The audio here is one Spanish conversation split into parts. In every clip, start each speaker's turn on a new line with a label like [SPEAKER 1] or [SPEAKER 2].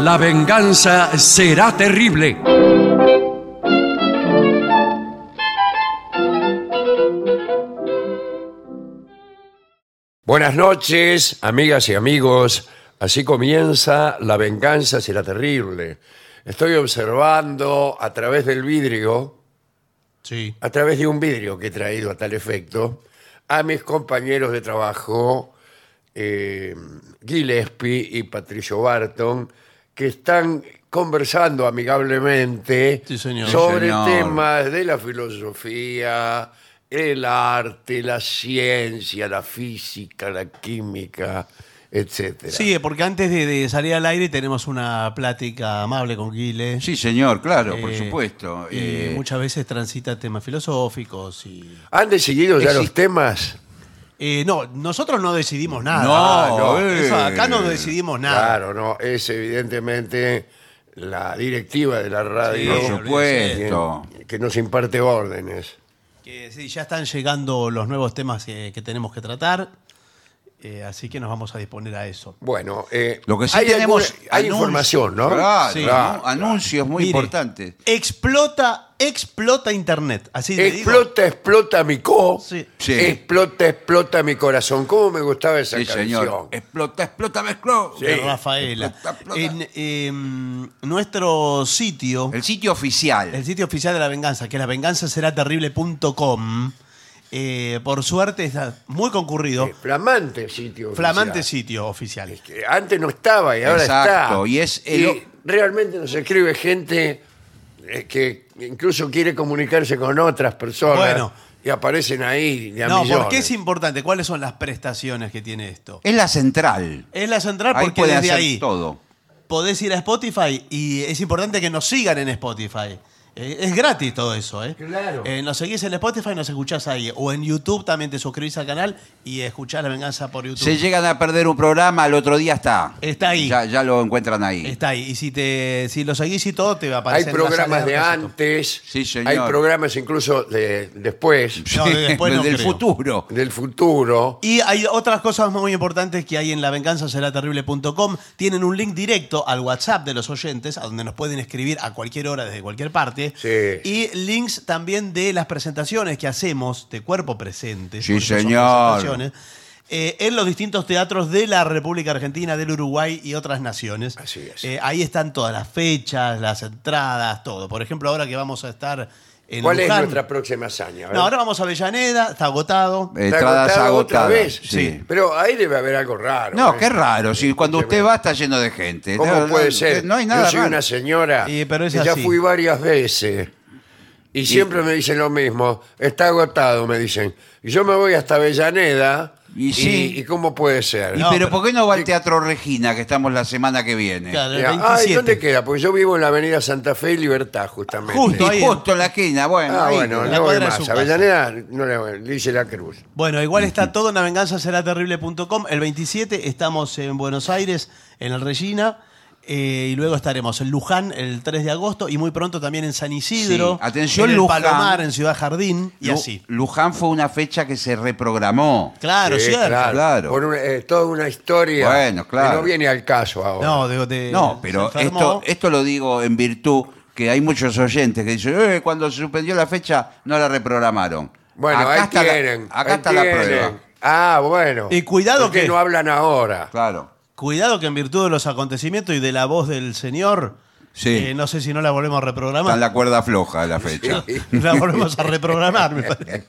[SPEAKER 1] La venganza será terrible. Buenas noches, amigas y amigos. Así comienza La venganza será terrible. Estoy observando a través del vidrio,
[SPEAKER 2] Sí.
[SPEAKER 1] a través de un vidrio que he traído a tal efecto, a mis compañeros de trabajo, eh, Gillespie y Patricio Barton, que están conversando amigablemente
[SPEAKER 2] Sí, señor.
[SPEAKER 1] sobre
[SPEAKER 3] Sí, señor.
[SPEAKER 1] temas de la filosofía, el arte, la ciencia, la física, la química, etcétera.
[SPEAKER 2] Sí, porque antes de, de salir al aire tenemos una plática amable con Guile.
[SPEAKER 3] Sí, señor, claro, por
[SPEAKER 2] Eh,
[SPEAKER 3] supuesto.
[SPEAKER 2] Y
[SPEAKER 3] Eh,
[SPEAKER 2] muchas veces transita temas filosóficos y...
[SPEAKER 1] ¿Han decidido ya
[SPEAKER 2] Exi-
[SPEAKER 1] los temas?
[SPEAKER 2] Eh, no, nosotros no decidimos nada.
[SPEAKER 3] No,
[SPEAKER 2] Ah,
[SPEAKER 3] eh.
[SPEAKER 2] Eso, acá no decidimos nada.
[SPEAKER 1] Claro, no, es evidentemente la directiva de la radio
[SPEAKER 3] por
[SPEAKER 2] eh, Sí,
[SPEAKER 3] supuesto.
[SPEAKER 1] quien- que nos imparte órdenes.
[SPEAKER 2] Que, sí, ya están llegando los nuevos temas eh, que tenemos que tratar, eh, así que nos vamos a disponer a eso.
[SPEAKER 1] Bueno, eh,
[SPEAKER 3] Lo que sí
[SPEAKER 1] hay
[SPEAKER 3] tenemos.
[SPEAKER 1] alguna- hay
[SPEAKER 3] anun-
[SPEAKER 1] información, ¿no? Ah,
[SPEAKER 3] Claro,
[SPEAKER 2] Sí.
[SPEAKER 3] ¿no?
[SPEAKER 1] Claro,
[SPEAKER 3] anuncios muy
[SPEAKER 2] Mire,
[SPEAKER 3] importantes.
[SPEAKER 2] Explota, explota Internet. Así te digo.
[SPEAKER 1] Explota, explota mi co.
[SPEAKER 2] Sí.
[SPEAKER 3] Sí.
[SPEAKER 1] Explota, explota mi corazón. ¿Cómo me gustaba esa
[SPEAKER 3] Sí,
[SPEAKER 1] canción?
[SPEAKER 3] señor. Explota, explota, mezcló. Eh,
[SPEAKER 2] de
[SPEAKER 1] Sí.
[SPEAKER 2] Rafaela.
[SPEAKER 3] Explota, explota.
[SPEAKER 2] En eh, nuestro sitio,
[SPEAKER 3] El sitio oficial.
[SPEAKER 2] el sitio oficial de la venganza, que es lavenganzaseraterrible.com, eh, por suerte está muy concurrido.
[SPEAKER 1] Eh, Flamante sitio.
[SPEAKER 2] Flamante
[SPEAKER 1] oficial.
[SPEAKER 2] sitio oficial.
[SPEAKER 1] Que antes no estaba y ahora está.
[SPEAKER 3] Exacto, y es el-
[SPEAKER 1] realmente nos escribe gente eh, que incluso quiere comunicarse con otras personas.
[SPEAKER 2] Bueno.
[SPEAKER 1] Y aparecen ahí de a
[SPEAKER 2] No,
[SPEAKER 1] millones.
[SPEAKER 2] ¿por qué es importante? ¿Cuáles son las prestaciones que tiene esto?
[SPEAKER 3] Es la central.
[SPEAKER 2] Es la central
[SPEAKER 3] Ahí
[SPEAKER 2] porque
[SPEAKER 3] puede
[SPEAKER 2] desde
[SPEAKER 3] hacer
[SPEAKER 2] ahí
[SPEAKER 3] todo.
[SPEAKER 2] podés ir a Spotify y es importante que nos sigan en Spotify. Eh, Es gratis todo eso, ¿eh?
[SPEAKER 1] Claro.
[SPEAKER 2] Eh, nos seguís en Spotify y nos escuchás ahí. O en YouTube también te suscribís al canal y escuchás La Venganza por YouTube.
[SPEAKER 3] Se llegan a perder un programa, al otro día está.
[SPEAKER 2] Está ahí.
[SPEAKER 3] Ya, ya lo encuentran ahí.
[SPEAKER 2] Está ahí. Y si, te, si lo seguís y todo, te va a
[SPEAKER 1] Hay
[SPEAKER 2] aparecer. en la
[SPEAKER 1] programas
[SPEAKER 2] sala
[SPEAKER 1] de
[SPEAKER 2] reproducción.
[SPEAKER 1] antes,
[SPEAKER 3] Sí, señor.
[SPEAKER 1] hay programas incluso de después,
[SPEAKER 2] No, de después no
[SPEAKER 3] del
[SPEAKER 2] creo.
[SPEAKER 3] futuro.
[SPEAKER 1] del futuro.
[SPEAKER 2] Y hay otras cosas muy importantes que hay en lavenganzaseraterrible.com. Tienen un link directo al WhatsApp de los oyentes, a donde nos pueden escribir a cualquier hora desde cualquier parte.
[SPEAKER 1] Sí.
[SPEAKER 2] Y links también de las presentaciones que hacemos de cuerpo presente.
[SPEAKER 3] Sí,
[SPEAKER 2] porque son
[SPEAKER 3] señor.
[SPEAKER 2] presentaciones, eh, en los distintos teatros de la República Argentina, del Uruguay y otras naciones.
[SPEAKER 1] Así es.
[SPEAKER 2] Eh, ahí están todas las fechas, las entradas, todo. Por ejemplo, ahora que vamos a estar en
[SPEAKER 1] ¿Cuál es
[SPEAKER 2] Luján-
[SPEAKER 1] nuestra próxima hazaña? A ver.
[SPEAKER 2] No, ahora vamos a Avellaneda, está agotado.
[SPEAKER 3] Eh,
[SPEAKER 1] Está
[SPEAKER 3] Entradas
[SPEAKER 1] agotado otra
[SPEAKER 3] agotadas.
[SPEAKER 1] vez.
[SPEAKER 3] Sí.
[SPEAKER 1] Pero ahí debe haber algo raro.
[SPEAKER 3] No,
[SPEAKER 1] ¿eh?
[SPEAKER 3] qué raro. Si cuando usted va está lleno de gente.
[SPEAKER 1] ¿Cómo
[SPEAKER 3] No, no,
[SPEAKER 1] puede ser?
[SPEAKER 3] No hay nada
[SPEAKER 1] Yo soy
[SPEAKER 3] raro.
[SPEAKER 1] una señora
[SPEAKER 2] Y, pero es
[SPEAKER 1] que ya
[SPEAKER 2] así.
[SPEAKER 1] fui varias veces y, siempre me dicen lo mismo. Está agotado, me dicen. Y yo me voy hasta Avellaneda
[SPEAKER 3] Y sí.
[SPEAKER 1] y ¿cómo puede ser?
[SPEAKER 3] Y
[SPEAKER 2] No,
[SPEAKER 3] pero,
[SPEAKER 2] pero- eh,
[SPEAKER 3] ¿por qué no va al Teatro Regina que estamos la semana que viene?
[SPEAKER 2] Claro, el
[SPEAKER 1] Ya, ay,
[SPEAKER 2] 27.
[SPEAKER 1] ¿dónde queda? Porque yo vivo en la avenida Santa Fe y Libertad, justamente.
[SPEAKER 3] Y
[SPEAKER 2] Justo ahí.
[SPEAKER 3] justo en la esquina, bueno.
[SPEAKER 1] Ah,
[SPEAKER 3] ahí.
[SPEAKER 1] bueno,
[SPEAKER 2] la
[SPEAKER 1] no voy
[SPEAKER 2] cuadra de su
[SPEAKER 1] más.
[SPEAKER 2] casa.
[SPEAKER 1] Avellaneda, no le voy, le hice la cruz.
[SPEAKER 2] Bueno, igual está todo en lavenganzaseraterrible.com. El 27 estamos en Buenos Aires, en el Regina. eh, y luego estaremos en Luján el 3 de agosto y muy pronto también en San Isidro.
[SPEAKER 3] Sí, atención,
[SPEAKER 2] en el
[SPEAKER 3] Luján.
[SPEAKER 2] Palomar, en Ciudad Jardín y
[SPEAKER 3] Lu-
[SPEAKER 2] así.
[SPEAKER 3] Luján fue una fecha que se reprogramó.
[SPEAKER 2] Claro,
[SPEAKER 1] Sí,
[SPEAKER 2] cierto.
[SPEAKER 3] Claro.
[SPEAKER 1] Por una- eh, toda una historia
[SPEAKER 3] Bueno, claro.
[SPEAKER 1] que no viene al caso ahora.
[SPEAKER 2] No, de- de-
[SPEAKER 3] No,
[SPEAKER 2] se
[SPEAKER 3] pero
[SPEAKER 2] enfermó.
[SPEAKER 3] esto, esto lo digo en virtud que hay muchos oyentes que dicen, "Eh, cuando se suspendió la fecha no la reprogramaron.
[SPEAKER 1] Bueno,
[SPEAKER 3] acá
[SPEAKER 1] ahí
[SPEAKER 3] está la-
[SPEAKER 1] tienen.
[SPEAKER 3] acá
[SPEAKER 1] ahí
[SPEAKER 3] está la
[SPEAKER 1] tienen.
[SPEAKER 3] prueba.
[SPEAKER 1] Ah, bueno.
[SPEAKER 2] Y cuidado
[SPEAKER 1] ¿Por qué
[SPEAKER 2] que-
[SPEAKER 1] no hablan ahora.
[SPEAKER 3] Claro.
[SPEAKER 2] Cuidado que en virtud de los acontecimientos y de la voz del señor,
[SPEAKER 3] Sí.
[SPEAKER 2] eh, no sé si no la volvemos a
[SPEAKER 3] Está
[SPEAKER 2] reprogramar.
[SPEAKER 3] en la cuerda floja la fecha.
[SPEAKER 2] la volvemos a reprogramar, me parece.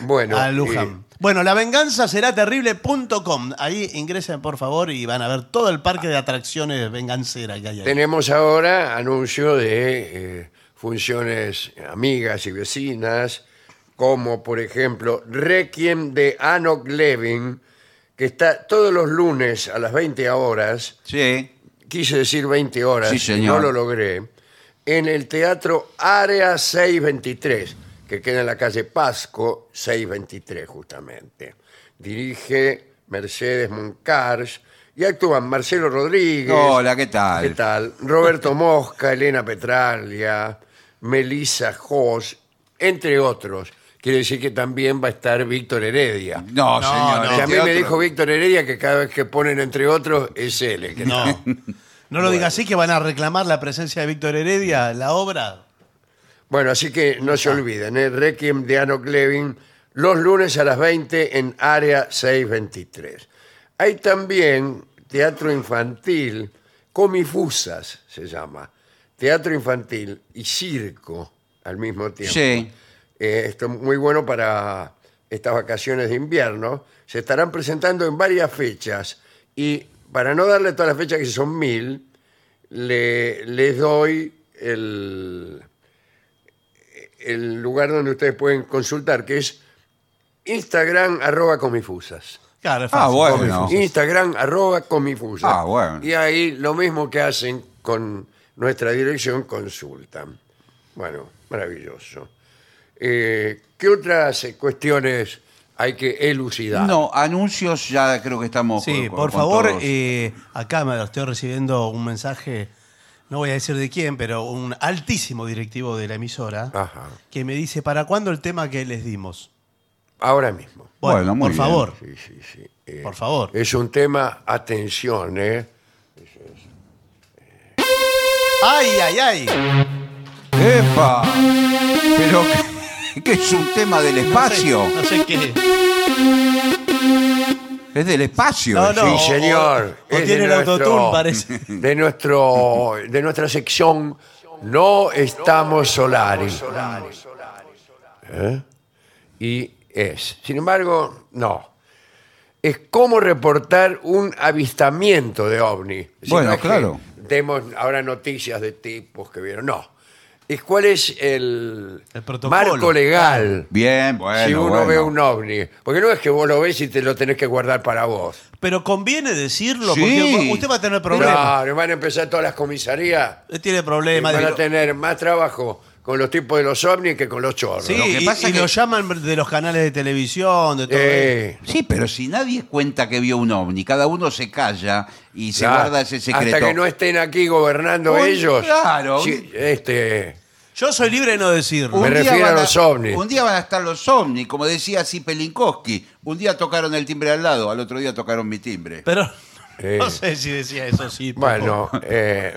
[SPEAKER 1] Bueno.
[SPEAKER 2] a Luján. Bueno, lavenganzaseraterrible.com. Ahí ingresen, por favor, y van a ver todo el parque de atracciones vengancera que hay
[SPEAKER 1] eh,
[SPEAKER 2] ahí.
[SPEAKER 1] tenemos ahora anuncio de eh, funciones amigas y vecinas, como por ejemplo Requiem de Anok Levin, que está todos los lunes a las 20 horas,
[SPEAKER 3] Sí.
[SPEAKER 1] quise decir 20 horas,
[SPEAKER 3] Sí,
[SPEAKER 1] y
[SPEAKER 3] señor.
[SPEAKER 1] no lo logré, en el Teatro Área 623, que queda en la calle Pasco 623 justamente. Dirige Mercedes Moncars y actúan Marcelo Rodríguez.
[SPEAKER 3] Hola, ¿qué tal?
[SPEAKER 1] ¿Qué tal? Roberto Mosca, Elena Petralia, Melissa Jos, entre otros. Quiere decir que también va a estar Víctor Heredia.
[SPEAKER 3] No, señor.
[SPEAKER 2] no.
[SPEAKER 1] Y
[SPEAKER 3] este
[SPEAKER 1] a mí me
[SPEAKER 3] otro-
[SPEAKER 1] dijo Víctor Heredia que cada vez que ponen entre otros es él el que
[SPEAKER 2] No. No lo diga así que van a reclamar la presencia de Víctor Heredia, la obra.
[SPEAKER 1] Bueno, así que no se olviden, ¿eh? Requiem de Anok Levin, los lunes a las 20 en Área 623. Hay también teatro infantil, Comifusas se llama, teatro infantil y circo al mismo tiempo.
[SPEAKER 3] Sí.
[SPEAKER 1] Eh, esto es muy bueno para estas vacaciones de invierno. Se estarán presentando en varias fechas y para no darle todas las fechas que son mil, le- les doy el, el lugar donde ustedes pueden consultar, que es Instagram arroba comifusas.
[SPEAKER 2] Claro, es
[SPEAKER 3] Ah,
[SPEAKER 2] fácil.
[SPEAKER 3] bueno.
[SPEAKER 1] Instagram arroba comifusas.
[SPEAKER 3] Ah, bueno.
[SPEAKER 1] Y ahí lo mismo que hacen con nuestra dirección, consultan. Bueno, maravilloso. Eh, ¿Qué otras eh, cuestiones hay que elucidar?
[SPEAKER 3] No, anuncios ya creo que estamos.
[SPEAKER 2] Sí,
[SPEAKER 3] con- con-
[SPEAKER 2] por
[SPEAKER 3] con
[SPEAKER 2] favor,
[SPEAKER 3] todos.
[SPEAKER 2] eh, acá me estoy recibiendo un mensaje, no voy a decir de quién, pero un altísimo directivo de la emisora,
[SPEAKER 1] Ajá.
[SPEAKER 2] que me dice, ¿para cuándo el tema que les dimos?
[SPEAKER 1] Ahora mismo.
[SPEAKER 2] Bueno,
[SPEAKER 3] Bueno, muy
[SPEAKER 2] por
[SPEAKER 3] bien.
[SPEAKER 2] favor,
[SPEAKER 1] Sí, sí, sí. Eh,
[SPEAKER 2] por favor.
[SPEAKER 1] Es un tema, atención, ¿eh?
[SPEAKER 2] ¡Ay, ay, ay!
[SPEAKER 3] ¡Epa! Pero que, que es un tema del espacio.
[SPEAKER 2] No sé qué.
[SPEAKER 3] Es del espacio.
[SPEAKER 2] No, no.
[SPEAKER 3] sí.
[SPEAKER 1] Sí, señor.
[SPEAKER 2] o
[SPEAKER 1] es de
[SPEAKER 2] tiene el
[SPEAKER 1] nuestro-
[SPEAKER 2] autotune, parece.
[SPEAKER 1] De, nuestro, de nuestra sección No estamos solares. ¿Eh? Y es. Sin embargo, no. Es como reportar un avistamiento de ovni. Es decir,
[SPEAKER 3] Bueno,
[SPEAKER 1] no es que
[SPEAKER 3] claro.
[SPEAKER 1] Demos ahora noticias de tipos que vieron. No. Es cuál es el,
[SPEAKER 2] El protocolo.
[SPEAKER 1] marco legal
[SPEAKER 3] Bien, bueno.
[SPEAKER 1] si uno
[SPEAKER 3] bueno.
[SPEAKER 1] ve un ovni. Porque no es que vos lo ves y te lo tenés que guardar para vos.
[SPEAKER 2] Pero conviene decirlo,
[SPEAKER 3] Sí.
[SPEAKER 2] porque usted va a tener problemas.
[SPEAKER 1] Claro, van a empezar todas las comisarías.
[SPEAKER 2] Usted Tiene
[SPEAKER 1] y
[SPEAKER 2] problemas.
[SPEAKER 1] van a
[SPEAKER 2] digo.
[SPEAKER 1] tener más trabajo con los tipos de los ovnis que con los chorros.
[SPEAKER 2] Sí,
[SPEAKER 3] Lo que
[SPEAKER 2] y-
[SPEAKER 3] pasa
[SPEAKER 2] y,
[SPEAKER 3] es que-
[SPEAKER 2] lo llaman de los canales de televisión, de todo eso.
[SPEAKER 1] Eh,
[SPEAKER 3] Sí, pero si nadie cuenta que vio un ovni, cada uno se calla y se
[SPEAKER 1] ya,
[SPEAKER 3] guarda ese secreto.
[SPEAKER 1] Hasta que no estén aquí gobernando
[SPEAKER 3] Un-
[SPEAKER 1] ellos.
[SPEAKER 3] claro.
[SPEAKER 1] sí, este,
[SPEAKER 2] Yo soy libre de no decirlo.
[SPEAKER 1] Me
[SPEAKER 3] día
[SPEAKER 1] refiero a
[SPEAKER 3] van
[SPEAKER 1] los ovnis.
[SPEAKER 3] Un día van a estar los ovnis, como decía así Pelinkowski. Un día tocaron el timbre al lado, al otro día tocaron mi timbre.
[SPEAKER 2] Pero
[SPEAKER 1] Eh.
[SPEAKER 2] no sé si decía eso, sí. pero-
[SPEAKER 1] bueno, eh,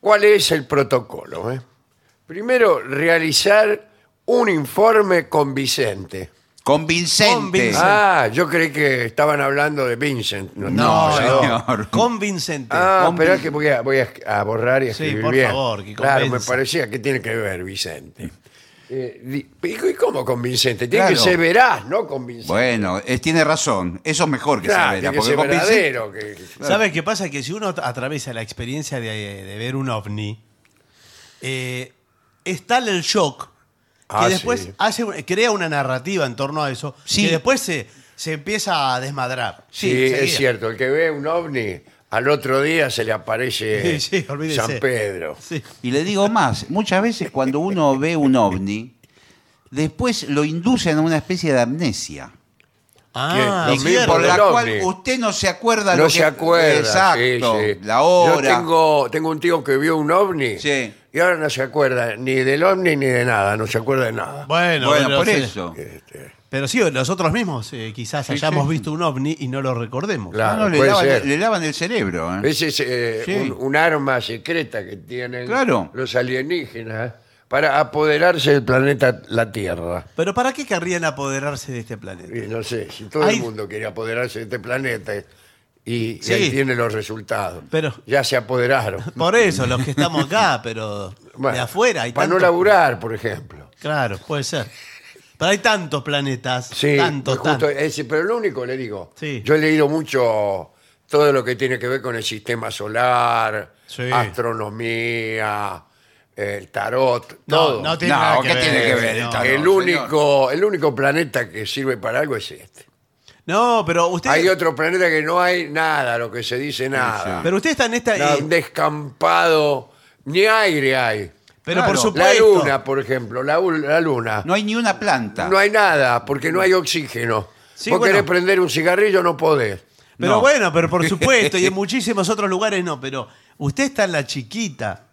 [SPEAKER 1] ¿cuál es el protocolo? eh? Primero, realizar un informe convincente.
[SPEAKER 3] Convincente.
[SPEAKER 2] Convincente.
[SPEAKER 1] Ah, yo creí que estaban hablando de Vincent.
[SPEAKER 3] No,
[SPEAKER 1] señor.
[SPEAKER 3] señor.
[SPEAKER 2] Convincente.
[SPEAKER 1] Ah,
[SPEAKER 3] Hombre.
[SPEAKER 1] pero es que voy a, voy a- a borrar y a
[SPEAKER 2] Sí,
[SPEAKER 1] escribir
[SPEAKER 2] por
[SPEAKER 1] bien.
[SPEAKER 2] favor, que
[SPEAKER 1] Claro, me
[SPEAKER 2] convenza.
[SPEAKER 1] parecía que tiene que ver Vicente. Eh, di- ¿Y cómo convincente? Tiene
[SPEAKER 3] Claro.
[SPEAKER 1] que ser veraz, no convincente.
[SPEAKER 3] Bueno, es- tiene razón. Eso es mejor que
[SPEAKER 1] Claro,
[SPEAKER 3] se vea.
[SPEAKER 1] tiene que
[SPEAKER 3] Porque
[SPEAKER 1] ser
[SPEAKER 3] convincente-
[SPEAKER 1] verdadero. que-
[SPEAKER 2] ¿Sabes qué pasa? Que si uno atraviesa la experiencia de, de ver un ovni, eh, es tal el shock que
[SPEAKER 1] Ah,
[SPEAKER 2] después
[SPEAKER 1] sí.
[SPEAKER 2] hace, un- crea una narrativa en torno a eso
[SPEAKER 3] Sí.
[SPEAKER 2] y después se, se empieza a desmadrar.
[SPEAKER 1] Sí,
[SPEAKER 2] enseguida.
[SPEAKER 1] es cierto. El que ve un ovni, al otro día se le aparece
[SPEAKER 2] Sí, sí, olvídese.
[SPEAKER 1] San Pedro.
[SPEAKER 2] Sí.
[SPEAKER 3] Y le digo más, muchas veces cuando uno ve un ovni, después lo inducen a una especie de amnesia.
[SPEAKER 2] Ah,
[SPEAKER 1] Lo
[SPEAKER 3] Y
[SPEAKER 2] es
[SPEAKER 1] mismo
[SPEAKER 2] cierto.
[SPEAKER 3] por la
[SPEAKER 1] del ovni.
[SPEAKER 3] cual usted no se acuerda
[SPEAKER 1] No
[SPEAKER 3] lo que-
[SPEAKER 1] se acuerda.
[SPEAKER 3] Exacto.
[SPEAKER 1] sí, sí.
[SPEAKER 3] La hora.
[SPEAKER 1] Yo tengo, tengo un tío que vio un ovni
[SPEAKER 3] Sí.
[SPEAKER 1] y ahora no se acuerda ni del ovni ni de nada. No se acuerda de nada.
[SPEAKER 2] Bueno,
[SPEAKER 3] Bueno,
[SPEAKER 2] pero
[SPEAKER 3] por
[SPEAKER 2] sí.
[SPEAKER 3] eso.
[SPEAKER 1] Este,
[SPEAKER 2] Pero sí, nosotros mismos eh, quizás
[SPEAKER 3] Sí,
[SPEAKER 2] hayamos
[SPEAKER 3] sí.
[SPEAKER 2] visto un ovni y no lo recordemos.
[SPEAKER 1] Claro.
[SPEAKER 3] No, no, le,
[SPEAKER 1] puede
[SPEAKER 3] lavan,
[SPEAKER 1] ser.
[SPEAKER 3] le lavan el cerebro.
[SPEAKER 2] Ah.
[SPEAKER 3] ¿eh?
[SPEAKER 1] Ese es eh,
[SPEAKER 3] Sí.
[SPEAKER 1] un, un arma secreta que tienen
[SPEAKER 3] Claro.
[SPEAKER 1] los alienígenas para apoderarse del planeta la Tierra.
[SPEAKER 2] Pero ¿para qué querrían apoderarse de este planeta?
[SPEAKER 1] Y no sé, si todo
[SPEAKER 2] Hay-
[SPEAKER 1] el mundo quiere apoderarse de este planeta y, y
[SPEAKER 2] Sí.
[SPEAKER 1] ahí tiene los resultados.
[SPEAKER 2] Pero-
[SPEAKER 1] ya se apoderaron.
[SPEAKER 2] Por eso, los que estamos acá, pero
[SPEAKER 1] Bueno,
[SPEAKER 2] de afuera hay
[SPEAKER 1] para no
[SPEAKER 2] tantos-
[SPEAKER 1] laburar, por ejemplo.
[SPEAKER 2] Claro, puede ser. Pero hay tantos planetas,
[SPEAKER 1] Sí,
[SPEAKER 2] tantos,
[SPEAKER 1] justo
[SPEAKER 2] tantos.
[SPEAKER 1] ese, pero lo único le digo,
[SPEAKER 2] Sí.
[SPEAKER 1] yo he leído mucho todo lo que tiene que ver con el sistema solar,
[SPEAKER 2] Sí.
[SPEAKER 1] astronomía, el tarot,
[SPEAKER 2] No,
[SPEAKER 1] todo.
[SPEAKER 2] no tiene
[SPEAKER 3] No,
[SPEAKER 2] nada que
[SPEAKER 3] ¿qué
[SPEAKER 2] ver.
[SPEAKER 3] tiene que ver?
[SPEAKER 2] señor.
[SPEAKER 3] Está bien.
[SPEAKER 1] Eh, el,
[SPEAKER 3] señor.
[SPEAKER 1] único, el único planeta que sirve para algo es este.
[SPEAKER 2] No, pero usted,
[SPEAKER 1] Hay otro planeta que no hay nada, lo que se dice nada.
[SPEAKER 2] pero usted está en esta.
[SPEAKER 1] Nada,
[SPEAKER 2] eh,
[SPEAKER 1] un descampado, ni aire hay.
[SPEAKER 2] pero por
[SPEAKER 3] Claro.
[SPEAKER 1] La
[SPEAKER 2] supuesto.
[SPEAKER 1] luna, por ejemplo, la, ul- la luna.
[SPEAKER 3] No hay ni una planta.
[SPEAKER 1] No hay nada, porque no hay oxígeno.
[SPEAKER 2] Sí,
[SPEAKER 1] Vos
[SPEAKER 2] bueno.
[SPEAKER 1] querés prender un cigarrillo, no podés.
[SPEAKER 2] Pero
[SPEAKER 3] No.
[SPEAKER 2] bueno, pero por supuesto, y en muchísimos otros lugares no. Pero usted está en la chiquita.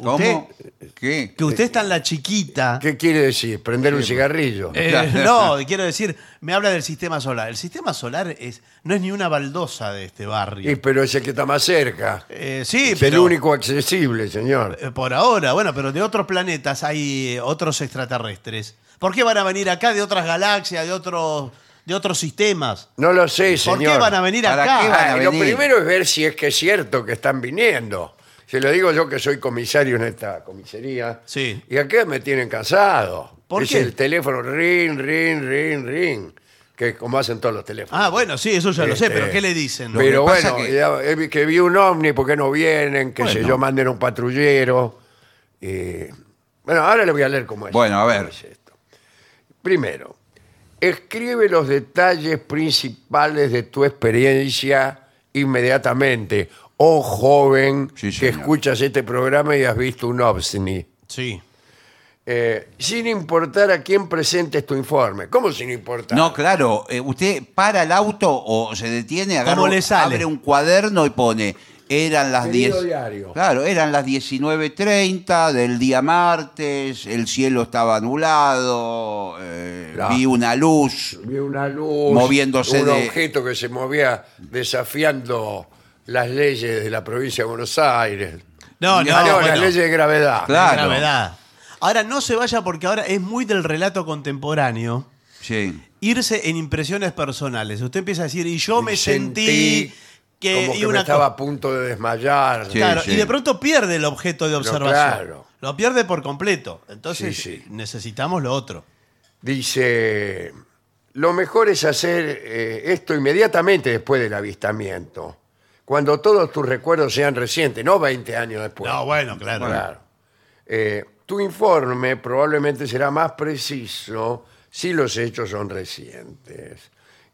[SPEAKER 3] ¿Cómo? ¿Qué?
[SPEAKER 2] Que usted está en la chiquita.
[SPEAKER 1] ¿Qué quiere decir? Prender un cigarrillo.
[SPEAKER 2] Eh, no,
[SPEAKER 3] Claro.
[SPEAKER 2] quiero decir, me habla del sistema solar. El sistema solar es, no es ni una baldosa de este barrio.
[SPEAKER 1] Y, pero es el que está más cerca.
[SPEAKER 2] Eh, sí,
[SPEAKER 1] es el
[SPEAKER 2] pero-
[SPEAKER 1] único accesible, señor.
[SPEAKER 2] Eh, Por ahora, bueno, pero de otros planetas hay eh, otros extraterrestres. ¿Por qué van a venir acá de otras galaxias, de otros, de otros sistemas?
[SPEAKER 1] No lo sé, señor.
[SPEAKER 2] ¿Por qué van a venir
[SPEAKER 3] ¿Para
[SPEAKER 2] acá?
[SPEAKER 3] qué van a
[SPEAKER 1] Ah, lo
[SPEAKER 3] venir?
[SPEAKER 1] primero es ver si es que es cierto que están viniendo. Se lo digo yo que soy comisario en esta comisaría.
[SPEAKER 2] Sí.
[SPEAKER 1] Y acá me tienen cansado.
[SPEAKER 2] ¿Por
[SPEAKER 1] es
[SPEAKER 2] qué?
[SPEAKER 1] el teléfono ring, ring, ring, ring. Que es como hacen todos los teléfonos.
[SPEAKER 2] Ah, bueno, sí, eso ya lo sé,
[SPEAKER 1] Este,
[SPEAKER 2] pero ¿qué le dicen?
[SPEAKER 3] lo que
[SPEAKER 1] Pero
[SPEAKER 3] pasa
[SPEAKER 1] bueno,
[SPEAKER 3] que-
[SPEAKER 1] ya he vi- que vi un ovni, ¿por qué no vienen? Que sé
[SPEAKER 3] Bueno.
[SPEAKER 1] yo, manden un patrullero. Eh, bueno, ahora le voy a leer cómo es.
[SPEAKER 3] Bueno, a ver.
[SPEAKER 1] cómo es esto. Primero, escribe los detalles principales de tu experiencia inmediatamente. Oh, joven,
[SPEAKER 3] Sí,
[SPEAKER 1] que
[SPEAKER 3] señor.
[SPEAKER 1] escuchas este programa y has visto un ovni.
[SPEAKER 2] Sí.
[SPEAKER 1] Eh, sin importar a quién presentes tu informe. ¿Cómo sin importar?
[SPEAKER 3] No, claro, eh, usted para el auto o se detiene, agarra,
[SPEAKER 2] ¿Cómo
[SPEAKER 3] un-
[SPEAKER 2] le sale?
[SPEAKER 3] abre un cuaderno y pone, eran las
[SPEAKER 1] Querido
[SPEAKER 3] 10.
[SPEAKER 1] diario.
[SPEAKER 3] Claro, eran las 19.30 del día martes, el cielo estaba nublado, eh,
[SPEAKER 1] Claro.
[SPEAKER 3] vi una luz.
[SPEAKER 1] Vi una luz.
[SPEAKER 3] Moviéndose
[SPEAKER 1] Un
[SPEAKER 3] de-
[SPEAKER 1] objeto que se movía desafiando las leyes de la provincia de Buenos Aires.
[SPEAKER 2] No, no,
[SPEAKER 1] Ah,
[SPEAKER 2] bueno.
[SPEAKER 1] las leyes de gravedad.
[SPEAKER 3] Claro.
[SPEAKER 2] La verdad. Ahora, no se vaya porque ahora es muy del relato contemporáneo
[SPEAKER 3] Sí.
[SPEAKER 2] irse en impresiones personales. Usted empieza a decir, y yo
[SPEAKER 1] Y
[SPEAKER 2] me
[SPEAKER 1] sentí
[SPEAKER 2] sentí que...
[SPEAKER 1] como que
[SPEAKER 2] y una
[SPEAKER 1] me estaba
[SPEAKER 2] co-
[SPEAKER 1] a punto de desmayar.
[SPEAKER 3] Sí.
[SPEAKER 2] Claro, y de pronto pierde el objeto de observación.
[SPEAKER 1] claro.
[SPEAKER 2] Lo pierde por completo. Entonces
[SPEAKER 1] Sí, sí.
[SPEAKER 2] necesitamos lo otro.
[SPEAKER 1] Dice, lo mejor es hacer eh, esto inmediatamente después del avistamiento, cuando todos tus recuerdos sean recientes, no 20 años después.
[SPEAKER 2] No, bueno, claro.
[SPEAKER 1] Claro. Eh, tu informe probablemente será más preciso si los hechos son recientes.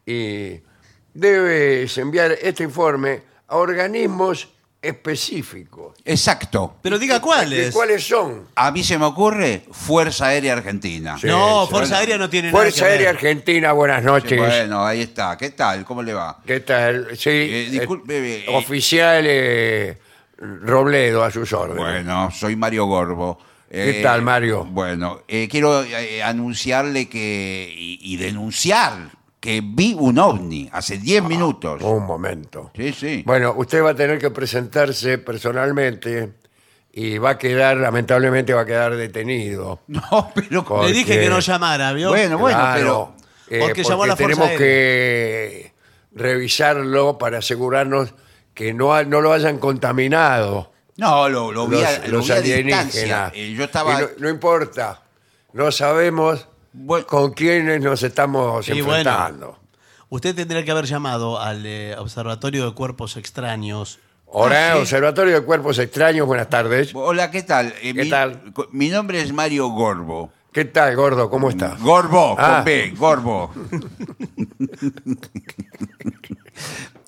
[SPEAKER 1] Y debes enviar este informe a organismos específicos.
[SPEAKER 3] Exacto.
[SPEAKER 2] Pero diga
[SPEAKER 1] ¿Y
[SPEAKER 2] cuáles.
[SPEAKER 1] ¿Cuáles son?
[SPEAKER 3] A mí se me ocurre Fuerza Aérea Argentina.
[SPEAKER 1] Sí.
[SPEAKER 2] No, Fuerza
[SPEAKER 1] bueno.
[SPEAKER 2] Aérea no tiene
[SPEAKER 1] Fuerza
[SPEAKER 2] nada que
[SPEAKER 1] Aérea
[SPEAKER 2] ver.
[SPEAKER 1] Argentina, buenas noches.
[SPEAKER 3] Bueno, ahí está. ¿Qué tal? ¿Cómo le va?
[SPEAKER 1] ¿Qué tal? Sí,
[SPEAKER 3] Eh, disculpe,
[SPEAKER 1] eh,
[SPEAKER 3] eh,
[SPEAKER 1] oficial eh, Robledo a sus órdenes.
[SPEAKER 3] Bueno, soy Mario Gorbo. Eh,
[SPEAKER 1] ¿Qué tal, Mario?
[SPEAKER 3] Bueno, eh, quiero eh, anunciarle que y, y denunciar que vi un ovni hace 10 minutos.
[SPEAKER 1] Un momento.
[SPEAKER 3] Sí, sí.
[SPEAKER 1] Ah, oh. Bueno, usted va a tener que presentarse personalmente y va a quedar, lamentablemente, va a quedar detenido.
[SPEAKER 3] No, pero
[SPEAKER 1] Con-
[SPEAKER 2] Le dije que no llamara, ¿vio?
[SPEAKER 3] Bueno, bueno,
[SPEAKER 1] Claro, eh,
[SPEAKER 2] pero- porque llamó la Fuerza
[SPEAKER 1] tenemos
[SPEAKER 2] Aérea.
[SPEAKER 1] que revisarlo para asegurarnos que no, ha- no lo hayan contaminado
[SPEAKER 3] no, lo, lo vi, a,
[SPEAKER 1] los,
[SPEAKER 3] lo
[SPEAKER 1] los
[SPEAKER 3] vi a distancia.
[SPEAKER 1] alienígenas.
[SPEAKER 3] Eh, yo estaba.
[SPEAKER 1] Y no, no importa, no sabemos
[SPEAKER 3] Bueno.
[SPEAKER 1] con quiénes nos estamos
[SPEAKER 2] Y bueno.
[SPEAKER 1] enfrentando.
[SPEAKER 2] Usted tendría que haber llamado al eh, Observatorio de Cuerpos Extraños.
[SPEAKER 1] Ahora,
[SPEAKER 3] Ah, sí.
[SPEAKER 1] Observatorio de Cuerpos Extraños, buenas tardes.
[SPEAKER 3] Hola, ¿qué tal? Eh,
[SPEAKER 1] ¿Qué
[SPEAKER 3] mi,
[SPEAKER 1] tal?
[SPEAKER 3] co- mi nombre es Mario Gorbo.
[SPEAKER 1] ¿Qué tal, gordo?
[SPEAKER 3] Mm,
[SPEAKER 1] ¿Cómo estás?
[SPEAKER 3] Gorbo,
[SPEAKER 1] Ah.
[SPEAKER 3] con B, Gorbo.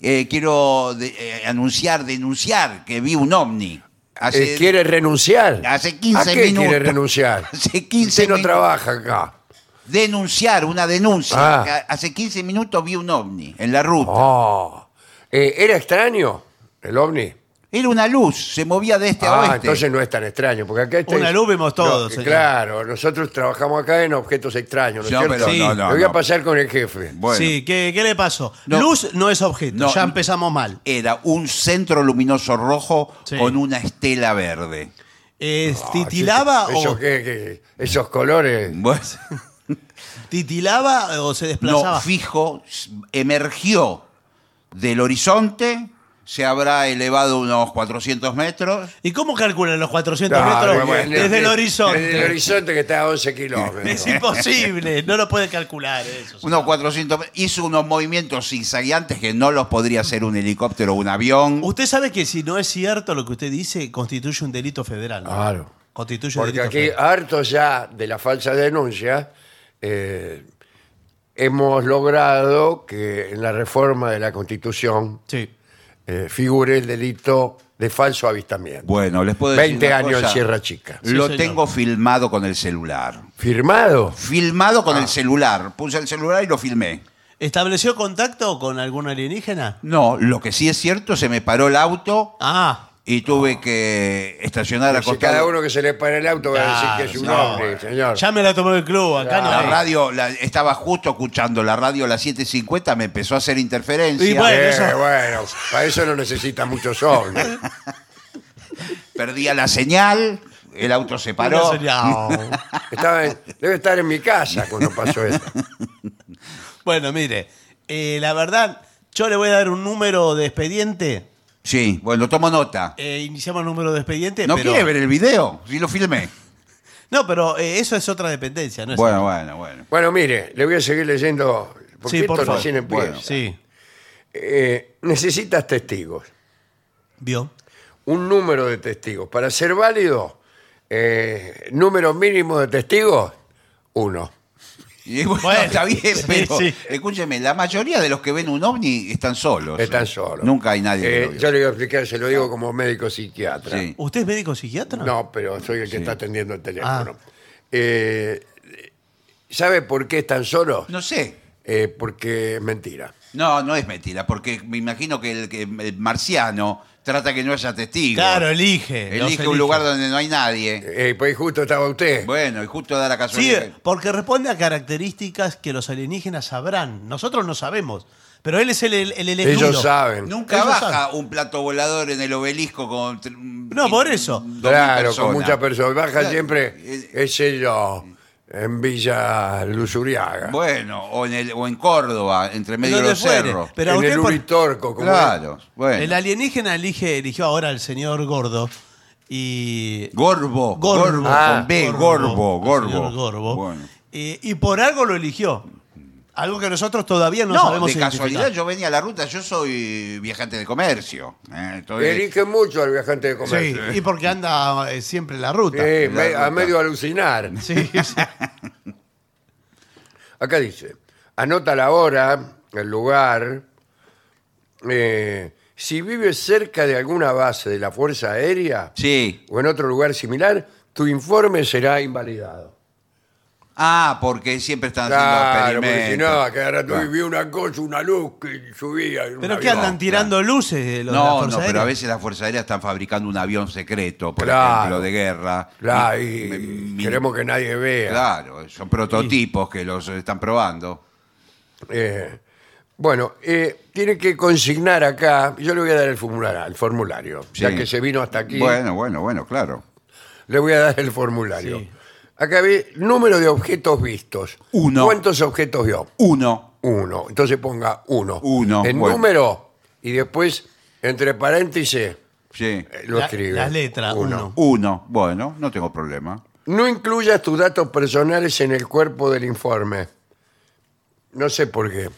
[SPEAKER 3] Eh, quiero de- eh, anunciar, denunciar que vi un ovni. Hace,
[SPEAKER 1] Eh, ¿Quiere renunciar?
[SPEAKER 3] hace 15
[SPEAKER 1] ¿A qué quiere
[SPEAKER 3] minutos.
[SPEAKER 1] renunciar?
[SPEAKER 3] Hace 15
[SPEAKER 1] Usted no
[SPEAKER 3] minutos.
[SPEAKER 1] trabaja acá.
[SPEAKER 3] Denunciar, una denuncia.
[SPEAKER 1] Ah.
[SPEAKER 3] Que ha- Hace 15 minutos vi un ovni en la ruta.
[SPEAKER 1] Oh. Eh, ¿Era extraño el ovni?
[SPEAKER 3] Era una luz, se movía de este a
[SPEAKER 1] ah,
[SPEAKER 3] oeste.
[SPEAKER 1] entonces no es tan extraño, porque acá está...
[SPEAKER 2] Una luz vimos todos, señor.
[SPEAKER 1] Claro, nosotros trabajamos acá en objetos extraños, ¿no es
[SPEAKER 3] No,
[SPEAKER 1] cierto?
[SPEAKER 3] pero
[SPEAKER 2] Sí.
[SPEAKER 3] no, no,
[SPEAKER 1] Lo voy a
[SPEAKER 3] no.
[SPEAKER 1] pasar con el jefe.
[SPEAKER 3] Bueno,
[SPEAKER 2] Sí, ¿qué, qué le pasó?
[SPEAKER 3] No.
[SPEAKER 2] Luz no es objeto,
[SPEAKER 3] No,
[SPEAKER 2] ya
[SPEAKER 3] no.
[SPEAKER 2] empezamos mal.
[SPEAKER 3] Era un centro luminoso rojo
[SPEAKER 2] Sí.
[SPEAKER 3] con una estela verde.
[SPEAKER 2] Eh, ¿Titilaba,
[SPEAKER 1] Ah, Esos,
[SPEAKER 2] o,
[SPEAKER 1] que- que- esos colores.
[SPEAKER 3] Bueno.
[SPEAKER 2] ¿Titilaba eh, o se desplazaba?
[SPEAKER 3] No, fijo, s- emergió del horizonte, se habrá elevado unos 400 metros.
[SPEAKER 2] ¿Y cómo calculan los 400
[SPEAKER 1] Claro,
[SPEAKER 2] metros
[SPEAKER 1] Ah, bueno,
[SPEAKER 2] desde el
[SPEAKER 1] Desde el
[SPEAKER 2] horizonte?
[SPEAKER 1] horizonte que está a 11
[SPEAKER 2] Es
[SPEAKER 1] kilómetros.
[SPEAKER 2] imposible, no lo pueden calcular eso.
[SPEAKER 3] Unos 400 me- hizo unos movimientos zigzagueantes que no los podría hacer un helicóptero o un avión.
[SPEAKER 2] Usted sabe que si no es cierto lo que usted dice, constituye un delito federal. ¿no?
[SPEAKER 1] Claro.
[SPEAKER 2] Constituye un
[SPEAKER 1] Porque
[SPEAKER 2] delito
[SPEAKER 1] aquí,
[SPEAKER 2] federal.
[SPEAKER 1] harto ya de la falsa denuncia, eh, hemos logrado que en la reforma de la Constitución
[SPEAKER 2] Sí.
[SPEAKER 1] eh, figure el delito de falso avistamiento.
[SPEAKER 3] Bueno, les puedo decir
[SPEAKER 1] 20
[SPEAKER 3] una
[SPEAKER 1] años
[SPEAKER 3] cosa.
[SPEAKER 1] en Sierra Chica.
[SPEAKER 2] Sí,
[SPEAKER 3] Lo
[SPEAKER 2] señor.
[SPEAKER 3] tengo filmado con el celular.
[SPEAKER 1] ¿Firmado?
[SPEAKER 3] Filmado con
[SPEAKER 2] Ah.
[SPEAKER 3] el celular. Puse el celular y lo filmé.
[SPEAKER 2] ¿Estableció contacto con algún alienígena?
[SPEAKER 3] No, lo que sí es cierto, se me paró el auto
[SPEAKER 2] Ah,
[SPEAKER 3] y tuve que estacionar
[SPEAKER 1] Si cada
[SPEAKER 3] acostado.
[SPEAKER 1] uno que se le para el auto va a decir que es un
[SPEAKER 2] Claro,
[SPEAKER 1] hombre, señor.
[SPEAKER 2] Ya me la tomó el club, acá
[SPEAKER 1] Claro.
[SPEAKER 3] La
[SPEAKER 2] no. hay.
[SPEAKER 3] radio, la- estaba justo escuchando la radio a las 7.50, me empezó a hacer interferencia.
[SPEAKER 2] Y bueno,
[SPEAKER 1] Eh,
[SPEAKER 2] eso-
[SPEAKER 1] bueno, para eso no necesita mucho sol.
[SPEAKER 3] Perdía la señal, el auto se paró.
[SPEAKER 2] Una señal.
[SPEAKER 1] Estaba en- debe estar en mi casa cuando pasó eso.
[SPEAKER 2] bueno, mire, eh, la verdad, yo le voy a dar un número de expediente.
[SPEAKER 3] Sí, bueno, tomo nota.
[SPEAKER 2] Eh, iniciamos el número de expediente.
[SPEAKER 3] ¿No
[SPEAKER 2] Eh, pero,
[SPEAKER 3] quiere ver el video? Si lo filmé.
[SPEAKER 2] No, pero eh, eso es otra dependencia, ¿no es?
[SPEAKER 3] Bueno, bueno, bueno.
[SPEAKER 1] Bueno, mire, le voy a seguir leyendo. Porque
[SPEAKER 2] Sí,
[SPEAKER 1] esto
[SPEAKER 2] por favor.
[SPEAKER 1] recién empieza.
[SPEAKER 3] Bueno.
[SPEAKER 2] Sí,
[SPEAKER 1] Eh, necesitas testigos.
[SPEAKER 2] vio.
[SPEAKER 1] un número de testigos. Para ser válido, eh, número mínimo de testigos, uno.
[SPEAKER 3] Y bueno,
[SPEAKER 2] Bueno,
[SPEAKER 3] está bien,
[SPEAKER 2] sí,
[SPEAKER 3] pero
[SPEAKER 2] sí.
[SPEAKER 3] escúcheme, la mayoría de los que ven un ovni están solos.
[SPEAKER 1] Están solos.
[SPEAKER 3] Nunca hay nadie. que
[SPEAKER 1] Eh,
[SPEAKER 3] lo vio.
[SPEAKER 1] yo le voy a explicar, se lo digo como médico psiquiatra.
[SPEAKER 3] Sí.
[SPEAKER 2] ¿Usted es médico psiquiatra?
[SPEAKER 1] No, pero soy el que está atendiendo el teléfono.
[SPEAKER 2] Ah.
[SPEAKER 1] Eh, ¿Sabe por qué están solos?
[SPEAKER 3] No sé.
[SPEAKER 1] Eh, porque es mentira.
[SPEAKER 3] No, no es mentira, porque me imagino que el, que el marciano trata que no haya testigos.
[SPEAKER 2] Claro, elige. los
[SPEAKER 3] Elige un lugar donde no hay nadie.
[SPEAKER 1] Eh, pues justo estaba usted.
[SPEAKER 3] Bueno, y justo da la
[SPEAKER 2] Sí,
[SPEAKER 3] casualidad. que-
[SPEAKER 2] porque responde a características que los alienígenas sabrán. Nosotros no sabemos, pero él es el, el, el elegido.
[SPEAKER 1] Ellos saben.
[SPEAKER 3] Nunca
[SPEAKER 2] Ellos
[SPEAKER 3] baja un plato volador en el obelisco con. tr-
[SPEAKER 2] No, por eso.
[SPEAKER 3] dos mil
[SPEAKER 1] Claro,
[SPEAKER 3] personas.
[SPEAKER 1] con muchas personas. Baja
[SPEAKER 3] Claro.
[SPEAKER 1] siempre,
[SPEAKER 3] Eh,
[SPEAKER 1] es yo, en Villa Luzuriaga.
[SPEAKER 3] Bueno, o en, el, o en Córdoba, entre medio de
[SPEAKER 2] Donde
[SPEAKER 3] los
[SPEAKER 2] fuere.
[SPEAKER 3] cerros.
[SPEAKER 2] Pero a
[SPEAKER 1] en
[SPEAKER 2] usted
[SPEAKER 1] el
[SPEAKER 2] por-
[SPEAKER 1] Uritorco. como
[SPEAKER 3] Claro, bueno.
[SPEAKER 2] El alienígena elige, eligió ahora al señor Gordo y...
[SPEAKER 3] Gorbo,
[SPEAKER 2] Gorbo.
[SPEAKER 3] Gorbo,
[SPEAKER 1] Ah,
[SPEAKER 3] con B, Gorbo,
[SPEAKER 2] el
[SPEAKER 3] Gorbo.
[SPEAKER 2] señor Gorbo.
[SPEAKER 3] Bueno.
[SPEAKER 2] Eh, y por algo lo eligió. Algo que nosotros todavía no,
[SPEAKER 3] No,
[SPEAKER 2] sabemos
[SPEAKER 3] de casualidad
[SPEAKER 2] identificar.
[SPEAKER 3] yo venía a la ruta, yo soy viajante de comercio. ¿eh?
[SPEAKER 1] Le
[SPEAKER 3] Entonces,
[SPEAKER 1] Elige mucho al viajante de
[SPEAKER 2] Sí,
[SPEAKER 1] comercio.
[SPEAKER 2] y porque anda eh, siempre en la ruta.
[SPEAKER 1] Eh,
[SPEAKER 3] la
[SPEAKER 1] me-
[SPEAKER 3] ruta.
[SPEAKER 1] a medio alucinar.
[SPEAKER 2] Sí, sí.
[SPEAKER 1] Acá dice, anota la hora, el lugar. eh, si vives cerca de alguna base de la Fuerza Aérea
[SPEAKER 3] Sí.
[SPEAKER 1] o en otro lugar similar, tu informe será invalidado.
[SPEAKER 3] Ah, porque siempre están
[SPEAKER 1] Claro,
[SPEAKER 3] haciendo
[SPEAKER 1] porque si
[SPEAKER 3] Ah, experimentos.
[SPEAKER 1] no, cada rato
[SPEAKER 3] Claro.
[SPEAKER 1] vi una cosa, una luz que subía. y un
[SPEAKER 2] Pero que
[SPEAKER 1] avión.
[SPEAKER 2] andan tirando luces eh, los de la
[SPEAKER 3] No,
[SPEAKER 2] Fuerza
[SPEAKER 3] no, pero
[SPEAKER 2] Aérea?
[SPEAKER 3] a veces las Fuerzas Aéreas están fabricando un avión secreto, por
[SPEAKER 1] Claro.
[SPEAKER 3] ejemplo, de guerra.
[SPEAKER 1] Claro,
[SPEAKER 3] Mi-
[SPEAKER 1] y
[SPEAKER 3] mi-
[SPEAKER 1] queremos que nadie vea.
[SPEAKER 3] Claro, son prototipos que los están probando.
[SPEAKER 1] Eh, bueno, eh, tiene que consignar acá, yo le voy a dar el formulario, el formulario ya
[SPEAKER 3] Sí.
[SPEAKER 1] que se vino hasta aquí,
[SPEAKER 3] Bueno, bueno, bueno, claro.
[SPEAKER 1] le voy a dar el formulario.
[SPEAKER 2] Sí.
[SPEAKER 1] Acá ve número de objetos vistos.
[SPEAKER 3] Uno.
[SPEAKER 1] ¿Cuántos objetos vio?
[SPEAKER 3] Uno.
[SPEAKER 1] Uno. Entonces ponga uno.
[SPEAKER 3] Uno,
[SPEAKER 1] El
[SPEAKER 3] bueno.
[SPEAKER 1] número y después, entre paréntesis,
[SPEAKER 3] Sí.
[SPEAKER 1] eh, lo
[SPEAKER 2] La-
[SPEAKER 1] escribe.
[SPEAKER 2] las letras, uno.
[SPEAKER 3] Uno. Bueno, no tengo problema.
[SPEAKER 1] No incluyas tus datos personales en el cuerpo del informe. No sé por qué.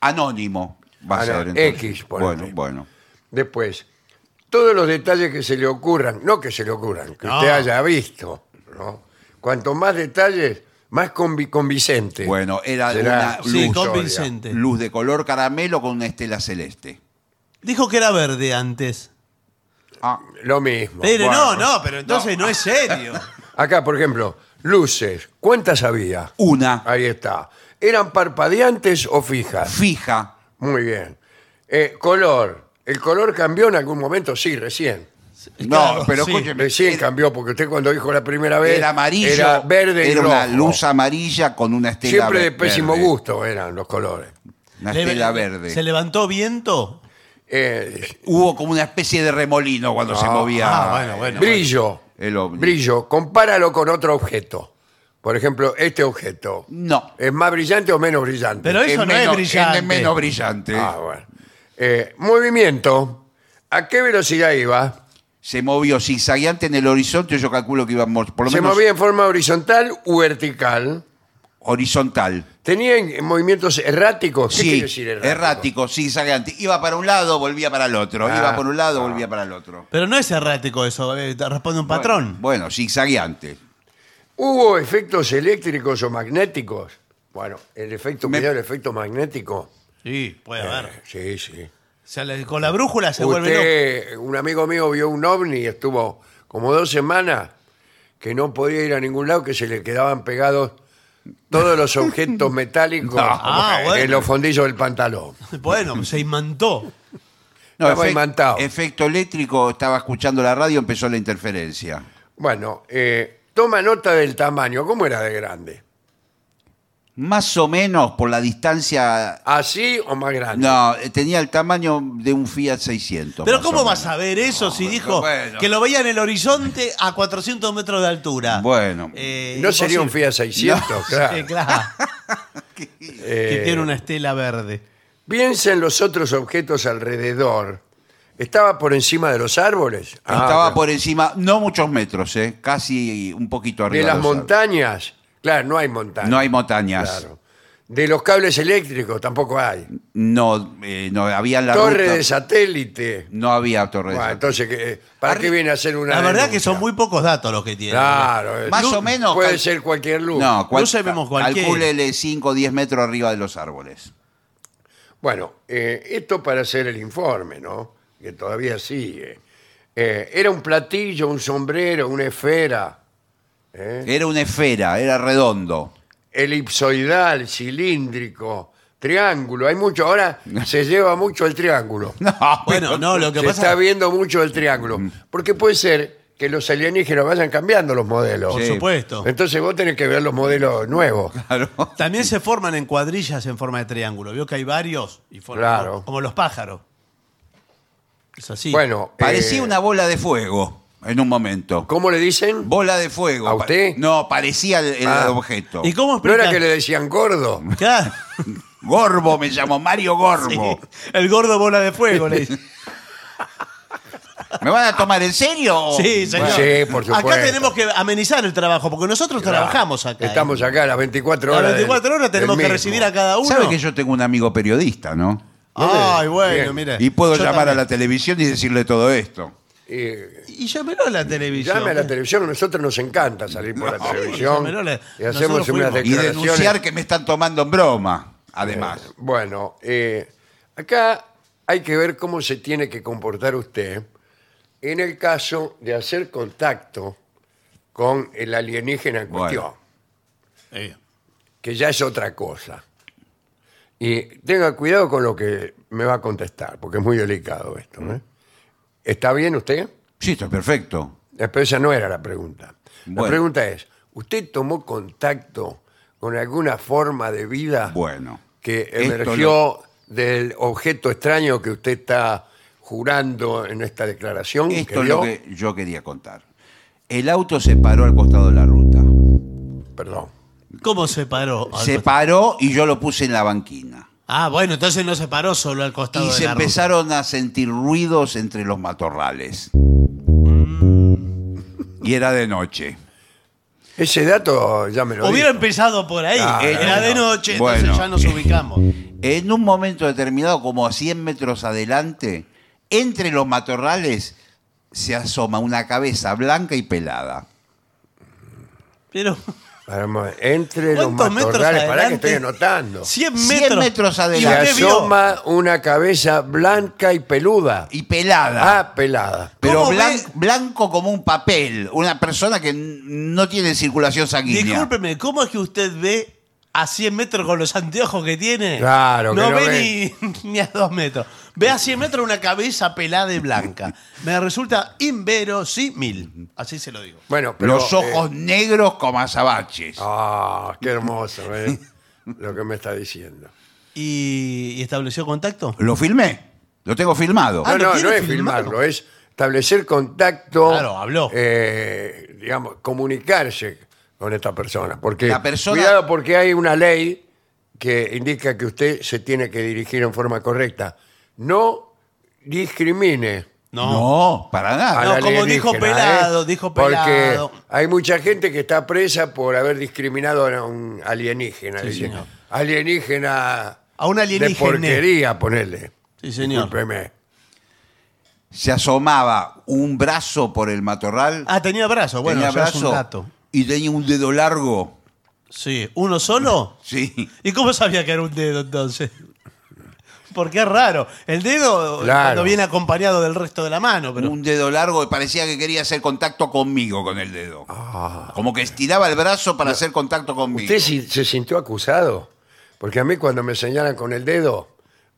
[SPEAKER 3] Anónimo. Va a
[SPEAKER 1] Ano-
[SPEAKER 3] ser entonces.
[SPEAKER 1] X, ponete.
[SPEAKER 3] Bueno, bueno.
[SPEAKER 1] Después, todos los detalles que se le ocurran, no que se le ocurran, que
[SPEAKER 2] No.
[SPEAKER 1] usted haya visto, ¿no? Cuanto más detalles, más convi- convincente.
[SPEAKER 3] Bueno, era
[SPEAKER 1] será
[SPEAKER 3] una
[SPEAKER 1] su
[SPEAKER 2] Sí,
[SPEAKER 3] luz,
[SPEAKER 1] historia.
[SPEAKER 2] convincente.
[SPEAKER 3] luz de color caramelo con una estela celeste.
[SPEAKER 2] Dijo que era verde antes.
[SPEAKER 3] Ah,
[SPEAKER 1] Lo mismo.
[SPEAKER 2] Pero
[SPEAKER 1] Bueno,
[SPEAKER 2] no, no, pero entonces no, es serio.
[SPEAKER 1] Acá, por ejemplo, luces, ¿cuántas había?
[SPEAKER 3] una
[SPEAKER 1] Ahí está. ¿Eran parpadeantes o fijas?
[SPEAKER 3] fija.
[SPEAKER 1] Muy bien. Eh, color. ¿El color cambió en algún momento? Sí, recién.
[SPEAKER 3] No,
[SPEAKER 2] Claro,
[SPEAKER 3] pero
[SPEAKER 2] sí.
[SPEAKER 3] escúcheme.
[SPEAKER 1] Recién
[SPEAKER 3] era-
[SPEAKER 1] cambió, porque usted cuando dijo la primera vez
[SPEAKER 3] Era amarillo.
[SPEAKER 1] era verde y
[SPEAKER 3] Era una
[SPEAKER 1] rojo.
[SPEAKER 3] luz amarilla con una estela
[SPEAKER 1] Siempre
[SPEAKER 3] ve-
[SPEAKER 1] de pésimo
[SPEAKER 3] verde.
[SPEAKER 1] gusto eran los colores.
[SPEAKER 3] Una
[SPEAKER 2] Le-
[SPEAKER 3] estela verde.
[SPEAKER 2] ¿Se levantó viento?
[SPEAKER 1] Eh,
[SPEAKER 3] Hubo como una especie de remolino cuando se movía.
[SPEAKER 2] ah, bueno, bueno.
[SPEAKER 1] brillo.
[SPEAKER 3] El ovni.
[SPEAKER 1] Brillo. Compáralo con otro objeto. Por ejemplo, este objeto.
[SPEAKER 3] No.
[SPEAKER 1] ¿Es más brillante o menos brillante?
[SPEAKER 2] Pero eso no
[SPEAKER 3] menos-
[SPEAKER 2] es brillante.
[SPEAKER 3] Es menos brillante.
[SPEAKER 1] Ah, bueno. Eh, movimiento. ¿A qué velocidad iba?
[SPEAKER 3] Se movió zigzagueante en el horizonte, yo calculo que íbamos por lo
[SPEAKER 1] ¿Se
[SPEAKER 3] menos
[SPEAKER 1] movía en forma horizontal u vertical?
[SPEAKER 3] horizontal.
[SPEAKER 1] ¿Tenía en- en movimientos erráticos? ¿Qué
[SPEAKER 3] sí,
[SPEAKER 1] quiere decir errático?
[SPEAKER 3] errático, zigzagueante. Iba para un lado, volvía para el otro.
[SPEAKER 1] Ah,
[SPEAKER 3] Iba por un lado,
[SPEAKER 1] ah.
[SPEAKER 3] volvía para el otro.
[SPEAKER 2] Pero no es errático eso, eh, te responde un patrón.
[SPEAKER 3] Bueno, zigzagueante.
[SPEAKER 1] ¿Hubo efectos eléctricos o magnéticos? Bueno, el efecto,
[SPEAKER 3] Me-
[SPEAKER 1] cuidado, el efecto magnético.
[SPEAKER 2] Sí, puede
[SPEAKER 3] Eh.
[SPEAKER 2] haber.
[SPEAKER 1] Sí, sí.
[SPEAKER 2] O sea, la- con la brújula se vuelve
[SPEAKER 1] Usted, un amigo mío vio un ovni y estuvo como dos semanas que no podía ir a ningún lado, que se le quedaban pegados todos los objetos metálicos
[SPEAKER 3] No,
[SPEAKER 2] ah, bueno.
[SPEAKER 1] en los fondillos del pantalón.
[SPEAKER 2] loco. Bueno, se imantó.
[SPEAKER 1] Estaba imantado.
[SPEAKER 3] efecto eléctrico, estaba escuchando la radio, empezó la interferencia.
[SPEAKER 1] Bueno, eh, toma nota del tamaño. ¿Cómo era de grande?
[SPEAKER 3] Más o menos por la distancia.
[SPEAKER 1] ¿Así o más grande?
[SPEAKER 3] No, eh, tenía el tamaño de un Fiat 600.
[SPEAKER 2] Pero
[SPEAKER 3] más
[SPEAKER 2] ¿cómo
[SPEAKER 3] o
[SPEAKER 2] vas
[SPEAKER 3] menos.
[SPEAKER 2] a ver eso si dijo
[SPEAKER 3] bueno.
[SPEAKER 2] que lo veía en el horizonte a 400 metros de altura?
[SPEAKER 3] Bueno.
[SPEAKER 2] Eh,
[SPEAKER 1] No sería un
[SPEAKER 2] imposible.
[SPEAKER 1] Fiat 600, claro.
[SPEAKER 2] Eh, claro, que
[SPEAKER 1] Eh,
[SPEAKER 2] tiene una estela verde.
[SPEAKER 1] Piensa en los otros objetos alrededor. ¿Estaba por encima de los árboles? Ah,
[SPEAKER 3] Estaba
[SPEAKER 1] bueno.
[SPEAKER 3] por encima, no muchos metros, eh, casi un poquito
[SPEAKER 1] ¿De
[SPEAKER 3] arriba.
[SPEAKER 1] las
[SPEAKER 3] los árboles.
[SPEAKER 1] montañas? Claro, no hay montañas.
[SPEAKER 3] No hay montañas.
[SPEAKER 1] Claro. ¿De los cables eléctricos? Tampoco hay.
[SPEAKER 3] No, eh, no había la
[SPEAKER 1] ¿Torre
[SPEAKER 3] ruta.
[SPEAKER 1] de satélite?
[SPEAKER 3] No había torre de
[SPEAKER 1] Bueno,
[SPEAKER 3] satélite.
[SPEAKER 1] entonces, ¿qué- eh, ¿para qué viene a hacer una
[SPEAKER 2] La verdad que
[SPEAKER 1] denuncia?
[SPEAKER 2] son muy pocos datos los que tiene.
[SPEAKER 1] Claro. eh,
[SPEAKER 3] Más o menos,
[SPEAKER 1] Puede
[SPEAKER 3] cal-
[SPEAKER 1] ser cualquier luz.
[SPEAKER 3] No, cual-
[SPEAKER 2] No sabemos cualquiera.
[SPEAKER 3] calcúlele 5 o 10 metros arriba de los árboles.
[SPEAKER 1] Bueno, eh, esto para hacer el informe, ¿no? Que todavía sigue. Eh, era un platillo, un sombrero, una esfera, ¿eh?
[SPEAKER 3] Era una esfera, era redondo.
[SPEAKER 1] elipsoidal, cilíndrico, triángulo. Hay mucho, ahora se lleva mucho el triángulo.
[SPEAKER 3] No,
[SPEAKER 2] Bueno, no, lo que
[SPEAKER 1] se
[SPEAKER 2] pasa Mm.
[SPEAKER 1] está viendo mucho el triángulo. Porque puede ser que los alienígenas vayan cambiando los modelos.
[SPEAKER 2] por
[SPEAKER 3] Sí.
[SPEAKER 2] supuesto.
[SPEAKER 1] Entonces vos tenés que ver los modelos nuevos.
[SPEAKER 3] claro.
[SPEAKER 2] También se forman en cuadrillas en forma de triángulo. Vio que hay varios y forman
[SPEAKER 1] Claro.
[SPEAKER 2] como, como los pájaros. Es así.
[SPEAKER 1] Bueno, eh,
[SPEAKER 3] Parecía una bola de fuego en un momento.
[SPEAKER 1] ¿Cómo le dicen?
[SPEAKER 3] Bola de fuego.
[SPEAKER 1] ¿A
[SPEAKER 3] Pa-
[SPEAKER 1] usted?
[SPEAKER 3] No, parecía el, el
[SPEAKER 1] Ah.
[SPEAKER 3] objeto.
[SPEAKER 2] ¿Y cómo
[SPEAKER 1] ¿No
[SPEAKER 2] explica?
[SPEAKER 1] era que le decían gordo?
[SPEAKER 2] Claro.
[SPEAKER 3] Gorbo me llamó, Mario Gorbo.
[SPEAKER 2] Sí. El gordo bola de fuego le dice.
[SPEAKER 3] ¿Me van a tomar en serio?
[SPEAKER 2] Sí, señor.
[SPEAKER 1] Bueno, sí, por
[SPEAKER 2] Acá
[SPEAKER 1] supuesto.
[SPEAKER 2] tenemos que amenizar el trabajo, porque nosotros trabajamos acá. ¿eh?
[SPEAKER 1] Estamos acá a las 24
[SPEAKER 2] Las
[SPEAKER 1] horas. del-
[SPEAKER 2] 24 horas
[SPEAKER 1] del
[SPEAKER 2] tenemos que
[SPEAKER 1] mismo.
[SPEAKER 2] recibir a cada uno.
[SPEAKER 3] ¿Sabe que yo tengo un amigo periodista, no?
[SPEAKER 2] Ay, bueno,
[SPEAKER 1] Bien.
[SPEAKER 2] mira.
[SPEAKER 3] Y puedo
[SPEAKER 2] Yo
[SPEAKER 3] llamar a
[SPEAKER 2] también.
[SPEAKER 3] la televisión y decirle todo esto.
[SPEAKER 1] Eh,
[SPEAKER 2] Y llámelo a la televisión.
[SPEAKER 1] llame a la televisión, a nosotros nos encanta salir por la
[SPEAKER 2] llámelo a
[SPEAKER 1] televisión
[SPEAKER 2] la-
[SPEAKER 1] y
[SPEAKER 2] nosotros
[SPEAKER 1] hacemos
[SPEAKER 2] fuimos.
[SPEAKER 1] unas
[SPEAKER 2] Y
[SPEAKER 3] Y
[SPEAKER 1] declaraciones. Eh.
[SPEAKER 3] denunciar que me están tomando en broma, además.
[SPEAKER 1] Bueno, eh, acá hay que ver cómo se tiene que comportar usted en el caso de hacer contacto con el alienígena en
[SPEAKER 3] Bueno.
[SPEAKER 1] cuestión,
[SPEAKER 2] Eh,
[SPEAKER 1] que ya es otra cosa. Y tenga cuidado con lo que me va a contestar, porque es muy delicado esto. ¿eh? ¿Está bien usted?
[SPEAKER 3] Sí, esto es perfecto.
[SPEAKER 1] Eh, Pero esa no era la pregunta. La
[SPEAKER 3] Bueno.
[SPEAKER 1] pregunta es, ¿usted tomó contacto con alguna forma de vida
[SPEAKER 3] Bueno.
[SPEAKER 1] que
[SPEAKER 3] Esto
[SPEAKER 1] emergió del objeto extraño que usted está jurando en esta declaración? que
[SPEAKER 3] Esto es
[SPEAKER 1] dio?
[SPEAKER 3] lo que yo quería contar. El auto se paró al costado de la ruta.
[SPEAKER 1] Perdón.
[SPEAKER 2] ¿Cómo se paró?
[SPEAKER 3] Se paró y yo lo puse en la banquina.
[SPEAKER 2] ah, bueno, entonces no se paró solo al costado
[SPEAKER 3] Y
[SPEAKER 2] de
[SPEAKER 3] se
[SPEAKER 2] la ruta.
[SPEAKER 3] empezaron a sentir ruidos entre los matorrales.
[SPEAKER 2] Mm.
[SPEAKER 3] Y era de noche.
[SPEAKER 1] Ese dato ya me lo
[SPEAKER 2] Hubiera
[SPEAKER 1] dijo.
[SPEAKER 2] empezado por ahí.
[SPEAKER 1] Ah,
[SPEAKER 2] Era de noche, entonces
[SPEAKER 3] Bueno.
[SPEAKER 2] ya nos ubicamos.
[SPEAKER 3] En un momento determinado, como a 100 metros adelante, entre los matorrales se asoma una cabeza blanca y pelada.
[SPEAKER 2] Pero,
[SPEAKER 1] Para mo- Entre los
[SPEAKER 2] ¿cuántos metros
[SPEAKER 1] matorrales,
[SPEAKER 2] adelante?
[SPEAKER 1] para que estoy anotando.
[SPEAKER 2] 100
[SPEAKER 3] 100
[SPEAKER 2] metros.
[SPEAKER 3] metros
[SPEAKER 1] Se
[SPEAKER 3] adelante.
[SPEAKER 2] ¿Y usted vio?
[SPEAKER 1] asoma una cabeza blanca y peluda.
[SPEAKER 3] Y pelada.
[SPEAKER 1] Ah, pelada.
[SPEAKER 3] pero
[SPEAKER 2] ¿Cómo
[SPEAKER 3] blan-
[SPEAKER 2] ve?
[SPEAKER 3] blanco como un papel. Una persona que n- no tiene circulación sanguínea.
[SPEAKER 2] Discúlpeme, ¿cómo es que usted ve a 100 metros con los anteojos que tiene?
[SPEAKER 1] Claro que
[SPEAKER 2] no
[SPEAKER 1] no
[SPEAKER 2] ve,
[SPEAKER 1] ve.
[SPEAKER 2] Ni, ni a 2 metros. Ve a 100 metros una cabeza pelada y blanca. Me resulta inverosímil. Así se lo digo.
[SPEAKER 1] Bueno, pero,
[SPEAKER 3] Los
[SPEAKER 2] eh,
[SPEAKER 3] ojos negros como azabaches.
[SPEAKER 1] Ah, qué hermoso, ¿eh? Lo que me está diciendo.
[SPEAKER 2] ¿Y, y estableció contacto?
[SPEAKER 3] Lo filmé. Lo tengo filmado.
[SPEAKER 1] no,
[SPEAKER 2] Ah, ¿lo
[SPEAKER 1] no,
[SPEAKER 2] tiene
[SPEAKER 1] no es
[SPEAKER 2] filmado?
[SPEAKER 1] filmarlo, es establecer contacto.
[SPEAKER 2] Claro, habló.
[SPEAKER 1] eh, digamos, comunicarse con esta persona. Porque,
[SPEAKER 3] La persona-
[SPEAKER 1] Cuidado, porque hay una ley que indica que usted se tiene que dirigir en forma correcta. No discrimine.
[SPEAKER 3] No, para
[SPEAKER 1] a
[SPEAKER 3] nada.
[SPEAKER 2] Ah, No,
[SPEAKER 1] la
[SPEAKER 2] como dijo
[SPEAKER 1] alienígena,
[SPEAKER 2] Pelado,
[SPEAKER 1] ¿eh?
[SPEAKER 2] dijo Pelado.
[SPEAKER 1] Porque hay mucha gente que está presa por haber discriminado a un alienígena.
[SPEAKER 2] Sí,
[SPEAKER 1] dicen.
[SPEAKER 2] señor.
[SPEAKER 1] Alienígena.
[SPEAKER 2] A un
[SPEAKER 1] De
[SPEAKER 2] alienígena.
[SPEAKER 1] porquería, ponerle.
[SPEAKER 2] Sí, señor.
[SPEAKER 1] Discúlpeme.
[SPEAKER 3] Se asomaba un brazo por el matorral.
[SPEAKER 2] Ah, tenía brazo. Bueno,
[SPEAKER 3] tenía
[SPEAKER 2] ya es
[SPEAKER 3] brazo
[SPEAKER 2] un dato.
[SPEAKER 3] y tenía un dedo largo.
[SPEAKER 2] Sí, ¿uno solo?
[SPEAKER 3] Sí.
[SPEAKER 2] ¿Y cómo sabía que era un dedo entonces? Porque es raro. El dedo
[SPEAKER 1] Claro.
[SPEAKER 2] cuando viene acompañado del resto de la mano, pero
[SPEAKER 3] Un dedo largo y parecía que quería hacer contacto conmigo con el dedo.
[SPEAKER 2] Ah.
[SPEAKER 3] Como que estiraba el brazo para hacer contacto conmigo.
[SPEAKER 1] ¿Usted si- se sintió acusado? Porque a mí cuando me señalan con el dedo,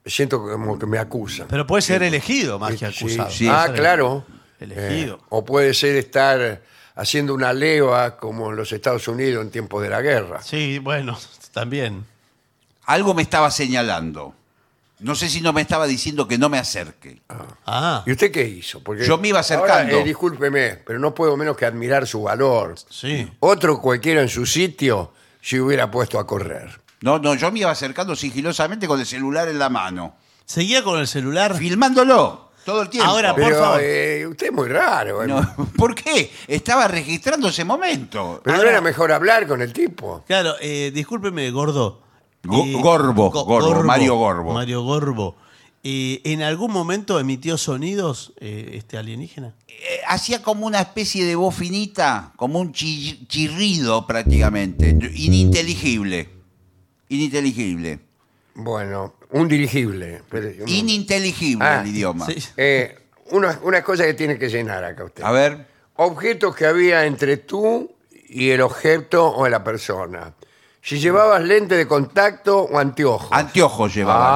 [SPEAKER 1] siento como que me acusan.
[SPEAKER 2] Pero puede ser elegido más que
[SPEAKER 1] Sí.
[SPEAKER 2] acusado.
[SPEAKER 3] sí.
[SPEAKER 2] Puede
[SPEAKER 1] Ah,
[SPEAKER 2] ser
[SPEAKER 1] claro.
[SPEAKER 2] Elegido.
[SPEAKER 1] Eh, o puede ser estar haciendo una leva como en los Estados Unidos en tiempos de la guerra.
[SPEAKER 2] Sí, bueno, también.
[SPEAKER 3] Algo me estaba señalando. No sé si no me estaba diciendo que no me acerque.
[SPEAKER 2] Ah,
[SPEAKER 1] ¿Y usted qué hizo? Porque
[SPEAKER 3] Yo me iba
[SPEAKER 1] ahora,
[SPEAKER 3] acercando.
[SPEAKER 1] eh, discúlpeme, pero no puedo menos que admirar su valor.
[SPEAKER 2] sí.
[SPEAKER 1] Otro cualquiera en su sitio se hubiera puesto a correr.
[SPEAKER 3] No, no, yo me iba acercando sigilosamente con el celular en la mano.
[SPEAKER 2] Seguía con el celular.
[SPEAKER 3] Filmándolo todo el tiempo.
[SPEAKER 2] Ahora, Por
[SPEAKER 1] Pero
[SPEAKER 2] favor.
[SPEAKER 1] eh, usted es muy raro. eh.
[SPEAKER 3] No, ¿Por qué? Estaba registrando ese momento.
[SPEAKER 1] Pero no
[SPEAKER 2] Ahora-
[SPEAKER 1] era mejor hablar con el tipo.
[SPEAKER 2] Claro, eh, discúlpeme, gordo. Eh,
[SPEAKER 3] Go- Gorbo, Gorbo, Mario Gorbo.
[SPEAKER 2] Mario Gorbo. Eh, ¿En algún momento emitió sonidos eh, este alienígena?
[SPEAKER 3] Eh, hacía como una especie de voz finita, como un chi- chirrido prácticamente, ininteligible. Ininteligible.
[SPEAKER 1] Bueno, un dirigible. pero-
[SPEAKER 3] Ininteligible
[SPEAKER 1] Mm. Ah,
[SPEAKER 3] el idioma.
[SPEAKER 2] Sí.
[SPEAKER 1] Eh, una, una cosa que tiene que llenar acá usted.
[SPEAKER 3] A ver,
[SPEAKER 1] Objetos que había entre tú y el objeto o la persona. Si llevabas lente de contacto o anteojos.
[SPEAKER 3] Ah, anteojos llevaba.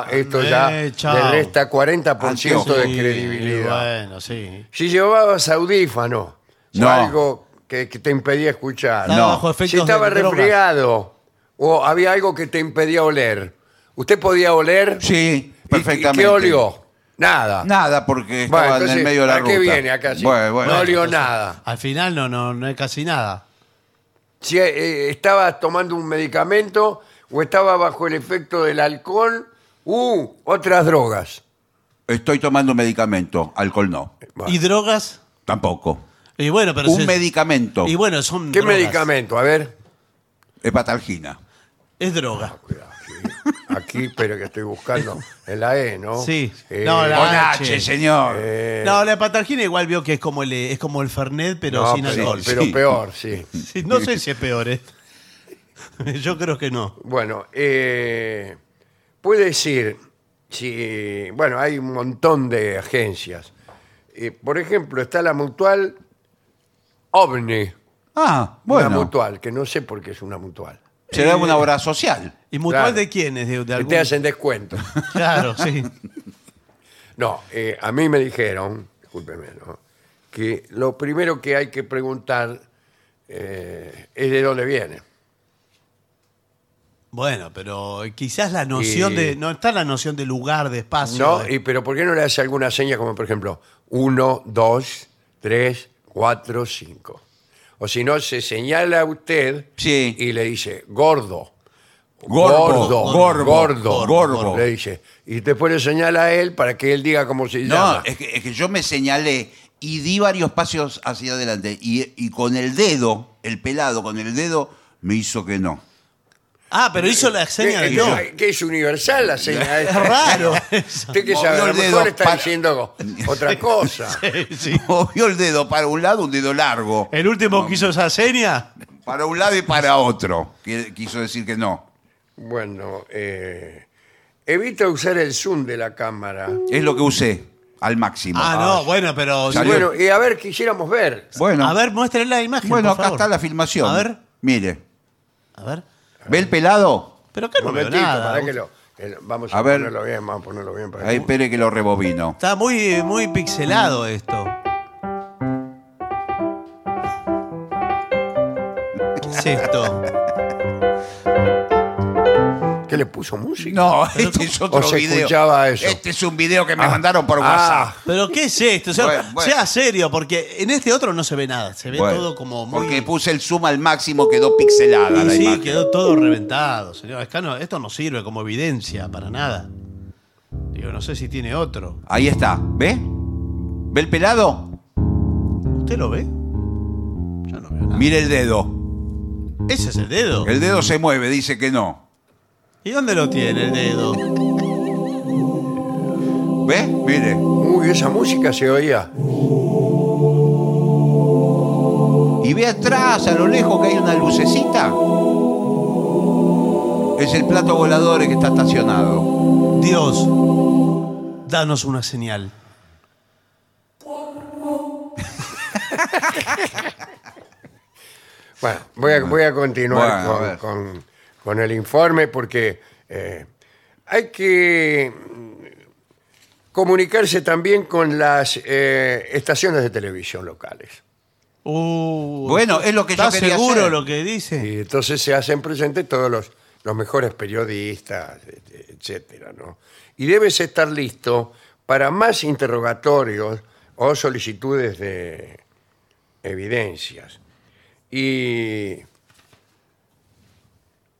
[SPEAKER 1] ah, ah, esto ya
[SPEAKER 2] Eh, chao.
[SPEAKER 1] le resta 40% de
[SPEAKER 3] Sí,
[SPEAKER 1] credibilidad.
[SPEAKER 2] Bueno, sí.
[SPEAKER 1] Si llevabas audífono
[SPEAKER 3] No.
[SPEAKER 1] o algo que, que te impedía escuchar.
[SPEAKER 2] Estaba
[SPEAKER 3] No.
[SPEAKER 2] bajo efectos
[SPEAKER 1] Si Ah, estaba
[SPEAKER 2] de drogas.
[SPEAKER 1] resfriado o había algo que te impedía oler. ¿Usted podía oler?
[SPEAKER 3] yo. Sí,
[SPEAKER 1] ¿Y-
[SPEAKER 3] perfectamente.
[SPEAKER 1] ¿Y qué olió? Nada.
[SPEAKER 3] Nada, porque
[SPEAKER 1] Bueno,
[SPEAKER 3] estaba
[SPEAKER 1] entonces,
[SPEAKER 3] en el medio de la
[SPEAKER 1] ¿para
[SPEAKER 3] ruta.
[SPEAKER 1] qué viene acá? si
[SPEAKER 3] Bueno, bueno.
[SPEAKER 1] no olió
[SPEAKER 2] Entonces,
[SPEAKER 1] nada.
[SPEAKER 2] Al final no, no, no hay casi nada.
[SPEAKER 1] Si eh, estaba tomando un medicamento o estaba bajo el efecto del alcohol u otras drogas.
[SPEAKER 3] Estoy tomando medicamento, alcohol no,
[SPEAKER 1] Bueno.
[SPEAKER 2] ¿Y drogas?
[SPEAKER 3] tampoco.
[SPEAKER 2] Y bueno, pero
[SPEAKER 3] Un
[SPEAKER 2] se-
[SPEAKER 3] medicamento,
[SPEAKER 2] Y bueno, son
[SPEAKER 1] ¿Qué
[SPEAKER 2] drogas.
[SPEAKER 1] medicamento? A ver.
[SPEAKER 3] hepatalgina.
[SPEAKER 2] Es droga.
[SPEAKER 1] Aquí, pero que estoy buscando. En la E, ¿no?
[SPEAKER 2] Sí.
[SPEAKER 1] Eh,
[SPEAKER 2] No, la-
[SPEAKER 3] Con
[SPEAKER 2] Ah,
[SPEAKER 3] H,
[SPEAKER 2] che.
[SPEAKER 3] señor.
[SPEAKER 1] eh,
[SPEAKER 2] No, la hepatargina igual vio que es como el, eh, es como el Fernet, pero
[SPEAKER 1] no,
[SPEAKER 2] sin
[SPEAKER 1] pero,
[SPEAKER 2] alcohol.
[SPEAKER 1] pero
[SPEAKER 3] sí.
[SPEAKER 1] peor, sí.
[SPEAKER 2] Sí, no sé si es peor, ¿eh? Yo creo que no.
[SPEAKER 1] Bueno, eh, puede decir, si, bueno, hay un montón de agencias. Eh, por ejemplo, está la mutual OVNI.
[SPEAKER 3] Ah,
[SPEAKER 1] Una Eh,
[SPEAKER 3] bueno.
[SPEAKER 1] mutual, que no sé por qué es una mutual.
[SPEAKER 3] Será una obra social.
[SPEAKER 2] ¿Y mutual
[SPEAKER 1] Claro.
[SPEAKER 2] de quién es? ¿De, de
[SPEAKER 1] Que
[SPEAKER 2] algún-
[SPEAKER 1] te hacen descuento.
[SPEAKER 2] Claro, sí.
[SPEAKER 1] No, eh, a mí me dijeron, discúlpeme, ¿no? que lo primero que hay que preguntar eh, es de dónde viene.
[SPEAKER 2] Bueno, pero quizás la noción
[SPEAKER 1] Y-
[SPEAKER 2] de. No está la noción de lugar, de espacio.
[SPEAKER 1] ¿No?
[SPEAKER 2] de-
[SPEAKER 1] Y, pero ¿por qué no le hace alguna seña como, por ejemplo, 1, 2, 3, 4, 5? O si no, se señala a usted
[SPEAKER 3] Sí.
[SPEAKER 1] y le dice, gordo.
[SPEAKER 3] Gordo,
[SPEAKER 1] gordo,
[SPEAKER 3] gorbo,
[SPEAKER 1] gordo,
[SPEAKER 3] gorbo.
[SPEAKER 1] Le dice. Y después le señala a él para que él diga cómo se
[SPEAKER 3] No,
[SPEAKER 1] llama.
[SPEAKER 3] es que, es que yo me señalé y di varios pasos hacia adelante. Y, y con el dedo, el pelado con el dedo, me hizo que no.
[SPEAKER 2] Ah, pero hizo
[SPEAKER 1] Eh,
[SPEAKER 2] la seña
[SPEAKER 1] que,
[SPEAKER 2] de no.
[SPEAKER 1] que- que es universal la señal.
[SPEAKER 2] Es raro.
[SPEAKER 1] Usted que sabe, a lo
[SPEAKER 3] Movió el
[SPEAKER 1] mejor
[SPEAKER 3] dedo
[SPEAKER 1] está
[SPEAKER 3] para-
[SPEAKER 1] diciendo otra cosa.
[SPEAKER 2] Sí.
[SPEAKER 3] Movió el dedo para un lado, un dedo largo.
[SPEAKER 2] El último que hizo esa seña.
[SPEAKER 3] Para un lado y para otro. Que- Quiso decir que no.
[SPEAKER 1] Bueno, eh, evita usar el zoom de la cámara.
[SPEAKER 2] Uh,
[SPEAKER 3] Es lo que usé al máximo.
[SPEAKER 2] Ah, no, bueno, pero.
[SPEAKER 3] Salió.
[SPEAKER 1] Bueno, y a ver, quisiéramos ver.
[SPEAKER 3] Bueno,
[SPEAKER 2] A ver, muéstrenle la imagen.
[SPEAKER 3] bueno
[SPEAKER 2] por
[SPEAKER 3] acá
[SPEAKER 2] favor.
[SPEAKER 3] está la filmación.
[SPEAKER 2] A ver,
[SPEAKER 3] Mire.
[SPEAKER 2] a ver.
[SPEAKER 3] ¿Ve el pelado?
[SPEAKER 2] Pero acá
[SPEAKER 1] Un
[SPEAKER 2] no veo
[SPEAKER 1] momentito,
[SPEAKER 2] nada.
[SPEAKER 1] para que lo- eh, vamos a,
[SPEAKER 3] A ver.
[SPEAKER 1] ponerlo bien, vamos a ponerlo bien. Para
[SPEAKER 3] Ahí
[SPEAKER 1] que-
[SPEAKER 3] espere que lo rebobino.
[SPEAKER 2] Está muy, muy pixelado esto. ¿Qué es esto?
[SPEAKER 1] ¿Qué le puso música?
[SPEAKER 3] No, este es otro
[SPEAKER 1] ¿O se
[SPEAKER 3] video.
[SPEAKER 1] escuchaba eso?
[SPEAKER 3] Este es un video que me mandaron por
[SPEAKER 1] Ah.
[SPEAKER 3] WhatsApp.
[SPEAKER 2] ¿Pero qué es esto? O sea,
[SPEAKER 3] Bueno, bueno.
[SPEAKER 2] sea serio, porque en este otro no se ve nada. Se ve
[SPEAKER 3] Bueno,
[SPEAKER 2] todo como muy.
[SPEAKER 3] Porque puse el zoom al máximo, quedó pixelada
[SPEAKER 2] Y
[SPEAKER 3] la
[SPEAKER 2] sí,
[SPEAKER 3] imagen.
[SPEAKER 2] quedó todo reventado, señor. Acá no- esto no sirve como evidencia para nada. Digo, no sé si tiene otro.
[SPEAKER 3] Ahí está, ¿ve? ¿Ve el pelado?
[SPEAKER 2] ¿Usted lo ve? Yo no veo nada.
[SPEAKER 3] Mire el dedo.
[SPEAKER 2] Ese es el dedo.
[SPEAKER 3] El dedo se mueve, dice que no.
[SPEAKER 2] ¿Y dónde lo tiene el dedo?
[SPEAKER 3] ¿Ve? Mire.
[SPEAKER 1] Uy, esa música se oía.
[SPEAKER 3] Y ve atrás, a lo lejos, que hay una lucecita. Es el plato volador que está estacionado.
[SPEAKER 2] Dios, danos una señal.
[SPEAKER 1] Bueno, voy a, voy a continuar
[SPEAKER 3] Bueno, a ver.
[SPEAKER 1] con, con- con el informe porque eh, hay que mm, comunicarse también con las eh, estaciones de televisión locales.
[SPEAKER 2] Uh,
[SPEAKER 3] Bueno, es lo que yo
[SPEAKER 2] ¿estás
[SPEAKER 3] quería
[SPEAKER 2] seguro
[SPEAKER 3] hacer.
[SPEAKER 2] lo que dice?
[SPEAKER 1] Y entonces se hacen presentes todos los, los mejores periodistas, et- etcétera, ¿no? Y debes estar listo para más interrogatorios o solicitudes de evidencias. Y.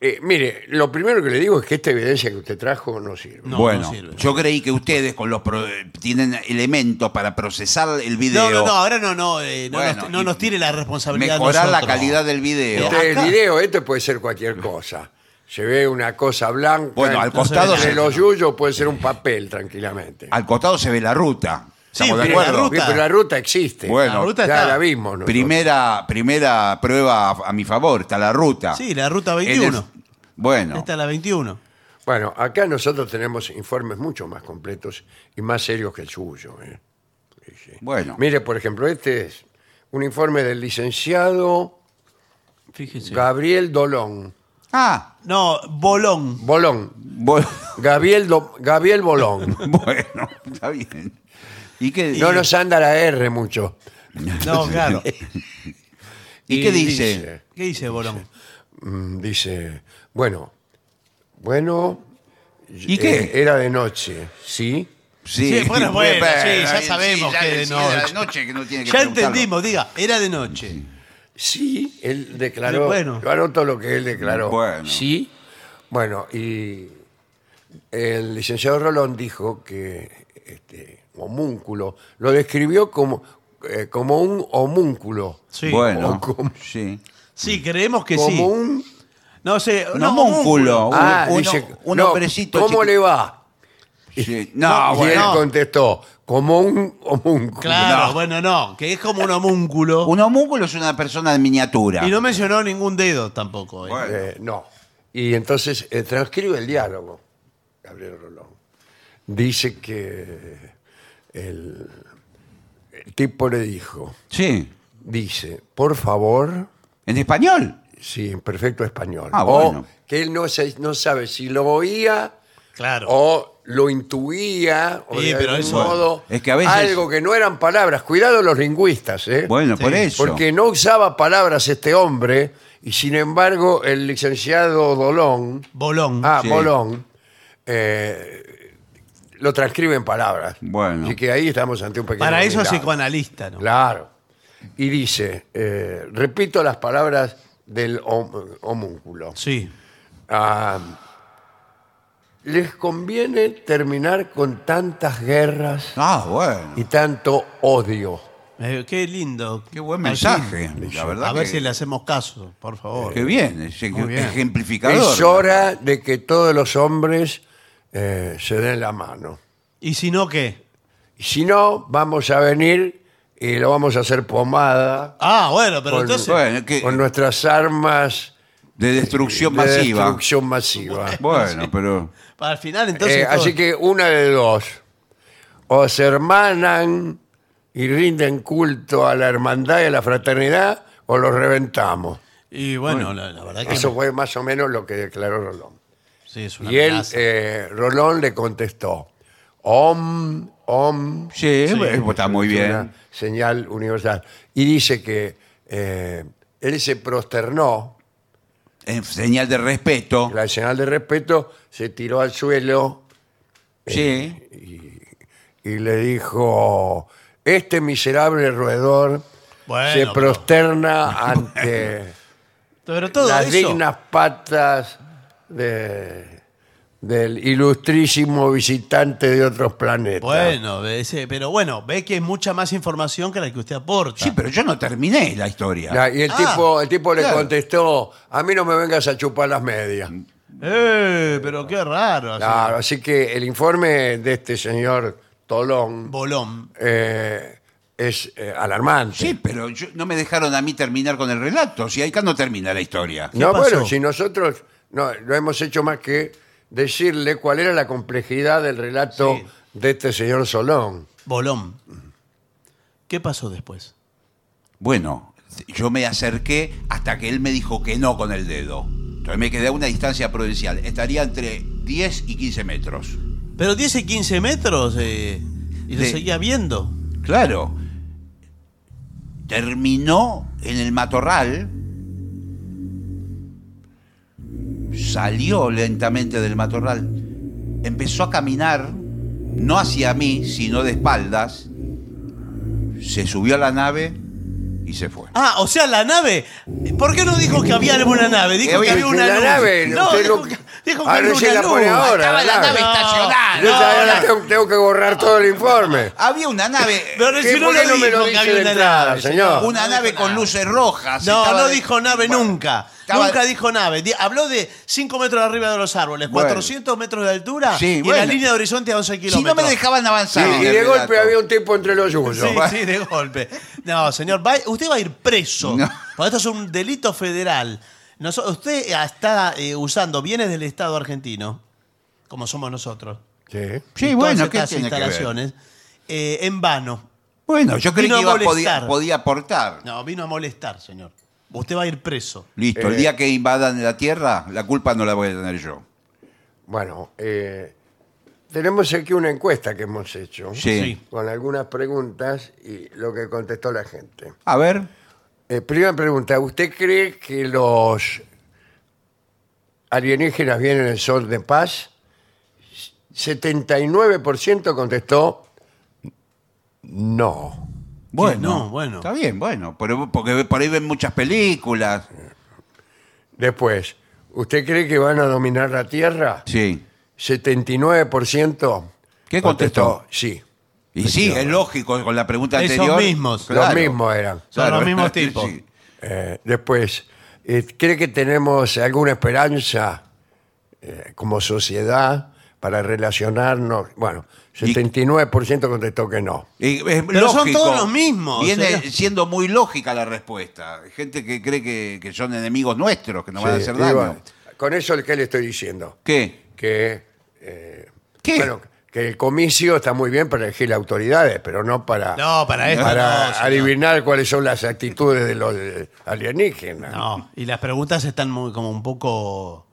[SPEAKER 1] eh, mire, lo primero que le digo es que esta evidencia que usted trajo no sirve.
[SPEAKER 2] No,
[SPEAKER 3] bueno,
[SPEAKER 2] no sirve.
[SPEAKER 3] yo creí que ustedes con los pro- tienen elementos para procesar el video,
[SPEAKER 2] No, no, no, ahora no, no, eh, no,
[SPEAKER 3] Bueno,
[SPEAKER 2] nos, no
[SPEAKER 3] y-
[SPEAKER 2] nos tire la responsabilidad. a
[SPEAKER 3] mejorar la
[SPEAKER 2] nosotros.
[SPEAKER 3] calidad del video.
[SPEAKER 2] Este-
[SPEAKER 1] Este
[SPEAKER 2] acá-
[SPEAKER 1] video, este puede ser cualquier cosa. Se ve una cosa blanca.
[SPEAKER 3] Bueno, al
[SPEAKER 1] entonces,
[SPEAKER 3] costado
[SPEAKER 1] entre
[SPEAKER 3] se-
[SPEAKER 1] los yuyos puede ser un papel, tranquilamente.
[SPEAKER 3] Al costado se ve la ruta.
[SPEAKER 2] Sí,
[SPEAKER 3] ¿Estamos de
[SPEAKER 2] pero la
[SPEAKER 3] acuerdo?
[SPEAKER 2] ruta-
[SPEAKER 1] Sí, pero la ruta existe.
[SPEAKER 3] Bueno, La
[SPEAKER 2] ruta
[SPEAKER 1] ya
[SPEAKER 2] está.
[SPEAKER 1] la vimos. nosotros.
[SPEAKER 3] Primera, primera prueba a, a mi favor, está la ruta.
[SPEAKER 2] Sí, la ruta
[SPEAKER 3] En el-
[SPEAKER 2] 21.
[SPEAKER 3] bueno,
[SPEAKER 2] Esta es la 21.
[SPEAKER 1] Bueno, acá nosotros tenemos informes mucho más completos y más serios que el suyo. ¿eh? Sí, sí.
[SPEAKER 3] bueno.
[SPEAKER 1] Mire, por ejemplo, este es un informe del licenciado
[SPEAKER 4] Fíjese.
[SPEAKER 1] Gabriel Dolón.
[SPEAKER 3] Ah,
[SPEAKER 2] No, Bolón.
[SPEAKER 1] Bolón.
[SPEAKER 3] bu-
[SPEAKER 1] Gabriel, Do- Gabriel Bolón.
[SPEAKER 3] bueno, está bien. ¿Y qué,
[SPEAKER 1] No nos anda la R mucho.
[SPEAKER 2] No, claro.
[SPEAKER 3] ¿y qué dice?
[SPEAKER 2] ¿Qué dice Bolón?
[SPEAKER 1] Mm, dice, bueno, bueno.
[SPEAKER 3] ¿Y
[SPEAKER 1] eh,
[SPEAKER 3] qué?
[SPEAKER 1] Era de noche, ¿sí?
[SPEAKER 2] Sí, bueno, bueno, sí, ya
[SPEAKER 3] eh,
[SPEAKER 2] sabemos que de
[SPEAKER 3] sí, era
[SPEAKER 2] noche.
[SPEAKER 3] que no tiene que
[SPEAKER 2] Ya
[SPEAKER 3] preguntarlo.
[SPEAKER 2] entendimos, diga, era de noche.
[SPEAKER 1] Sí, él declaró.
[SPEAKER 2] Bueno.
[SPEAKER 1] Yo anoto lo que él declaró.
[SPEAKER 3] Bueno.
[SPEAKER 1] Sí. Bueno, y el licenciado Rolón dijo que este homúnculo lo describió como, eh, como un homúnculo.
[SPEAKER 2] Sí.
[SPEAKER 3] Bueno,
[SPEAKER 1] O como-
[SPEAKER 3] sí.
[SPEAKER 2] Sí, creemos que
[SPEAKER 1] como
[SPEAKER 2] sí.
[SPEAKER 1] un.
[SPEAKER 2] No sé,
[SPEAKER 3] Un
[SPEAKER 2] no,
[SPEAKER 3] homúnculo, un,
[SPEAKER 1] Ah,
[SPEAKER 3] un-
[SPEAKER 1] dice,
[SPEAKER 3] un
[SPEAKER 1] no,
[SPEAKER 3] hombrecito.
[SPEAKER 1] ¿Cómo
[SPEAKER 3] chiqui-
[SPEAKER 1] le va?
[SPEAKER 3] Sí, No,
[SPEAKER 1] y
[SPEAKER 3] Ah, bueno.
[SPEAKER 1] él contestó, como un homúnculo.
[SPEAKER 2] Claro,
[SPEAKER 3] No.
[SPEAKER 2] bueno, no, que es como un homúnculo.
[SPEAKER 3] Un homúnculo es una persona de miniatura.
[SPEAKER 2] Y no mencionó ningún dedo tampoco. eh.
[SPEAKER 3] Bueno.
[SPEAKER 1] Eh, no. Y entonces eh, transcribe el diálogo, Gabriel Rolón. Dice que el, el tipo le dijo,
[SPEAKER 3] Sí.
[SPEAKER 1] dice, por favor,
[SPEAKER 3] ¿En español?
[SPEAKER 1] sí, en perfecto español.
[SPEAKER 3] Ah,
[SPEAKER 1] O
[SPEAKER 3] bueno.
[SPEAKER 1] que él no, se- no sabe si lo oía
[SPEAKER 2] Claro.
[SPEAKER 3] Oh.
[SPEAKER 1] o lo intuía o
[SPEAKER 2] Sí,
[SPEAKER 1] de
[SPEAKER 2] pero
[SPEAKER 1] algún
[SPEAKER 2] eso-
[SPEAKER 1] modo
[SPEAKER 3] es que a veces-
[SPEAKER 1] algo que no eran palabras. Cuidado los lingüistas, ¿eh?
[SPEAKER 3] Bueno,
[SPEAKER 2] Sí,
[SPEAKER 3] por eso.
[SPEAKER 1] Porque no usaba palabras este hombre y sin embargo el licenciado Dolón...
[SPEAKER 2] Bolón.
[SPEAKER 1] Ah,
[SPEAKER 3] Sí.
[SPEAKER 1] Bolón. eh, lo transcribe en palabras.
[SPEAKER 3] Bueno.
[SPEAKER 1] Así que ahí estamos ante un pequeño.
[SPEAKER 2] Para eso es
[SPEAKER 1] milagro.
[SPEAKER 2] psicoanalista, ¿no?
[SPEAKER 1] Claro. Y dice: eh, repito las palabras del hom- homúnculo.
[SPEAKER 2] Sí.
[SPEAKER 1] Ah, Les conviene terminar con tantas guerras
[SPEAKER 3] Ah, bueno.
[SPEAKER 1] y tanto odio.
[SPEAKER 2] Eh, qué lindo.
[SPEAKER 3] Qué buen
[SPEAKER 2] Así.
[SPEAKER 3] mensaje. La verdad
[SPEAKER 2] A ver
[SPEAKER 3] que, Eh,
[SPEAKER 2] si le hacemos caso, por favor.
[SPEAKER 3] que bien, es ej-
[SPEAKER 2] Muy bien.
[SPEAKER 3] ejemplificador.
[SPEAKER 1] Es hora de que todos los hombres eh, se den la mano.
[SPEAKER 2] ¿Y si no qué?
[SPEAKER 1] Y si no, vamos a venir y lo vamos a hacer pomada.
[SPEAKER 2] Ah, bueno, pero
[SPEAKER 1] con,
[SPEAKER 2] entonces.
[SPEAKER 3] bueno, que-
[SPEAKER 1] con nuestras armas
[SPEAKER 3] De destrucción
[SPEAKER 1] de
[SPEAKER 3] masiva.
[SPEAKER 1] destrucción masiva.
[SPEAKER 3] Bueno, pero.
[SPEAKER 2] Para el final, entonces.
[SPEAKER 1] Eh,
[SPEAKER 2] todo-
[SPEAKER 1] así que una de dos. O se hermanan y rinden culto a la hermandad y a la fraternidad, o los reventamos.
[SPEAKER 2] Y bueno, la, la verdad que.
[SPEAKER 1] Eso fue más o menos lo que declaró Rolón.
[SPEAKER 2] sí, es una
[SPEAKER 1] Y él,
[SPEAKER 2] amenaza.
[SPEAKER 1] eh, Rolón le contestó, om, om,
[SPEAKER 3] Sí, bueno, está muy
[SPEAKER 1] Es
[SPEAKER 3] bien.
[SPEAKER 1] una señal universal. Y dice que eh, él se prosternó,
[SPEAKER 3] En señal de respeto.
[SPEAKER 1] la señal de respeto, se tiró al suelo
[SPEAKER 3] Sí.
[SPEAKER 1] y le dijo, este miserable roedor
[SPEAKER 2] Bueno,
[SPEAKER 1] se
[SPEAKER 2] pero-
[SPEAKER 1] prosterna ante
[SPEAKER 2] Pero todo
[SPEAKER 1] las
[SPEAKER 2] eso.
[SPEAKER 1] dignas patas de- del ilustrísimo visitante de otros planetas.
[SPEAKER 2] Bueno, ese- pero bueno, ve que hay mucha más información que la que usted aporta.
[SPEAKER 3] Sí, pero yo no terminé la historia.
[SPEAKER 1] Ya, Y el
[SPEAKER 2] Ah,
[SPEAKER 1] tipo, el tipo le
[SPEAKER 3] claro.
[SPEAKER 1] contestó, a mí no me vengas a chupar las medias.
[SPEAKER 2] Mm, Eh, pero qué raro. o sea,
[SPEAKER 1] Claro, así que el informe de este señor Tolón
[SPEAKER 2] Bolón.
[SPEAKER 1] eh, es eh, alarmante.
[SPEAKER 3] Sí, pero yo- no me dejaron a mí terminar con el relato. Si acá no termina la historia.
[SPEAKER 1] No,
[SPEAKER 2] pasó?
[SPEAKER 1] bueno, si nosotros no, no hemos hecho más que decirle cuál era la complejidad del relato
[SPEAKER 2] Sí.
[SPEAKER 1] de este señor Solón.
[SPEAKER 2] Bolón. ¿Qué pasó después?
[SPEAKER 3] Bueno, yo me acerqué hasta que él me dijo que no con el dedo. Entonces me quedé a una distancia prudencial. Estaría entre 10 y 15 metros.
[SPEAKER 2] Pero 10 y 15 metros eh, y lo
[SPEAKER 3] De-
[SPEAKER 2] seguía viendo.
[SPEAKER 3] Claro. Terminó en el matorral. Salió lentamente del matorral. Empezó a caminar, no hacia mí, sino de espaldas. Se subió a la nave y se fue.
[SPEAKER 2] Ah, o sea, la nave. ¿Por qué no dijo que había alguna nave?
[SPEAKER 3] Eh,
[SPEAKER 2] Dijo que
[SPEAKER 3] oye,
[SPEAKER 2] había una
[SPEAKER 1] la
[SPEAKER 2] luz.
[SPEAKER 1] nave,
[SPEAKER 2] no,
[SPEAKER 1] usted
[SPEAKER 2] dijo,
[SPEAKER 1] lo-
[SPEAKER 2] que, dijo que
[SPEAKER 1] Ah,
[SPEAKER 2] había
[SPEAKER 1] recién
[SPEAKER 2] una
[SPEAKER 1] la pone
[SPEAKER 2] luz.
[SPEAKER 1] ahora,
[SPEAKER 3] Estaba la
[SPEAKER 1] la
[SPEAKER 3] nave
[SPEAKER 1] nave.
[SPEAKER 3] estacionada.
[SPEAKER 1] Yo ya
[SPEAKER 2] Ah, no. Ah,
[SPEAKER 1] ahora tengo, tengo que borrar todo el informe.
[SPEAKER 3] Había una nave.
[SPEAKER 2] Pero
[SPEAKER 1] ¿Qué-
[SPEAKER 2] si no
[SPEAKER 1] por
[SPEAKER 2] lo
[SPEAKER 1] qué no me
[SPEAKER 2] dijo
[SPEAKER 1] lo
[SPEAKER 2] que
[SPEAKER 1] dice
[SPEAKER 2] había
[SPEAKER 1] de
[SPEAKER 2] una
[SPEAKER 1] entrada,
[SPEAKER 2] nave,
[SPEAKER 1] señor?
[SPEAKER 3] Una nave con luces rojas.
[SPEAKER 2] No,
[SPEAKER 3] Estaba
[SPEAKER 2] no
[SPEAKER 3] de-
[SPEAKER 2] dijo nave
[SPEAKER 3] Bueno,
[SPEAKER 2] nunca.
[SPEAKER 3] estaba-
[SPEAKER 2] Nunca dijo nave. Di- Habló de 5 metros arriba de los árboles,
[SPEAKER 3] Bueno.
[SPEAKER 2] 400 metros de altura
[SPEAKER 3] Sí,
[SPEAKER 2] y la
[SPEAKER 3] bueno.
[SPEAKER 2] línea de horizonte a 11
[SPEAKER 3] Si no
[SPEAKER 2] kilómetros.
[SPEAKER 3] me dejaban
[SPEAKER 1] Sí,
[SPEAKER 3] avanzar. en
[SPEAKER 1] y
[SPEAKER 3] el
[SPEAKER 1] de
[SPEAKER 3] relato.
[SPEAKER 1] golpe había un tipo entre los suyos.
[SPEAKER 2] Sí, sí, de golpe. No, señor, va- usted va a ir preso.
[SPEAKER 3] No.
[SPEAKER 2] Porque esto es un delito federal. Noso- usted está eh, usando bienes del Estado argentino, como somos nosotros.
[SPEAKER 1] Sí.
[SPEAKER 3] Sí,
[SPEAKER 2] y
[SPEAKER 3] bueno,
[SPEAKER 2] todas
[SPEAKER 3] ¿qué
[SPEAKER 2] estas
[SPEAKER 3] tiene que ver?
[SPEAKER 2] instalaciones, eh, en vano.
[SPEAKER 3] Bueno, yo creí
[SPEAKER 2] Vino
[SPEAKER 3] que
[SPEAKER 2] a
[SPEAKER 3] iba,
[SPEAKER 2] molestar.
[SPEAKER 3] podía, podía aportar.
[SPEAKER 2] No, vino a molestar, señor. Usted va a ir preso.
[SPEAKER 3] Listo, el
[SPEAKER 1] Eh.
[SPEAKER 3] día que invadan la Tierra, la culpa no la voy a tener yo.
[SPEAKER 1] Bueno, eh, tenemos aquí una encuesta que hemos hecho
[SPEAKER 3] Sí.
[SPEAKER 2] Sí.
[SPEAKER 1] con algunas preguntas y lo que contestó la gente.
[SPEAKER 3] A ver,
[SPEAKER 1] Eh, primera pregunta, ¿usted cree que los alienígenas vienen en sol de paz? 79% contestó no.
[SPEAKER 3] bueno.
[SPEAKER 2] no, bueno.
[SPEAKER 3] Está bien, bueno. pero- porque por ahí ven muchas películas.
[SPEAKER 1] Después, ¿usted cree que van a dominar la Tierra?
[SPEAKER 3] Sí.
[SPEAKER 1] 79%
[SPEAKER 3] ¿Qué contestó?
[SPEAKER 1] Sí,
[SPEAKER 3] Y sí, es lógico, con la pregunta
[SPEAKER 2] Esos
[SPEAKER 3] anterior.
[SPEAKER 2] mismos.
[SPEAKER 1] los
[SPEAKER 3] Claro,
[SPEAKER 1] mismos eran.
[SPEAKER 2] Son
[SPEAKER 3] claro.
[SPEAKER 2] los mismos tipos.
[SPEAKER 3] Sí.
[SPEAKER 1] Eh, después, eh, ¿cree que tenemos alguna esperanza eh, como sociedad para relacionarnos? Bueno,
[SPEAKER 3] Y-
[SPEAKER 1] 79% contestó que no.
[SPEAKER 3] Y es
[SPEAKER 2] Pero son
[SPEAKER 3] lógico.
[SPEAKER 2] todos los mismos,
[SPEAKER 3] Viene
[SPEAKER 2] o sea.
[SPEAKER 3] siendo muy lógica la respuesta. Hay Gente que cree que, que son enemigos nuestros, que nos van a
[SPEAKER 1] Sí,
[SPEAKER 3] hacer
[SPEAKER 1] y
[SPEAKER 3] daño.
[SPEAKER 1] bueno, con eso ¿qué le estoy diciendo?
[SPEAKER 3] ¿Qué?
[SPEAKER 1] Que, eh,
[SPEAKER 3] ¿Qué?
[SPEAKER 1] bueno, que el comicio está muy bien para elegir autoridades, pero no para,
[SPEAKER 2] No, para esto
[SPEAKER 1] para
[SPEAKER 2] no, señor.
[SPEAKER 1] adivinar cuáles son las actitudes de los eh, alienígenas.
[SPEAKER 2] No, y las preguntas están muy, como un poco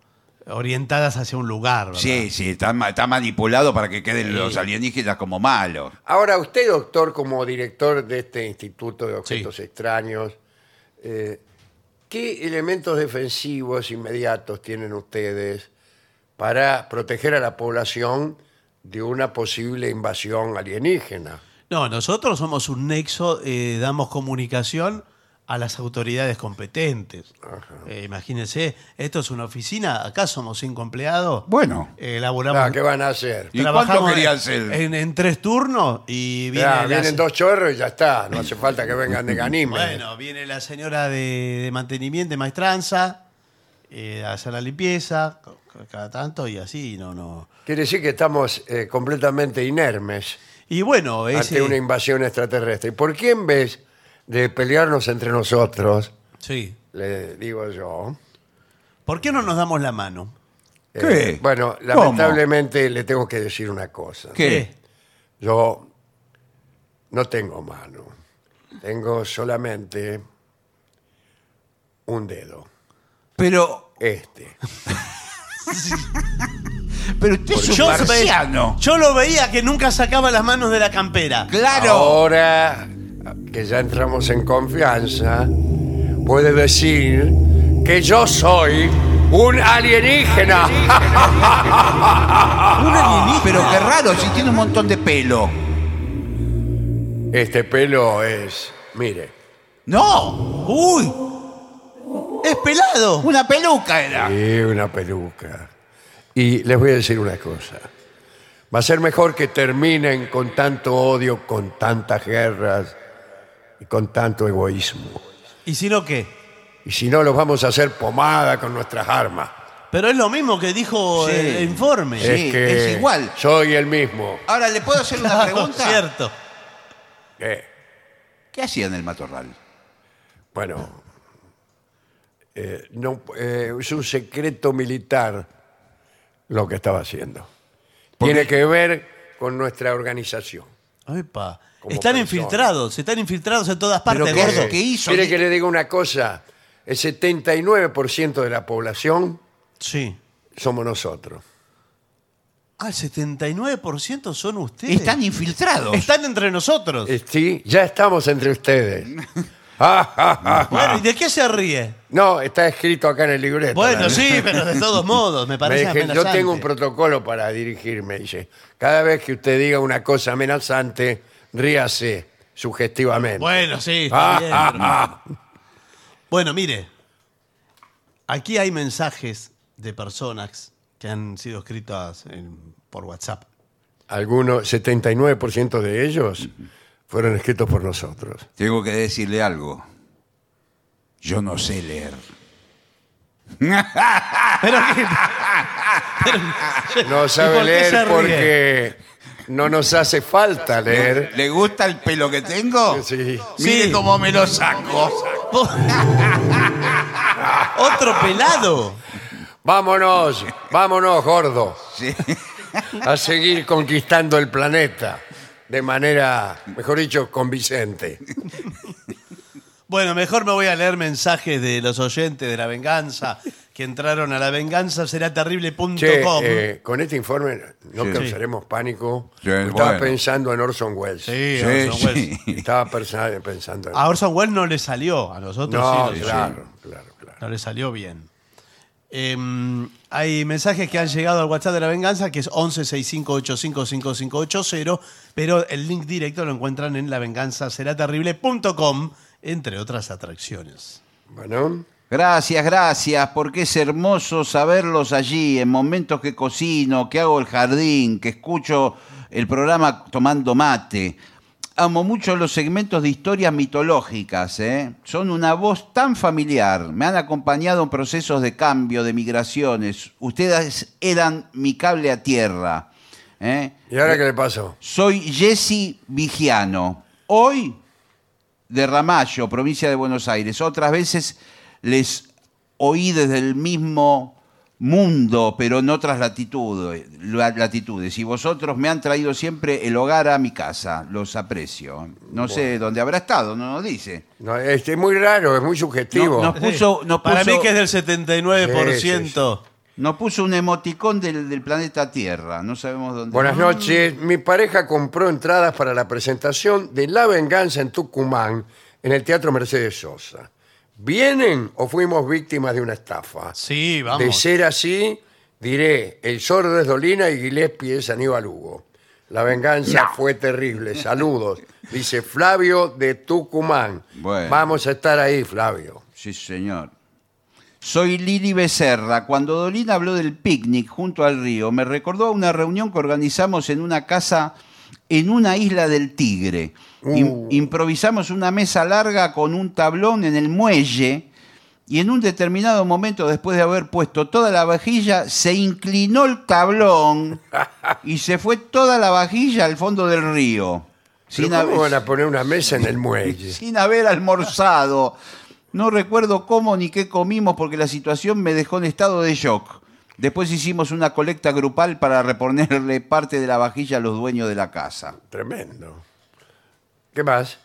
[SPEAKER 2] orientadas hacia un lugar. ¿verdad?
[SPEAKER 3] Sí, sí, está, ma- está manipulado para que queden los alienígenas como malos.
[SPEAKER 1] Ahora, usted, doctor, como director de este Instituto de Objetos
[SPEAKER 2] Sí.
[SPEAKER 1] Extraños, eh, ¿qué elementos defensivos inmediatos tienen ustedes para proteger a la población de una posible invasión alienígena?
[SPEAKER 2] No, nosotros somos un nexo, eh, damos comunicación a las autoridades competentes. Eh, imagínense, esto es una oficina, acá somos cinco empleados.
[SPEAKER 3] Bueno.
[SPEAKER 2] eh, elaboramos.
[SPEAKER 1] Ah, ¿Qué van a hacer?
[SPEAKER 3] ¿Y
[SPEAKER 2] trabajamos
[SPEAKER 3] cuánto querían
[SPEAKER 2] en-
[SPEAKER 3] ser?
[SPEAKER 2] En, en tres turnos y viene.
[SPEAKER 1] Ya,
[SPEAKER 2] la
[SPEAKER 1] Ah, vienen
[SPEAKER 2] se-
[SPEAKER 1] dos chorros y ya está. No hace falta que vengan de Ganímedes.
[SPEAKER 2] Bueno, viene la señora de, de mantenimiento, de maestranza, eh, a hacer la limpieza, co- co- cada tanto y así, no, no.
[SPEAKER 1] Quiere decir que estamos eh, completamente inermes
[SPEAKER 2] Y bueno,
[SPEAKER 1] ante
[SPEAKER 2] ese,
[SPEAKER 1] una invasión extraterrestre. ¿Por qué en vez de pelearnos entre nosotros,
[SPEAKER 2] sí.
[SPEAKER 1] le digo yo,
[SPEAKER 2] ¿Por qué no nos damos la mano?
[SPEAKER 1] Eh,
[SPEAKER 3] ¿Qué?
[SPEAKER 1] bueno,
[SPEAKER 3] ¿Cómo?
[SPEAKER 1] lamentablemente le tengo que decir una cosa.
[SPEAKER 3] ¿Qué?
[SPEAKER 1] Yo no tengo mano. Tengo solamente un dedo.
[SPEAKER 3] Pero,
[SPEAKER 1] Este.
[SPEAKER 3] pero usted es un
[SPEAKER 2] Yo, ve-
[SPEAKER 3] marciano.
[SPEAKER 2] yo lo veía que nunca sacaba las manos de la campera.
[SPEAKER 3] Claro.
[SPEAKER 1] Ahora que ya entramos en confianza, puede decir que yo soy un alienígena.
[SPEAKER 3] Ah, Pero qué raro, si tiene un montón de pelo.
[SPEAKER 1] Este pelo es, mire,
[SPEAKER 3] No,
[SPEAKER 2] ¡Uy! ¡Es pelado!
[SPEAKER 3] una peluca era.
[SPEAKER 1] y una peluca. Y les voy a decir una cosa. Va a ser mejor que terminen con tanto odio, con tantas guerras y con tanto egoísmo.
[SPEAKER 2] ¿Y si no qué?
[SPEAKER 1] Y si no, los vamos a hacer pomada con nuestras armas.
[SPEAKER 2] Pero es lo mismo que dijo eh,
[SPEAKER 3] Sí.
[SPEAKER 2] el informe.
[SPEAKER 3] Sí.
[SPEAKER 1] que
[SPEAKER 3] es igual.
[SPEAKER 1] Soy el mismo.
[SPEAKER 3] Ahora, ¿le puedo hacer una pregunta?
[SPEAKER 2] Cierto.
[SPEAKER 1] Eh,
[SPEAKER 3] ¿Qué hacía en el matorral?
[SPEAKER 1] bueno, eh, no, eh, es un secreto militar lo que estaba haciendo. Tiene que ver con nuestra organización.
[SPEAKER 2] Epa.
[SPEAKER 1] Como
[SPEAKER 2] Están
[SPEAKER 1] persona.
[SPEAKER 2] infiltrados, están infiltrados en todas partes,
[SPEAKER 3] qué-
[SPEAKER 2] gordo.
[SPEAKER 3] qué hizo?
[SPEAKER 1] ¿Quiere que le diga una cosa? El 79% de la población
[SPEAKER 2] Sí.
[SPEAKER 1] somos nosotros.
[SPEAKER 2] Ah, el 79% son ustedes.
[SPEAKER 3] Están infiltrados.
[SPEAKER 2] Están entre nosotros.
[SPEAKER 1] Eh, Sí, ya estamos entre ustedes. Ah, Ja, ja, ja,
[SPEAKER 2] Bueno,
[SPEAKER 1] ja.
[SPEAKER 2] ¿y de qué se ríe?
[SPEAKER 1] No, está escrito acá en el libreto.
[SPEAKER 2] Bueno,
[SPEAKER 1] la-
[SPEAKER 2] sí, pero de todos modos, me
[SPEAKER 1] Me
[SPEAKER 2] parece
[SPEAKER 1] dije, yo
[SPEAKER 2] amenazante.
[SPEAKER 1] tengo un protocolo para dirigirme, dice. Cada vez que usted diga una cosa amenazante, ríase sugestivamente.
[SPEAKER 2] Bueno, sí, está
[SPEAKER 1] Ah,
[SPEAKER 2] bien,
[SPEAKER 1] ah,
[SPEAKER 2] pero-
[SPEAKER 1] ah.
[SPEAKER 2] Bueno, mire. Aquí hay mensajes de personas que han sido escritas en- por WhatsApp.
[SPEAKER 1] Algunos, 79% de ellos fueron escritos por nosotros.
[SPEAKER 3] Tengo que decirle algo. Yo no sé leer.
[SPEAKER 1] No
[SPEAKER 2] ¿Y
[SPEAKER 1] sabe
[SPEAKER 2] por qué se
[SPEAKER 1] leer
[SPEAKER 2] ríe?
[SPEAKER 1] porque no nos hace falta leer.
[SPEAKER 3] ¿Le gusta el pelo que tengo?
[SPEAKER 1] Sí.
[SPEAKER 3] Mire
[SPEAKER 2] Sí.
[SPEAKER 3] cómo me lo saco.
[SPEAKER 2] Otro pelado.
[SPEAKER 1] Vámonos, vámonos, gordo,
[SPEAKER 3] Sí.
[SPEAKER 1] a seguir conquistando el planeta de manera, mejor dicho, convincente.
[SPEAKER 2] Bueno, mejor me voy a leer mensajes de los oyentes de La Venganza que entraron a lavenganzaseraterrible.com.
[SPEAKER 1] Che, eh, con este informe no
[SPEAKER 3] Sí.
[SPEAKER 1] causaremos pánico.
[SPEAKER 3] Sí,
[SPEAKER 1] Estaba
[SPEAKER 3] bueno.
[SPEAKER 1] pensando en Orson Welles.
[SPEAKER 2] sí,
[SPEAKER 3] Sí,
[SPEAKER 2] Orson Welles.
[SPEAKER 3] sí.
[SPEAKER 1] Estaba persa- pensando en...
[SPEAKER 2] A Orson Welles no le salió, a nosotros
[SPEAKER 1] no,
[SPEAKER 2] sí. nos salió.
[SPEAKER 1] claro, claro, claro.
[SPEAKER 2] No le salió bien. Em, hay mensajes que han llegado al WhatsApp de la venganza, que es 1165855580, pero el link directo lo encuentran en lavenganzaseraterrible.com, entre otras atracciones.
[SPEAKER 1] Bueno,
[SPEAKER 3] Gracias, gracias, porque es hermoso saberlos allí, en momentos que cocino, que hago el jardín, que escucho el programa tomando mate. Amo mucho los segmentos de historias mitológicas, ¿eh? son una voz tan familiar, me han acompañado en procesos de cambio, de migraciones, ustedes eran mi cable a tierra. ¿eh?
[SPEAKER 1] ¿y ahora qué le pasó?
[SPEAKER 3] Soy Jesse Vigiano. Hoy de Ramallo, provincia de Buenos Aires. Otras veces les oí desde el mismo mundo, pero en otras latitudes. la- latitudes. Y vosotros me han traído siempre el hogar a mi casa. Los aprecio. No sé dónde habrá estado, no nos dice.
[SPEAKER 1] No, este, es muy raro, es muy subjetivo.
[SPEAKER 3] No, no. Puso- no
[SPEAKER 2] Para
[SPEAKER 3] puso-
[SPEAKER 2] mí que es del 79%.
[SPEAKER 3] Nos puso un emoticón del, del planeta Tierra. No sabemos dónde.
[SPEAKER 2] Ah.
[SPEAKER 1] Buenas noches. Mi pareja compró entradas para la presentación de La Venganza en Tucumán en el Teatro Mercedes Sosa. ¿Vienen o fuimos víctimas de una estafa?
[SPEAKER 2] Sí,
[SPEAKER 1] De
[SPEAKER 2] vamos.
[SPEAKER 1] ser así, diré, el sordo es Dolina y Gillespie es Aníbal Hugo. La venganza fue terrible. Saludos. Dice Flavio de Tucumán.
[SPEAKER 3] Bueno.
[SPEAKER 1] Vamos a estar ahí, Flavio.
[SPEAKER 3] Sí, señor. Soy Lili Becerra. Cuando Dolina habló del picnic junto al río, me recordó a una reunión que organizamos en una casa en una isla del Tigre. Im-
[SPEAKER 1] Uh.
[SPEAKER 3] improvisamos una mesa larga con un tablón en el muelle y en un determinado momento, después de haber puesto toda la vajilla, se inclinó el tablón y se fue toda la vajilla al fondo del río.
[SPEAKER 1] ¿Pero
[SPEAKER 3] Sin
[SPEAKER 1] ¿Cómo
[SPEAKER 3] haber-
[SPEAKER 1] van a poner una mesa en el muelle?
[SPEAKER 3] sin haber almorzado. No recuerdo cómo ni qué comimos porque la situación me dejó en estado de shock. Después hicimos una colecta grupal para reponerle parte de la vajilla a los dueños de la casa.
[SPEAKER 1] Tremendo. ¿Qué más?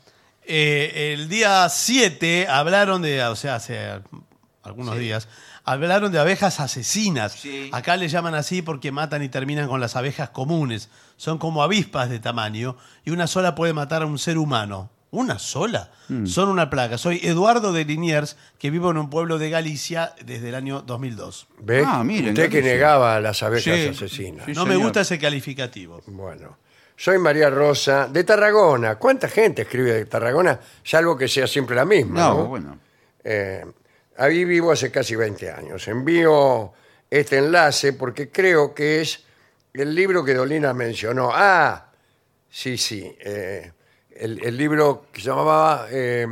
[SPEAKER 2] Eh, el día 7 hablaron de, o sea, hace algunos días, hablaron de abejas asesinas.
[SPEAKER 3] Sí.
[SPEAKER 2] Acá le llaman así porque matan y terminan con las abejas comunes. Son como avispas de tamaño y una sola puede matar a un ser humano. ¿Una sola?
[SPEAKER 1] Mm.
[SPEAKER 2] Son una plaga. Soy Eduardo de Liniers, que vivo en un pueblo de Galicia desde el año 2002.
[SPEAKER 1] ¿Ves?
[SPEAKER 3] Ah, miren,
[SPEAKER 1] Usted que
[SPEAKER 3] claro que sí.
[SPEAKER 1] negaba a las abejas
[SPEAKER 3] Sí.
[SPEAKER 1] asesinas.
[SPEAKER 3] Sí,
[SPEAKER 2] no me
[SPEAKER 3] señor.
[SPEAKER 2] gusta ese calificativo.
[SPEAKER 1] Bueno, soy María Rosa de Tarragona. ¿Cuánta gente escribe de Tarragona? Salvo que sea siempre la misma.
[SPEAKER 3] No,
[SPEAKER 1] No,
[SPEAKER 3] bueno.
[SPEAKER 1] Eh, ahí vivo hace casi 20 años. Envío este enlace porque creo que es el libro que Dolina mencionó. Ah, sí, sí. eh, el, el libro que se llamaba eh,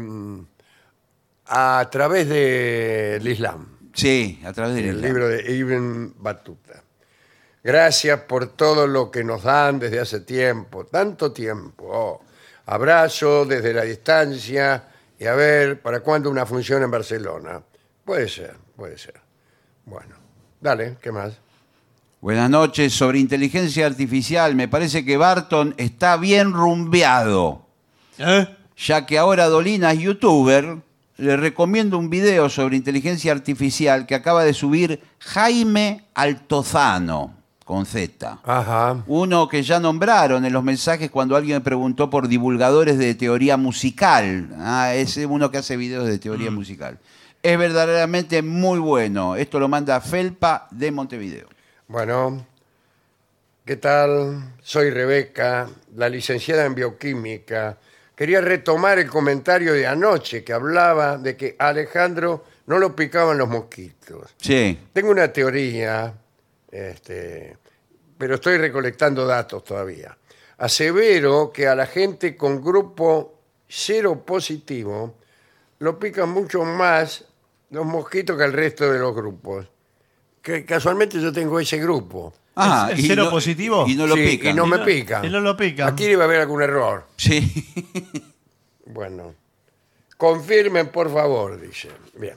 [SPEAKER 1] A través del Islam.
[SPEAKER 3] Sí, a través del
[SPEAKER 1] El
[SPEAKER 3] Islam.
[SPEAKER 1] libro de Ibn Battuta. Gracias por todo lo que nos dan desde hace tiempo, tanto tiempo. Oh, abrazo desde la distancia y a ver, ¿para cuándo una función en Barcelona? Puede ser, puede ser. Bueno, dale, ¿qué más?
[SPEAKER 3] Buenas noches. Sobre inteligencia artificial, me parece que Barton está bien rumbeado.
[SPEAKER 2] ¿Eh?
[SPEAKER 3] ya que ahora Dolina es youtuber, le recomiendo un video sobre inteligencia artificial que acaba de subir Jaime Altozano con Z.
[SPEAKER 1] Ajá.
[SPEAKER 3] Uno que ya nombraron en los mensajes cuando alguien preguntó por divulgadores de teoría musical. Ah, es uno que hace videos de teoría musical. Es verdaderamente muy bueno. Esto lo manda Felpa de Montevideo.
[SPEAKER 1] Bueno, ¿qué tal? Soy Rebeca, la licenciada en bioquímica. Quería retomar el comentario de anoche que hablaba de que a Alejandro no lo picaban los mosquitos.
[SPEAKER 3] Sí.
[SPEAKER 1] Tengo una teoría, este, pero estoy recolectando datos todavía. Asevero que a la gente con grupo cero positivo lo pican mucho más los mosquitos que al resto de los grupos. Que casualmente yo tengo ese grupo.
[SPEAKER 2] ¿Es- es cero positivo?
[SPEAKER 3] Y Ah, no lo
[SPEAKER 1] Sí,
[SPEAKER 3] pican.
[SPEAKER 1] Y no me
[SPEAKER 2] no-
[SPEAKER 1] pican.
[SPEAKER 2] y no lo pican.
[SPEAKER 1] Aquí debe haber algún error.
[SPEAKER 3] Sí.
[SPEAKER 1] Bueno. Confirmen, por favor, dice. Bien.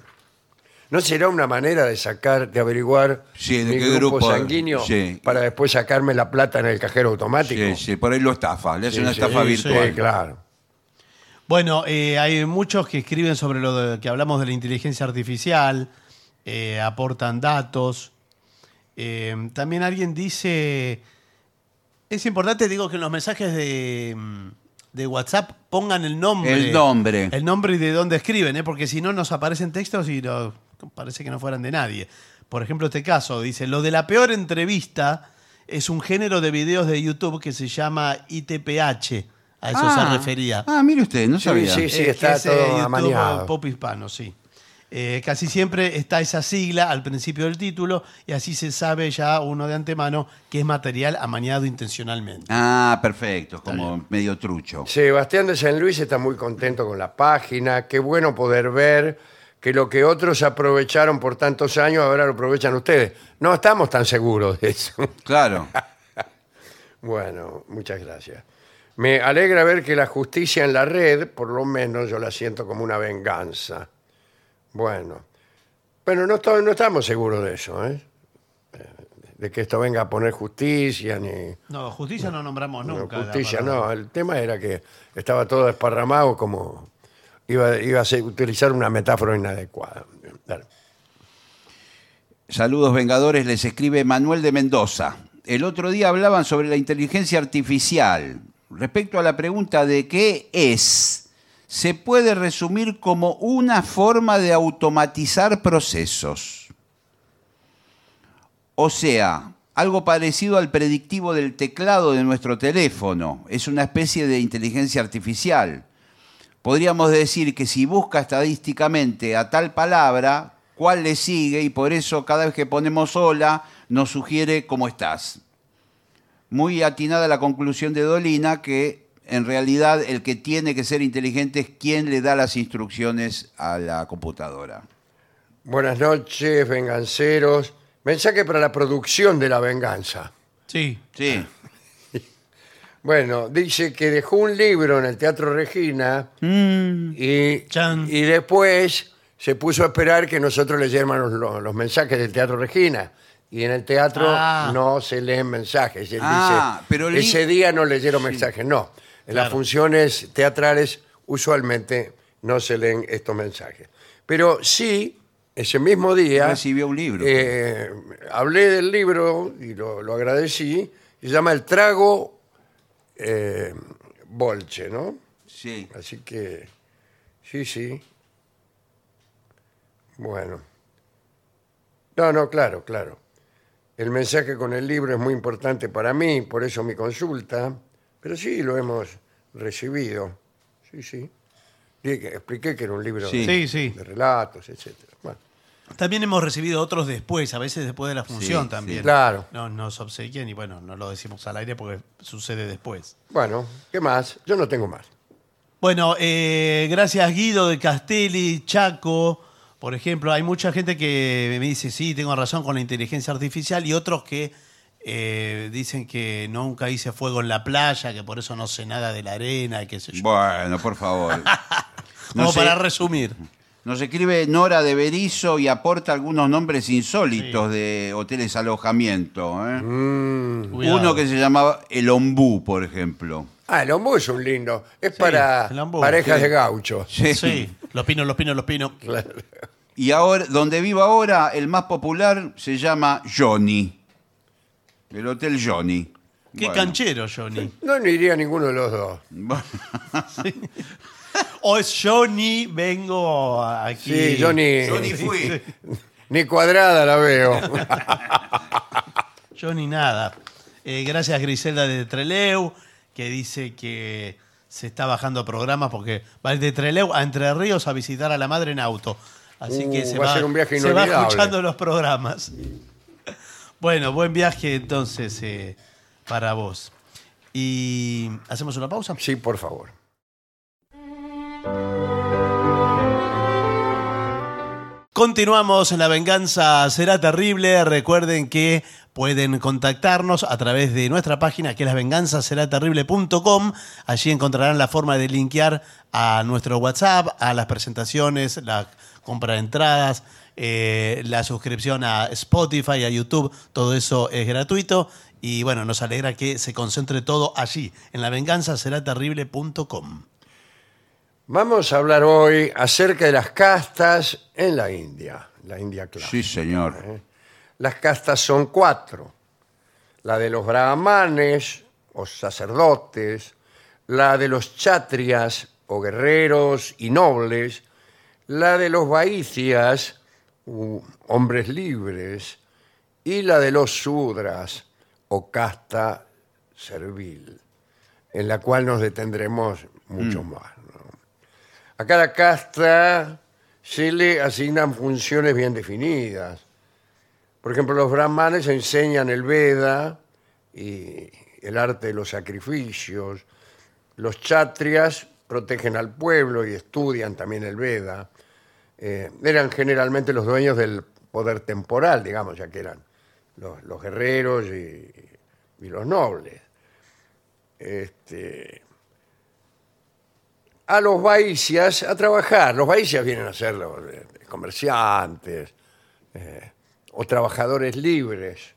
[SPEAKER 1] ¿No será una manera de sacar, de averiguar
[SPEAKER 3] Sí, ¿de
[SPEAKER 1] mi
[SPEAKER 3] qué
[SPEAKER 1] grupo,
[SPEAKER 3] grupo?
[SPEAKER 1] sanguíneo
[SPEAKER 3] Sí.
[SPEAKER 1] para después sacarme la plata en el cajero automático?
[SPEAKER 3] Sí, sí, por ahí lo estafa. Le hace una
[SPEAKER 1] Sí,
[SPEAKER 3] estafa
[SPEAKER 1] sí,
[SPEAKER 3] virtual.
[SPEAKER 1] sí, claro.
[SPEAKER 2] Bueno, eh, hay muchos que escriben sobre lo de- que hablamos de la inteligencia artificial, eh, aportan datos. Eh, también alguien dice, es importante, digo, que en los mensajes de, mm, de WhatsApp pongan el nombre.
[SPEAKER 3] El nombre.
[SPEAKER 2] El nombre y de dónde escriben, ¿eh? porque si no nos aparecen textos y no- parece que no fueran de nadie. Por ejemplo, este caso dice, lo de la peor entrevista es un género de videos de YouTube que se llama ITPH. A eso se refería.
[SPEAKER 3] Ah, mire usted, no sabía.
[SPEAKER 1] sí,
[SPEAKER 2] Eh, que
[SPEAKER 1] está
[SPEAKER 2] es, eh,
[SPEAKER 1] todo
[SPEAKER 2] YouTube
[SPEAKER 1] amañado.
[SPEAKER 2] Pop hispano, sí. Eh, casi siempre está esa sigla al principio del título y así se sabe ya uno de antemano que es material amañado intencionalmente.
[SPEAKER 3] Ah, perfecto, como medio trucho.
[SPEAKER 1] Sebastián de San Luis está muy contento con la página. Qué bueno poder ver que lo que otros aprovecharon por tantos años, ahora lo aprovechan ustedes. No estamos tan seguros de eso.
[SPEAKER 3] Claro.
[SPEAKER 1] Bueno, muchas gracias. Me alegra ver que la justicia en la red, por lo menos yo la siento como una venganza. Bueno, pero no, estoy- no estamos seguros de eso, ¿eh? Eh, De que esto venga a poner justicia ni...
[SPEAKER 2] No, justicia no nombramos
[SPEAKER 1] no,
[SPEAKER 2] nunca. la
[SPEAKER 1] justicia,
[SPEAKER 2] verdad.
[SPEAKER 1] no. El tema era que estaba todo desparramado como... Iba, iba a ser- utilizar una metáfora inadecuada. Dale.
[SPEAKER 3] Saludos Vengadores, les escribe Manuel de Mendoza. El otro día hablaban sobre la inteligencia artificial. Respecto a la pregunta de qué es, se puede resumir como una forma de automatizar procesos. O sea, algo parecido al predictivo del teclado de nuestro teléfono. Es una especie de inteligencia artificial. Podríamos decir que si busca estadísticamente a tal palabra, cuál le sigue y por eso cada vez que ponemos hola nos sugiere cómo estás. Muy atinada la conclusión de Dolina que en realidad el que tiene que ser inteligente es quien le da las instrucciones a la computadora.
[SPEAKER 1] Buenas noches, venganceros. Mensaje para la producción de la venganza.
[SPEAKER 2] Sí.
[SPEAKER 3] Sí.
[SPEAKER 1] Bueno, dice que dejó un libro en el Teatro Regina
[SPEAKER 3] Mm.
[SPEAKER 1] y,
[SPEAKER 2] Chan.
[SPEAKER 1] y después se puso a esperar que nosotros leyéramos los, los- los mensajes del Teatro Regina. Y en el teatro
[SPEAKER 2] Ah.
[SPEAKER 1] no se leen mensajes. Él
[SPEAKER 3] Ah,
[SPEAKER 1] dice,
[SPEAKER 3] pero li-
[SPEAKER 1] ese día no leyeron mensajes. No, en las funciones teatrales usualmente no se leen estos mensajes. Pero sí, ese mismo día...
[SPEAKER 3] Recibió un libro.
[SPEAKER 1] eh, hablé del libro y lo, lo agradecí. Se llama El trago eh, Bolche, ¿no?
[SPEAKER 3] Sí.
[SPEAKER 1] Así que, sí, sí. Bueno. No, no, claro, claro. El mensaje con el libro es muy importante para mí, por eso mi consulta. Pero sí, lo hemos recibido. Sí, sí. Dije que- Expliqué que era un libro de,
[SPEAKER 3] Sí.
[SPEAKER 2] Sí, sí.
[SPEAKER 1] de relatos, etcétera. Bueno,
[SPEAKER 2] También hemos recibido otros después, a veces después de la función
[SPEAKER 3] Sí,
[SPEAKER 2] también.
[SPEAKER 1] sí. Claro.
[SPEAKER 2] No, nos obsequian y bueno, no lo decimos al aire porque sucede después.
[SPEAKER 1] bueno, ¿qué más? Yo no tengo más.
[SPEAKER 2] Bueno, eh, gracias Guido de Castelli, Chaco, por ejemplo. Hay mucha gente que me dice, sí, tengo razón con la inteligencia artificial y otros que eh, dicen que nunca hice fuego en la playa, que por eso no sé nada de la arena y qué sé yo.
[SPEAKER 3] Bueno, por favor.
[SPEAKER 2] Como
[SPEAKER 3] no sé.
[SPEAKER 2] para resumir.
[SPEAKER 3] Nos escribe Nora de Berizo y aporta algunos nombres insólitos de hoteles alojamiento. ¿eh?
[SPEAKER 2] Mm, Cuidado.
[SPEAKER 3] Uno que se llamaba El Ombú, por ejemplo.
[SPEAKER 1] Ah, el ombú es un lindo. Es para
[SPEAKER 2] el ombú,
[SPEAKER 1] parejas
[SPEAKER 2] sí.
[SPEAKER 1] de gauchos.
[SPEAKER 3] Sí.
[SPEAKER 2] Sí, los pinos, los pinos, los pinos.
[SPEAKER 1] Claro.
[SPEAKER 3] Y ahora, donde vivo ahora, el más popular se llama Johnny. El Hotel Johnny.
[SPEAKER 2] Qué
[SPEAKER 3] Bueno.
[SPEAKER 2] canchero, Johnny.
[SPEAKER 1] No, no iría ninguno de los dos.
[SPEAKER 3] Bueno,
[SPEAKER 2] O es Johnny, vengo aquí.
[SPEAKER 1] Eh, Sí, yo ni,
[SPEAKER 3] Yo ni fui.
[SPEAKER 1] ni cuadrada la veo.
[SPEAKER 2] Johnny nada. Eh, gracias Griselda de Treleu, que dice que se está bajando programas porque va de Treleu a Entre Ríos a visitar a la madre en auto. Así que
[SPEAKER 1] Uh,
[SPEAKER 2] se
[SPEAKER 1] va
[SPEAKER 2] va,
[SPEAKER 1] a ser un viaje
[SPEAKER 2] se va
[SPEAKER 1] inolvidable.
[SPEAKER 2] escuchando los programas. Bueno, buen viaje entonces eh, para vos. Y hacemos una pausa.
[SPEAKER 1] Sí, por favor.
[SPEAKER 2] Continuamos en La Venganza Será Terrible. Recuerden que pueden contactarnos a través de nuestra página que es lavenganzaseraterrible.com. Allí encontrarán la forma de linkear a nuestro WhatsApp, a las presentaciones, la compra de entradas, eh, la suscripción a Spotify, a YouTube. Todo eso es gratuito. Y bueno, nos alegra que se concentre todo allí, en lavenganzaseraterrible.com.
[SPEAKER 1] Vamos a hablar hoy acerca de las castas en la India, la India
[SPEAKER 3] sí,
[SPEAKER 1] clásica.
[SPEAKER 3] señor.
[SPEAKER 1] Eh, Las castas son cuatro. La de los brahmanes o sacerdotes, la de los chatrias o guerreros y nobles, la de los vaicias, u hombres libres, y la de los sudras o casta servil, en la cual nos detendremos mucho más. ¿no? A cada casta se le asignan funciones bien definidas. Por ejemplo, los brahmanes enseñan el Veda y el arte de los sacrificios. Los chatrias protegen al pueblo y estudian también el Veda. Eh, eran generalmente los dueños del poder temporal, digamos, ya que eran los, los guerreros y, y los nobles. Este, a los vaicias a trabajar. Los vaicias vienen a ser los eh, comerciantes, o trabajadores libres,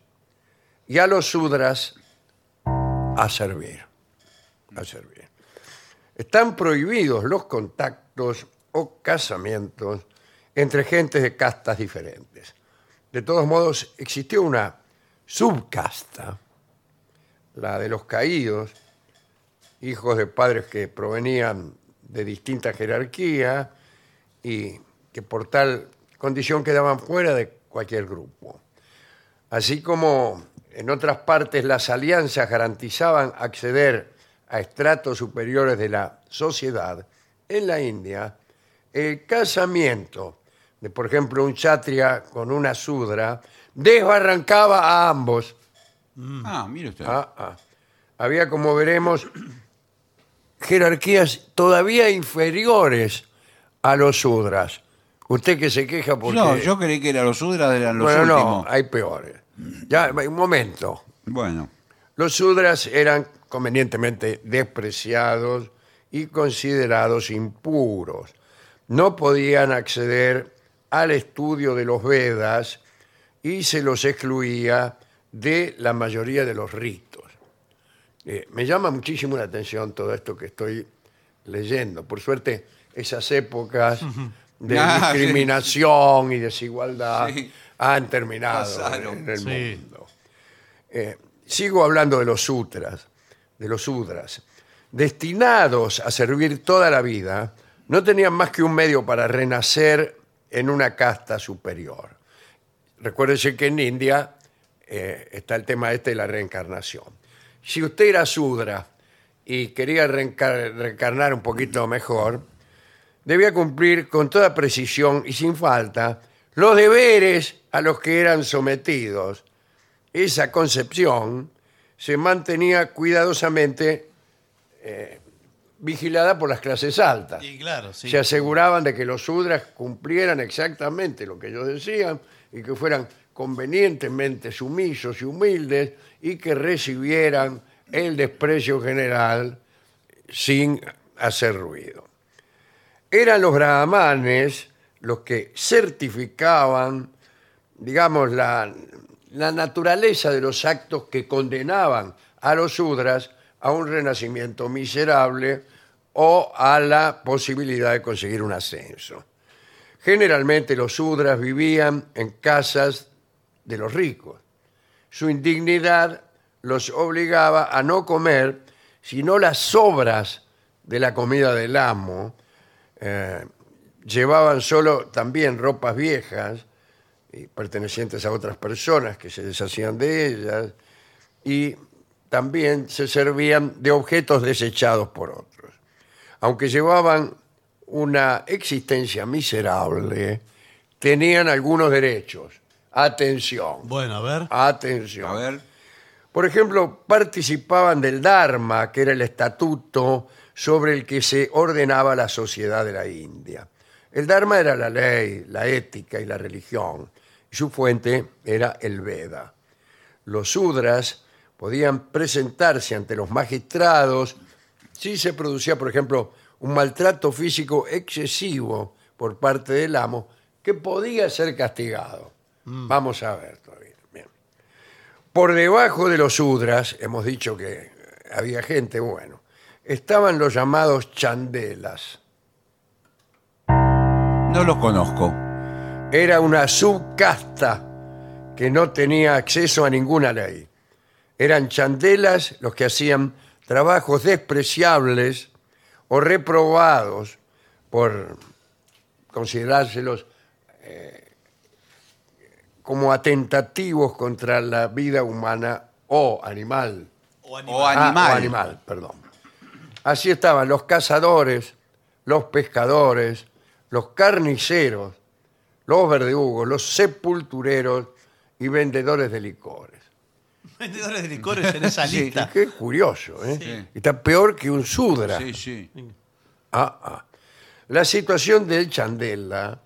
[SPEAKER 1] y a los sudras a servir. A servir. Están prohibidos los contactos o casamientos entre gentes de castas diferentes. De todos modos, existió una subcasta, la de los caídos, hijos de padres que provenían de distinta jerarquía y que por tal condición quedaban fuera de cualquier grupo. Así como en otras partes las alianzas garantizaban acceder a estratos superiores de la sociedad, en la India el casamiento de, por ejemplo, un chatria con una sudra desbarrancaba a ambos.
[SPEAKER 3] Ah, mire usted.
[SPEAKER 1] Ah, ah. Había, como veremos, jerarquías todavía inferiores a los sudras. Usted que se queja porque...
[SPEAKER 3] No, yo creí que eran los sudras, eran los
[SPEAKER 1] bueno, no,
[SPEAKER 3] últimos.
[SPEAKER 1] hay peores. Ya, un momento.
[SPEAKER 3] Bueno,
[SPEAKER 1] Los sudras eran convenientemente despreciados y considerados impuros. No podían acceder al estudio de los Vedas y se los excluía de la mayoría de los ritos. Eh, me llama muchísimo la atención todo esto que estoy leyendo. Por suerte, esas épocas de
[SPEAKER 3] Ah, sí.
[SPEAKER 1] discriminación y desigualdad
[SPEAKER 3] Sí.
[SPEAKER 1] han terminado
[SPEAKER 3] Pasaron.
[SPEAKER 1] en el
[SPEAKER 2] Sí.
[SPEAKER 1] mundo. Eh, sigo hablando de los sutras, de los sudras. Destinados a servir toda la vida, no tenían más que un medio para renacer en una casta superior. Recuérdense que en India eh, está el tema este de la reencarnación. Si usted era sudra y quería reencar- reencarnar un poquito mejor, debía cumplir con toda precisión y sin falta los deberes a los que eran sometidos. Esa concepción se mantenía cuidadosamente eh, vigilada por las clases altas
[SPEAKER 2] Y claro, sí.
[SPEAKER 1] se aseguraban de que los sudras cumplieran exactamente lo que ellos decían y que fueran convenientemente sumisos y humildes y que recibieran el desprecio general sin hacer ruido. Eran los brahmanes los que certificaban, digamos, la, la naturaleza de los actos que condenaban a los sudras a un renacimiento miserable o a la posibilidad de conseguir un ascenso. Generalmente los sudras vivían en casas de los ricos. Su indignidad los obligaba a no comer sino las sobras de la comida del amo. Eh, llevaban solo también ropas viejas y pertenecientes a otras personas que se deshacían de ellas y también se servían de objetos desechados por otros. Aunque llevaban una existencia miserable, tenían algunos derechos. Atención,
[SPEAKER 2] Bueno, a ver.
[SPEAKER 1] atención.
[SPEAKER 3] A ver.
[SPEAKER 1] Por ejemplo, participaban del Dharma, que era el estatuto sobre el que se ordenaba la sociedad de la India. El Dharma era la ley, la ética y la religión. y Su fuente era el Veda. Los sudras podían presentarse ante los magistrados si se producía, por ejemplo, un maltrato físico excesivo por parte del amo que podía ser castigado.
[SPEAKER 3] Mm.
[SPEAKER 1] Vamos a ver todavía. Bien por debajo de los sudras, hemos dicho que eh, había gente, bueno, estaban los llamados chandelas.
[SPEAKER 3] No los conozco.
[SPEAKER 1] Ah, Era una subcasta que no tenía acceso a ninguna ley. Eran chandelas los que hacían trabajos despreciables o reprobados por considerárselos eh, como atentativos contra la vida humana o animal.
[SPEAKER 2] O animal.
[SPEAKER 3] O animal.
[SPEAKER 1] Ah, o animal, perdón. Así estaban los cazadores, los pescadores, los carniceros, los verdugos, los sepultureros y vendedores de licores.
[SPEAKER 2] Vendedores de licores en esa
[SPEAKER 3] Sí.
[SPEAKER 2] lista.
[SPEAKER 1] Qué curioso, ¿eh?
[SPEAKER 3] Sí.
[SPEAKER 1] Está peor que un sudra.
[SPEAKER 3] Sí, sí.
[SPEAKER 1] Ah, ah. La situación del Chandela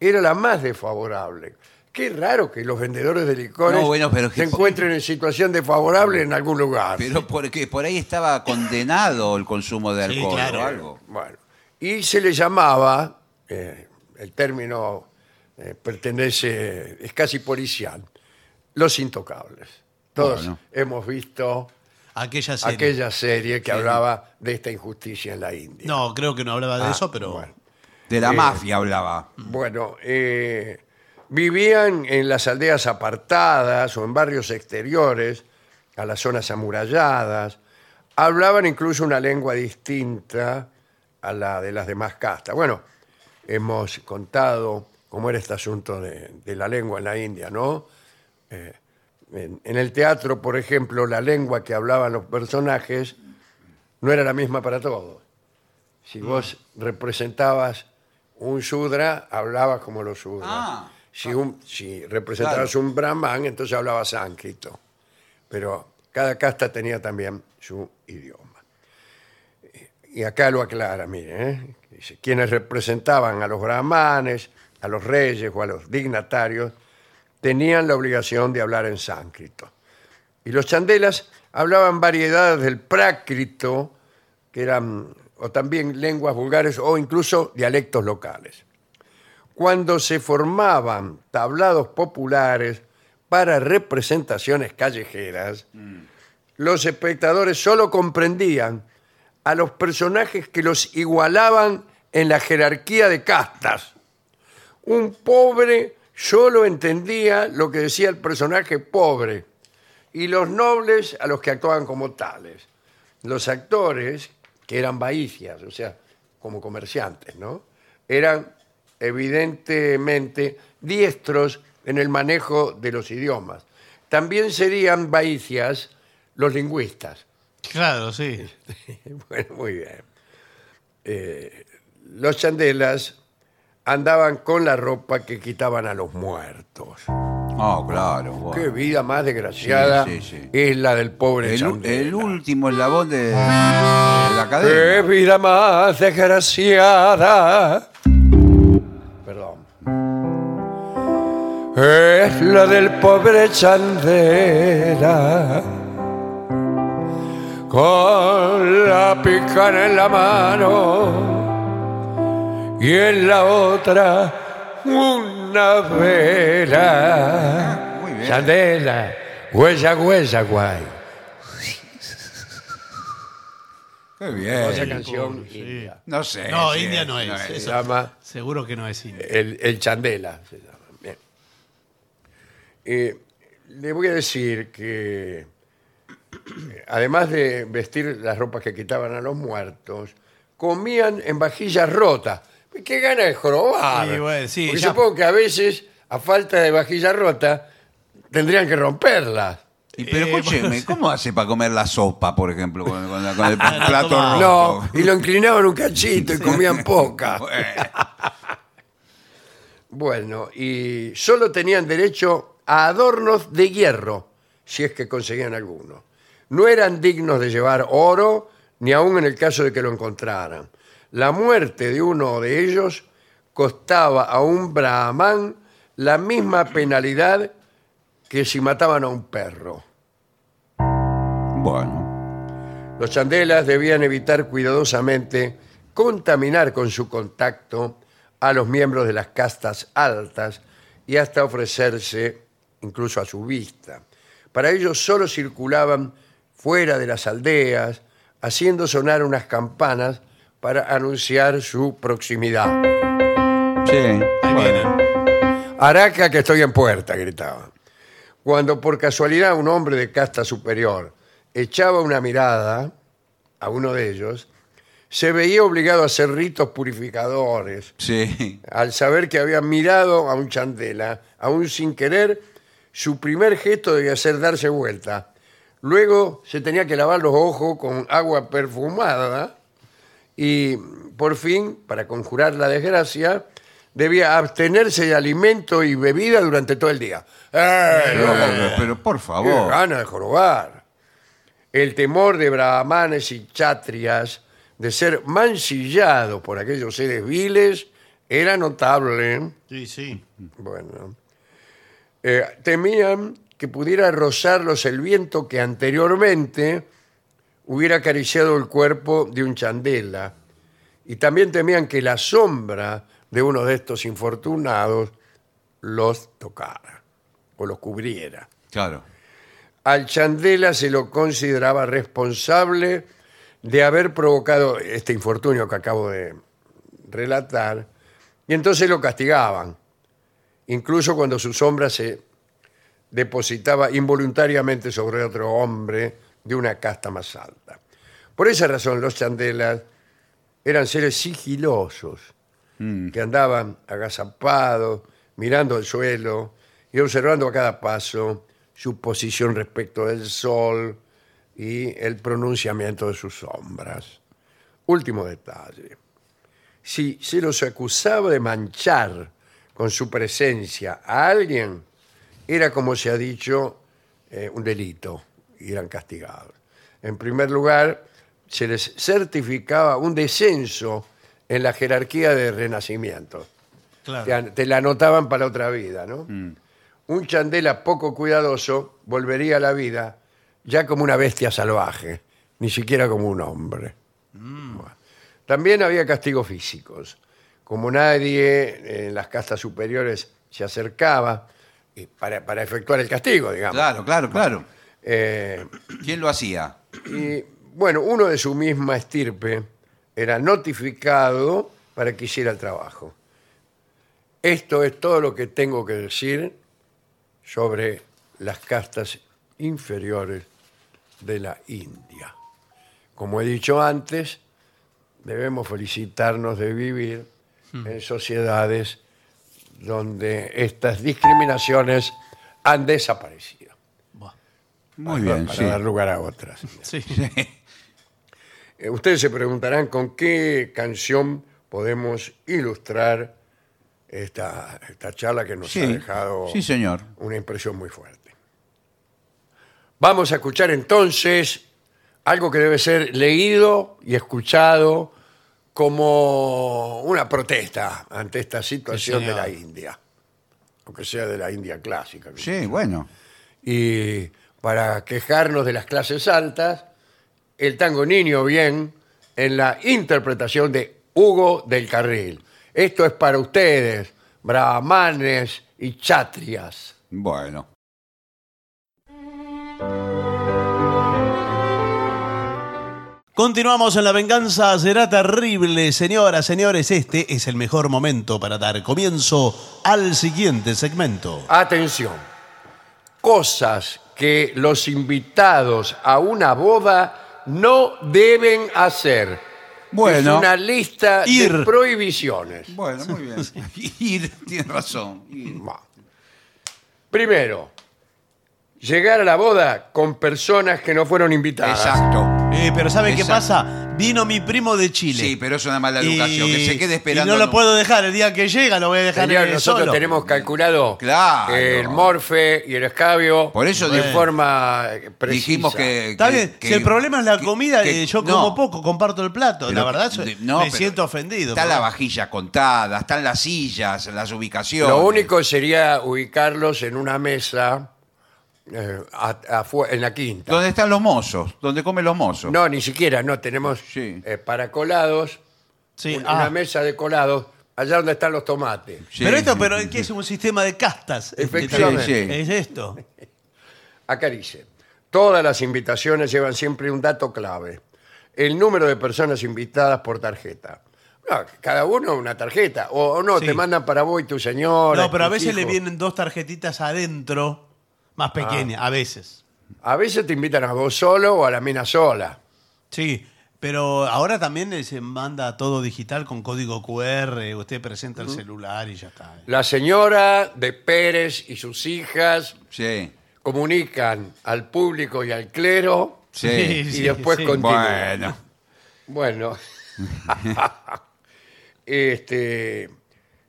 [SPEAKER 1] era la más desfavorable. Qué raro que los vendedores de licores
[SPEAKER 3] No, bueno, pero
[SPEAKER 1] se
[SPEAKER 3] que-
[SPEAKER 1] encuentren en situación desfavorable en algún lugar.
[SPEAKER 3] Pero porque por ahí estaba condenado el consumo de
[SPEAKER 2] Sí,
[SPEAKER 3] alcohol
[SPEAKER 2] claro.
[SPEAKER 3] o algo.
[SPEAKER 1] Bueno, y se le llamaba, eh, el término eh, pertenece, es casi policial, los intocables. Todos
[SPEAKER 3] Bueno.
[SPEAKER 1] hemos visto
[SPEAKER 2] Aquella serie.
[SPEAKER 1] aquella serie que hablaba de esta injusticia en la India.
[SPEAKER 2] No, creo que no hablaba de
[SPEAKER 1] Ah,
[SPEAKER 2] eso, pero.
[SPEAKER 1] Bueno,
[SPEAKER 3] De la
[SPEAKER 1] Eh.
[SPEAKER 3] mafia hablaba.
[SPEAKER 1] Bueno, eh, vivían en las aldeas apartadas o en barrios exteriores, a las zonas amuralladas. Hablaban incluso una lengua distinta a la de las demás castas. Bueno, hemos contado cómo era este asunto de, de la lengua en la India, ¿no? Eh, en, en el teatro, por ejemplo, la lengua que hablaban los personajes no era la misma para todos. Si vos representabas un sudra, hablabas como los sudras.
[SPEAKER 3] Ah.
[SPEAKER 1] si, un- si representabas un brahman, entonces hablabas sánscrito. Pero cada casta tenía también su idioma. Y acá lo aclara, mire, ¿eh? Dice, quienes representaban a los brahmanes, a los reyes o a los dignatarios, tenían la obligación de hablar en sánscrito. Y los chandelas hablaban variedades del prácrito, que eran o también lenguas vulgares o incluso dialectos locales. Cuando se formaban tablados populares para representaciones callejeras, los espectadores solo comprendían a los personajes que los igualaban en la jerarquía de castas. Un pobre solo entendía lo que decía el personaje pobre y los nobles a los que actuaban como tales. Los actores, que eran bahicias, o sea, como comerciantes, ¿no? Eran evidentemente diestros en el manejo de los idiomas. También serían bahicias los lingüistas.
[SPEAKER 2] Claro, sí.
[SPEAKER 1] Bueno, muy bien. Eh, los chandelas andaban con la ropa que quitaban a los muertos.
[SPEAKER 3] Ah, claro. bueno.
[SPEAKER 1] Qué vida más desgraciada
[SPEAKER 3] Sí, sí, sí.
[SPEAKER 1] es la del pobre
[SPEAKER 3] El,
[SPEAKER 1] Chandela.
[SPEAKER 3] el último eslabón de, de la cadena.
[SPEAKER 1] ¡Qué vida más desgraciada! Perdón. Es la del pobre Chandela con la picana en la mano y en la otra una vela.
[SPEAKER 3] Muy bien.
[SPEAKER 1] Chandela, huella, huella, guay.
[SPEAKER 3] Qué
[SPEAKER 1] Esa
[SPEAKER 3] bien.
[SPEAKER 1] canción
[SPEAKER 2] Sí.
[SPEAKER 1] india.
[SPEAKER 3] No sé.
[SPEAKER 2] No,
[SPEAKER 3] Eh, sí,
[SPEAKER 2] India no es. eso.
[SPEAKER 1] Se llama
[SPEAKER 2] Seguro que no es India.
[SPEAKER 1] El, el Chandela se llama. Bien. Eh, le voy a decir que además de vestir las ropas que quitaban a los muertos, comían en vajillas rotas. ¡Qué gana de jorobar!
[SPEAKER 2] Sí, bueno, sí,
[SPEAKER 1] Porque
[SPEAKER 2] ya-
[SPEAKER 1] supongo que a veces, a falta de vajilla rota, tendrían que romperlas.
[SPEAKER 3] Y, pero
[SPEAKER 2] Eh,
[SPEAKER 3] escúcheme,
[SPEAKER 2] bueno, sí.
[SPEAKER 3] ¿cómo hace para comer la sopa, por ejemplo, con, con la- con el
[SPEAKER 2] Ah,
[SPEAKER 3] plato
[SPEAKER 2] toma.
[SPEAKER 1] No,
[SPEAKER 3] roto?
[SPEAKER 1] y lo inclinaban un cachito y comían poca.
[SPEAKER 3] Bueno,
[SPEAKER 1] Bueno, y solo tenían derecho a adornos de hierro, si es que conseguían alguno. No eran dignos de llevar oro, ni aun en el caso de que lo encontraran. La muerte de uno de ellos costaba a un brahman la misma penalidad que si mataban a un perro.
[SPEAKER 3] Bueno,
[SPEAKER 1] Los chandelas debían evitar cuidadosamente contaminar con su contacto a los miembros de las castas altas y hasta ofrecerse incluso a su vista. Para ello solo circulaban fuera de las aldeas, haciendo sonar unas campanas para anunciar su proximidad.
[SPEAKER 3] sí.
[SPEAKER 2] Ahí
[SPEAKER 3] Eh, bueno.
[SPEAKER 2] vienen.
[SPEAKER 1] Araca que estoy en puerta, gritaba. Cuando por casualidad un hombre de casta superior echaba una mirada a uno de ellos, se veía obligado a hacer ritos purificadores
[SPEAKER 3] Sí.
[SPEAKER 1] al saber que había mirado a un chandela. Aún sin querer, su primer gesto debía ser darse vuelta. Luego se tenía que lavar los ojos con agua perfumada y por fin, para conjurar la desgracia, debía abstenerse de alimento y bebida durante todo el día. ¡Eh,
[SPEAKER 3] Pero,
[SPEAKER 1] loco!
[SPEAKER 3] pero por
[SPEAKER 1] ¡Qué
[SPEAKER 3] favor.
[SPEAKER 1] gana de jorobar! El temor de brahmanes y chatrias de ser mancillados por aquellos seres viles era notable.
[SPEAKER 2] Sí, sí.
[SPEAKER 1] Bueno. Eh, temían que pudiera rozarlos el viento que anteriormente hubiera acariciado el cuerpo de un chandela. Y también temían que la sombra de uno de estos infortunados los tocara o los cubriera.
[SPEAKER 3] Claro.
[SPEAKER 1] Al Chandela se lo consideraba responsable de haber provocado este infortunio que acabo de relatar, y entonces lo castigaban, incluso cuando su sombra se depositaba involuntariamente sobre otro hombre de una casta más alta. Por esa razón los Chandelas eran seres sigilosos, que andaban agazapados, mirando el suelo y observando a cada paso su posición respecto del sol y el pronunciamiento de sus sombras. Último detalle. Si se los acusaba de manchar con su presencia a alguien, era como se ha dicho, eh, un delito y eran castigados. En primer lugar, se les certificaba un descenso en la jerarquía de renacimiento. Te,
[SPEAKER 2] Claro.
[SPEAKER 1] an- te la anotaban para otra vida, ¿no? Un chandela poco cuidadoso volvería a la vida ya como una bestia salvaje, ni siquiera como un hombre. Bueno. También había castigos físicos. Como nadie eh, en las castas superiores se acercaba eh, para, para efectuar el castigo, digamos.
[SPEAKER 3] Claro, claro, claro.
[SPEAKER 1] Eh,
[SPEAKER 3] ¿Quién lo hacía?
[SPEAKER 1] y bueno, uno de su misma estirpe era notificado para que hiciera el trabajo. Esto es todo lo que tengo que decir sobre las castas inferiores de la India. Como he dicho antes, debemos felicitarnos de vivir
[SPEAKER 3] Hmm.
[SPEAKER 1] en sociedades donde estas discriminaciones han desaparecido
[SPEAKER 2] Buah.
[SPEAKER 3] Muy
[SPEAKER 1] para-
[SPEAKER 3] bien,
[SPEAKER 1] para
[SPEAKER 3] sí.
[SPEAKER 1] dar lugar a otras.
[SPEAKER 2] Sí.
[SPEAKER 1] Eh, ustedes se preguntarán con qué canción podemos ilustrar esta, esta charla que nos
[SPEAKER 3] Sí,
[SPEAKER 1] ha dejado
[SPEAKER 3] sí, señor.
[SPEAKER 1] una impresión muy fuerte. Vamos a escuchar entonces algo que debe ser leído y escuchado como una protesta ante esta situación de
[SPEAKER 2] señor.
[SPEAKER 1] la India, aunque sea de la India clásica.
[SPEAKER 3] Sí, bueno.
[SPEAKER 1] Y para quejarnos de las clases altas, el tango niño bien en la interpretación de Hugo del Carril. Esto es para ustedes, brahmanes y chatrias.
[SPEAKER 3] Bueno.
[SPEAKER 2] Continuamos en La Venganza Será Terrible. Señoras, señores, este es el mejor momento para dar comienzo al siguiente segmento.
[SPEAKER 1] Atención, cosas que los invitados a una boda no deben hacer.
[SPEAKER 3] Bueno.
[SPEAKER 1] Es una lista de
[SPEAKER 2] Ir.
[SPEAKER 1] prohibiciones.
[SPEAKER 3] Bueno, muy bien. Ir, tiene razón. ir.
[SPEAKER 1] Bueno. Primero, llegar a la boda con personas que no fueron invitadas.
[SPEAKER 3] Exacto.
[SPEAKER 2] Eh, pero ¿sabe qué
[SPEAKER 3] Exacto.
[SPEAKER 2] pasa? Vino mi primo de Chile.
[SPEAKER 3] Sí, pero es una mala educación.
[SPEAKER 2] Y-
[SPEAKER 3] Que se quede
[SPEAKER 2] Y
[SPEAKER 3] esperando.
[SPEAKER 2] no lo
[SPEAKER 3] no.
[SPEAKER 2] puedo dejar. El día que llega lo voy a dejar
[SPEAKER 1] Señor,
[SPEAKER 2] eh,
[SPEAKER 1] nosotros
[SPEAKER 2] solo.
[SPEAKER 1] tenemos calculado
[SPEAKER 3] Claro.
[SPEAKER 1] el morfe y el escabio
[SPEAKER 3] Por eso
[SPEAKER 1] de
[SPEAKER 3] digo-
[SPEAKER 1] forma precisa.
[SPEAKER 3] Dijimos que.
[SPEAKER 2] Está
[SPEAKER 3] Eh, que-
[SPEAKER 2] bien,
[SPEAKER 3] que-
[SPEAKER 2] si el problema es la
[SPEAKER 3] que-
[SPEAKER 2] comida,
[SPEAKER 3] que-
[SPEAKER 2] eh, yo
[SPEAKER 3] no,
[SPEAKER 2] como poco, comparto el plato.
[SPEAKER 3] pero
[SPEAKER 2] la verdad,
[SPEAKER 3] que-
[SPEAKER 2] yo-
[SPEAKER 3] de- no,
[SPEAKER 2] me
[SPEAKER 3] pero
[SPEAKER 2] siento ofendido.
[SPEAKER 3] Está la
[SPEAKER 2] pero-
[SPEAKER 3] vajilla contada, están las sillas, las ubicaciones.
[SPEAKER 1] Lo único sería ubicarlos en una mesa eh, a- afu- en la quinta.
[SPEAKER 3] ¿Dónde están los mozos? ¿Dónde comen los mozos?
[SPEAKER 1] No, ni siquiera, no, tenemos
[SPEAKER 3] Sí.
[SPEAKER 1] eh, para colados,
[SPEAKER 2] Sí,
[SPEAKER 1] un-
[SPEAKER 2] ah.
[SPEAKER 1] una mesa de colados, allá donde están los tomates.
[SPEAKER 3] Sí,
[SPEAKER 2] pero esto
[SPEAKER 3] sí,
[SPEAKER 2] pero
[SPEAKER 3] sí,
[SPEAKER 2] ¿qué es un sistema de castas.
[SPEAKER 1] Efectivamente.
[SPEAKER 3] Sí, sí.
[SPEAKER 2] Es esto.
[SPEAKER 1] Acá dice, todas las invitaciones llevan siempre un dato clave, el número de personas invitadas por tarjeta. No, cada uno una tarjeta, o, o no,
[SPEAKER 2] Sí.
[SPEAKER 1] te mandan para vos y tu señor.
[SPEAKER 2] No, pero a
[SPEAKER 1] tus
[SPEAKER 2] veces le
[SPEAKER 1] hijos.
[SPEAKER 2] vienen dos tarjetitas adentro, más
[SPEAKER 1] Ah.
[SPEAKER 2] pequeñas, a veces.
[SPEAKER 1] A veces te invitan a vos solo o a la mina sola.
[SPEAKER 2] Sí, pero ahora también eh, se manda todo digital con código QR, usted presenta el celular y ya está.
[SPEAKER 1] La señora de Pérez y sus hijas
[SPEAKER 3] Sí.
[SPEAKER 1] comunican al público y al clero
[SPEAKER 3] Sí.
[SPEAKER 1] y después
[SPEAKER 2] sí.
[SPEAKER 1] continúan.
[SPEAKER 3] Bueno.
[SPEAKER 1] Bueno. este,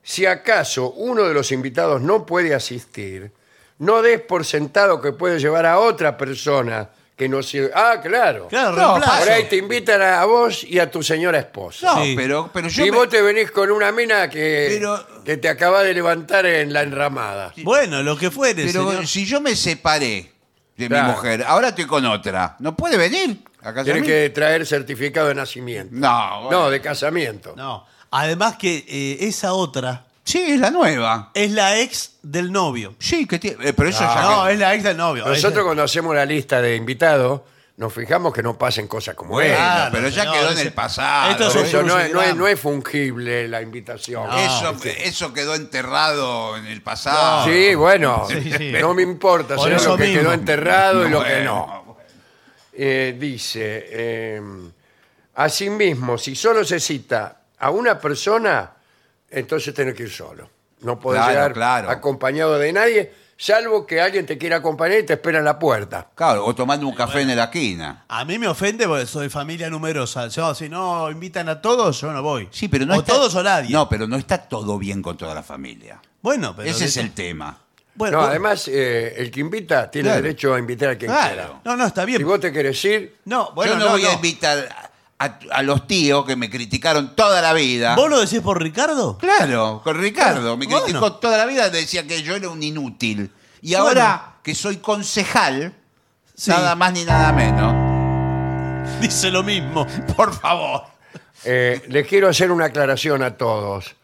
[SPEAKER 1] si acaso uno de los invitados no puede asistir, no des por sentado que puede llevar a otra persona que no sirve. Ah, claro.
[SPEAKER 2] Claro,
[SPEAKER 3] No,
[SPEAKER 2] reemplazo.
[SPEAKER 1] Por ahí te invitan a vos y a tu señora esposa.
[SPEAKER 3] No,
[SPEAKER 2] Sí.
[SPEAKER 3] pero, pero yo.
[SPEAKER 1] y
[SPEAKER 3] me-
[SPEAKER 1] vos te venís con una mina que,
[SPEAKER 3] Pero-
[SPEAKER 1] que te acaba de levantar en la enramada.
[SPEAKER 2] Bueno, lo que fuere,
[SPEAKER 3] Pero
[SPEAKER 2] señor.
[SPEAKER 3] si yo me separé de
[SPEAKER 1] Claro.
[SPEAKER 3] mi mujer, ahora estoy con otra, ¿no puede venir a casa
[SPEAKER 1] Tienes
[SPEAKER 3] mía?
[SPEAKER 1] que traer certificado de nacimiento.
[SPEAKER 3] No, bueno.
[SPEAKER 1] No, de casamiento.
[SPEAKER 2] No. Además que eh, esa otra
[SPEAKER 3] Sí, es la nueva.
[SPEAKER 2] es la ex del novio.
[SPEAKER 3] Sí, que tiene. eh, pero eso ya.
[SPEAKER 2] Ah, No,
[SPEAKER 3] que-
[SPEAKER 2] es la ex del novio.
[SPEAKER 1] Nosotros
[SPEAKER 2] Es-
[SPEAKER 1] cuando hacemos la lista de invitados, nos fijamos que no pasen cosas como
[SPEAKER 3] Bueno,
[SPEAKER 1] esta.
[SPEAKER 2] Claro,
[SPEAKER 3] pero ya
[SPEAKER 2] señor,
[SPEAKER 3] quedó en
[SPEAKER 2] ese-
[SPEAKER 3] el pasado.
[SPEAKER 2] Esto es
[SPEAKER 1] Por
[SPEAKER 2] un
[SPEAKER 1] eso no es, no es-
[SPEAKER 2] crucigrama.
[SPEAKER 1] no es fungible la invitación.
[SPEAKER 2] No. Ah,
[SPEAKER 3] eso, eso quedó enterrado en el pasado.
[SPEAKER 1] Sí, bueno,
[SPEAKER 2] Sí, sí.
[SPEAKER 1] no me importa,
[SPEAKER 2] Por
[SPEAKER 1] será
[SPEAKER 2] eso
[SPEAKER 1] lo que
[SPEAKER 2] mismo.
[SPEAKER 1] quedó enterrado y lo
[SPEAKER 3] bueno.
[SPEAKER 1] que no. Eh, dice, eh, asimismo, si solo se cita a una persona, entonces tenés que ir solo. No podés
[SPEAKER 3] Claro,
[SPEAKER 1] llegar
[SPEAKER 3] claro.
[SPEAKER 1] acompañado de nadie, salvo que alguien te quiera acompañar y te espera en la puerta.
[SPEAKER 3] Claro, o tomando un café en la esquina.
[SPEAKER 2] A mí me ofende porque soy familia numerosa. Yo, si no invitan a todos, yo no voy.
[SPEAKER 3] Sí, pero no
[SPEAKER 2] o
[SPEAKER 3] está.
[SPEAKER 2] todos o nadie.
[SPEAKER 3] No, pero no está todo bien con toda la familia.
[SPEAKER 2] Bueno, pero
[SPEAKER 3] Ese
[SPEAKER 2] de-
[SPEAKER 3] es el tema.
[SPEAKER 2] Bueno,
[SPEAKER 1] No,
[SPEAKER 2] por-
[SPEAKER 1] además, eh, el que invita tiene
[SPEAKER 3] Claro.
[SPEAKER 1] derecho a invitar a quien
[SPEAKER 3] Claro.
[SPEAKER 2] no, no, está
[SPEAKER 1] quiera. Si
[SPEAKER 2] bien.
[SPEAKER 1] vos te querés ir,
[SPEAKER 2] No, bueno,
[SPEAKER 3] yo no, voy a invitar a, a los tíos que me criticaron toda la vida.
[SPEAKER 2] ¿Vos lo decís por Ricardo?
[SPEAKER 3] Claro, con Ricardo. Me
[SPEAKER 2] Bueno.
[SPEAKER 3] criticó toda la vida, decía que yo era un inútil. Y
[SPEAKER 2] Bueno.
[SPEAKER 3] ahora que soy concejal,
[SPEAKER 2] Sí.
[SPEAKER 3] nada más ni nada menos.
[SPEAKER 2] Dice lo mismo.
[SPEAKER 3] Por favor.
[SPEAKER 1] Eh, les quiero hacer una aclaración a todos.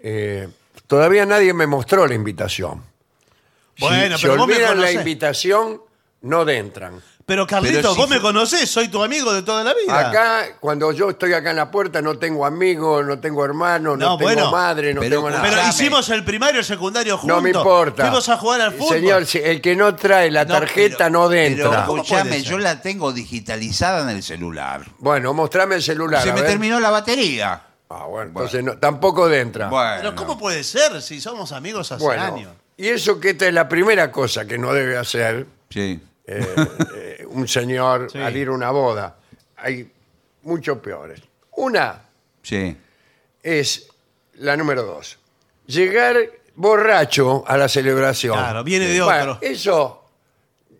[SPEAKER 1] Eh, todavía nadie me mostró la invitación. Si-
[SPEAKER 2] Bueno,
[SPEAKER 1] si,
[SPEAKER 2] pero vos me
[SPEAKER 1] olvidan la
[SPEAKER 2] conocés.
[SPEAKER 1] invitación, no de entran.
[SPEAKER 2] Pero Carlitos,
[SPEAKER 3] Pero si
[SPEAKER 2] vos me
[SPEAKER 3] fu-
[SPEAKER 2] conocés, soy tu amigo de toda la vida.
[SPEAKER 1] Acá, cuando yo estoy acá en la puerta, no tengo amigos, no tengo hermanos, no,
[SPEAKER 2] No,
[SPEAKER 1] tengo
[SPEAKER 2] bueno,
[SPEAKER 1] madre, no
[SPEAKER 3] pero-
[SPEAKER 1] tengo nada.
[SPEAKER 2] pero
[SPEAKER 3] Dame.
[SPEAKER 2] hicimos el primario y el secundario
[SPEAKER 1] Ah,
[SPEAKER 2] juntos.
[SPEAKER 1] no me importa.
[SPEAKER 2] Fuimos a jugar al
[SPEAKER 1] Eh,
[SPEAKER 2] fútbol.
[SPEAKER 1] Señor, si- el que no trae la
[SPEAKER 3] No,
[SPEAKER 1] tarjeta
[SPEAKER 3] pero-
[SPEAKER 1] no, entra.
[SPEAKER 2] ¿Cómo
[SPEAKER 3] Pero
[SPEAKER 2] puede
[SPEAKER 3] escúchame,
[SPEAKER 2] ser?
[SPEAKER 3] yo la tengo digitalizada en el celular.
[SPEAKER 1] Bueno, mostrame el celular.
[SPEAKER 3] Se
[SPEAKER 1] a
[SPEAKER 3] me
[SPEAKER 1] ver.
[SPEAKER 3] terminó la batería.
[SPEAKER 1] Ah, bueno, entonces no- tampoco de
[SPEAKER 3] Ah.
[SPEAKER 1] entra.
[SPEAKER 2] Pero
[SPEAKER 3] Bueno.
[SPEAKER 2] ¿cómo puede ser si somos amigos hace
[SPEAKER 1] Bueno,
[SPEAKER 2] años?
[SPEAKER 1] y eso que esta es la primera cosa que no debe hacer.
[SPEAKER 3] Sí.
[SPEAKER 1] eh, eh, un señor
[SPEAKER 2] Sí.
[SPEAKER 1] al ir a una boda. Hay muchos peores. Una
[SPEAKER 3] Sí.
[SPEAKER 1] es la número dos. Llegar borracho a la celebración.
[SPEAKER 2] Claro, viene de
[SPEAKER 1] Bueno,
[SPEAKER 2] otro.
[SPEAKER 1] eso,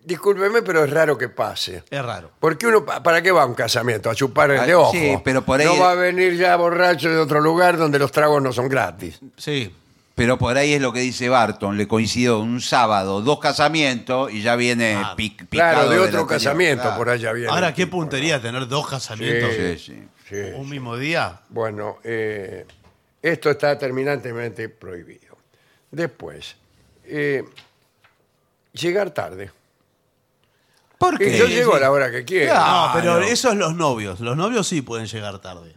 [SPEAKER 1] discúlpeme, pero es raro que pase.
[SPEAKER 2] Es raro.
[SPEAKER 1] Porque uno, pa- ¿para qué va a un casamiento? A chupar el
[SPEAKER 3] Ah,
[SPEAKER 1] de ojo.
[SPEAKER 3] sí, pero por ahí-
[SPEAKER 1] No va a venir ya borracho de otro lugar donde los tragos no son gratis.
[SPEAKER 2] Sí.
[SPEAKER 3] Pero por ahí es lo que dice Barton. Le coincidió un sábado, dos casamientos y ya viene
[SPEAKER 2] Ah,
[SPEAKER 3] pic-
[SPEAKER 1] claro,
[SPEAKER 3] picado
[SPEAKER 1] de
[SPEAKER 3] la
[SPEAKER 1] otro
[SPEAKER 3] anterior.
[SPEAKER 1] casamiento
[SPEAKER 3] Claro.
[SPEAKER 1] por allá viene.
[SPEAKER 2] Ahora,
[SPEAKER 1] el
[SPEAKER 2] qué
[SPEAKER 1] tipo,
[SPEAKER 2] puntería tener dos casamientos
[SPEAKER 3] Sí, sí.
[SPEAKER 1] Sí.
[SPEAKER 2] un mismo día.
[SPEAKER 1] Bueno, eh, esto está terminantemente prohibido. Después, eh, llegar tarde.
[SPEAKER 3] ¿Por
[SPEAKER 1] Y
[SPEAKER 3] qué?
[SPEAKER 1] yo
[SPEAKER 2] sí,
[SPEAKER 1] llego
[SPEAKER 2] sí.
[SPEAKER 1] a la hora que quiero.
[SPEAKER 3] Claro.
[SPEAKER 2] No, pero eso es los novios. Los novios sí pueden llegar tarde.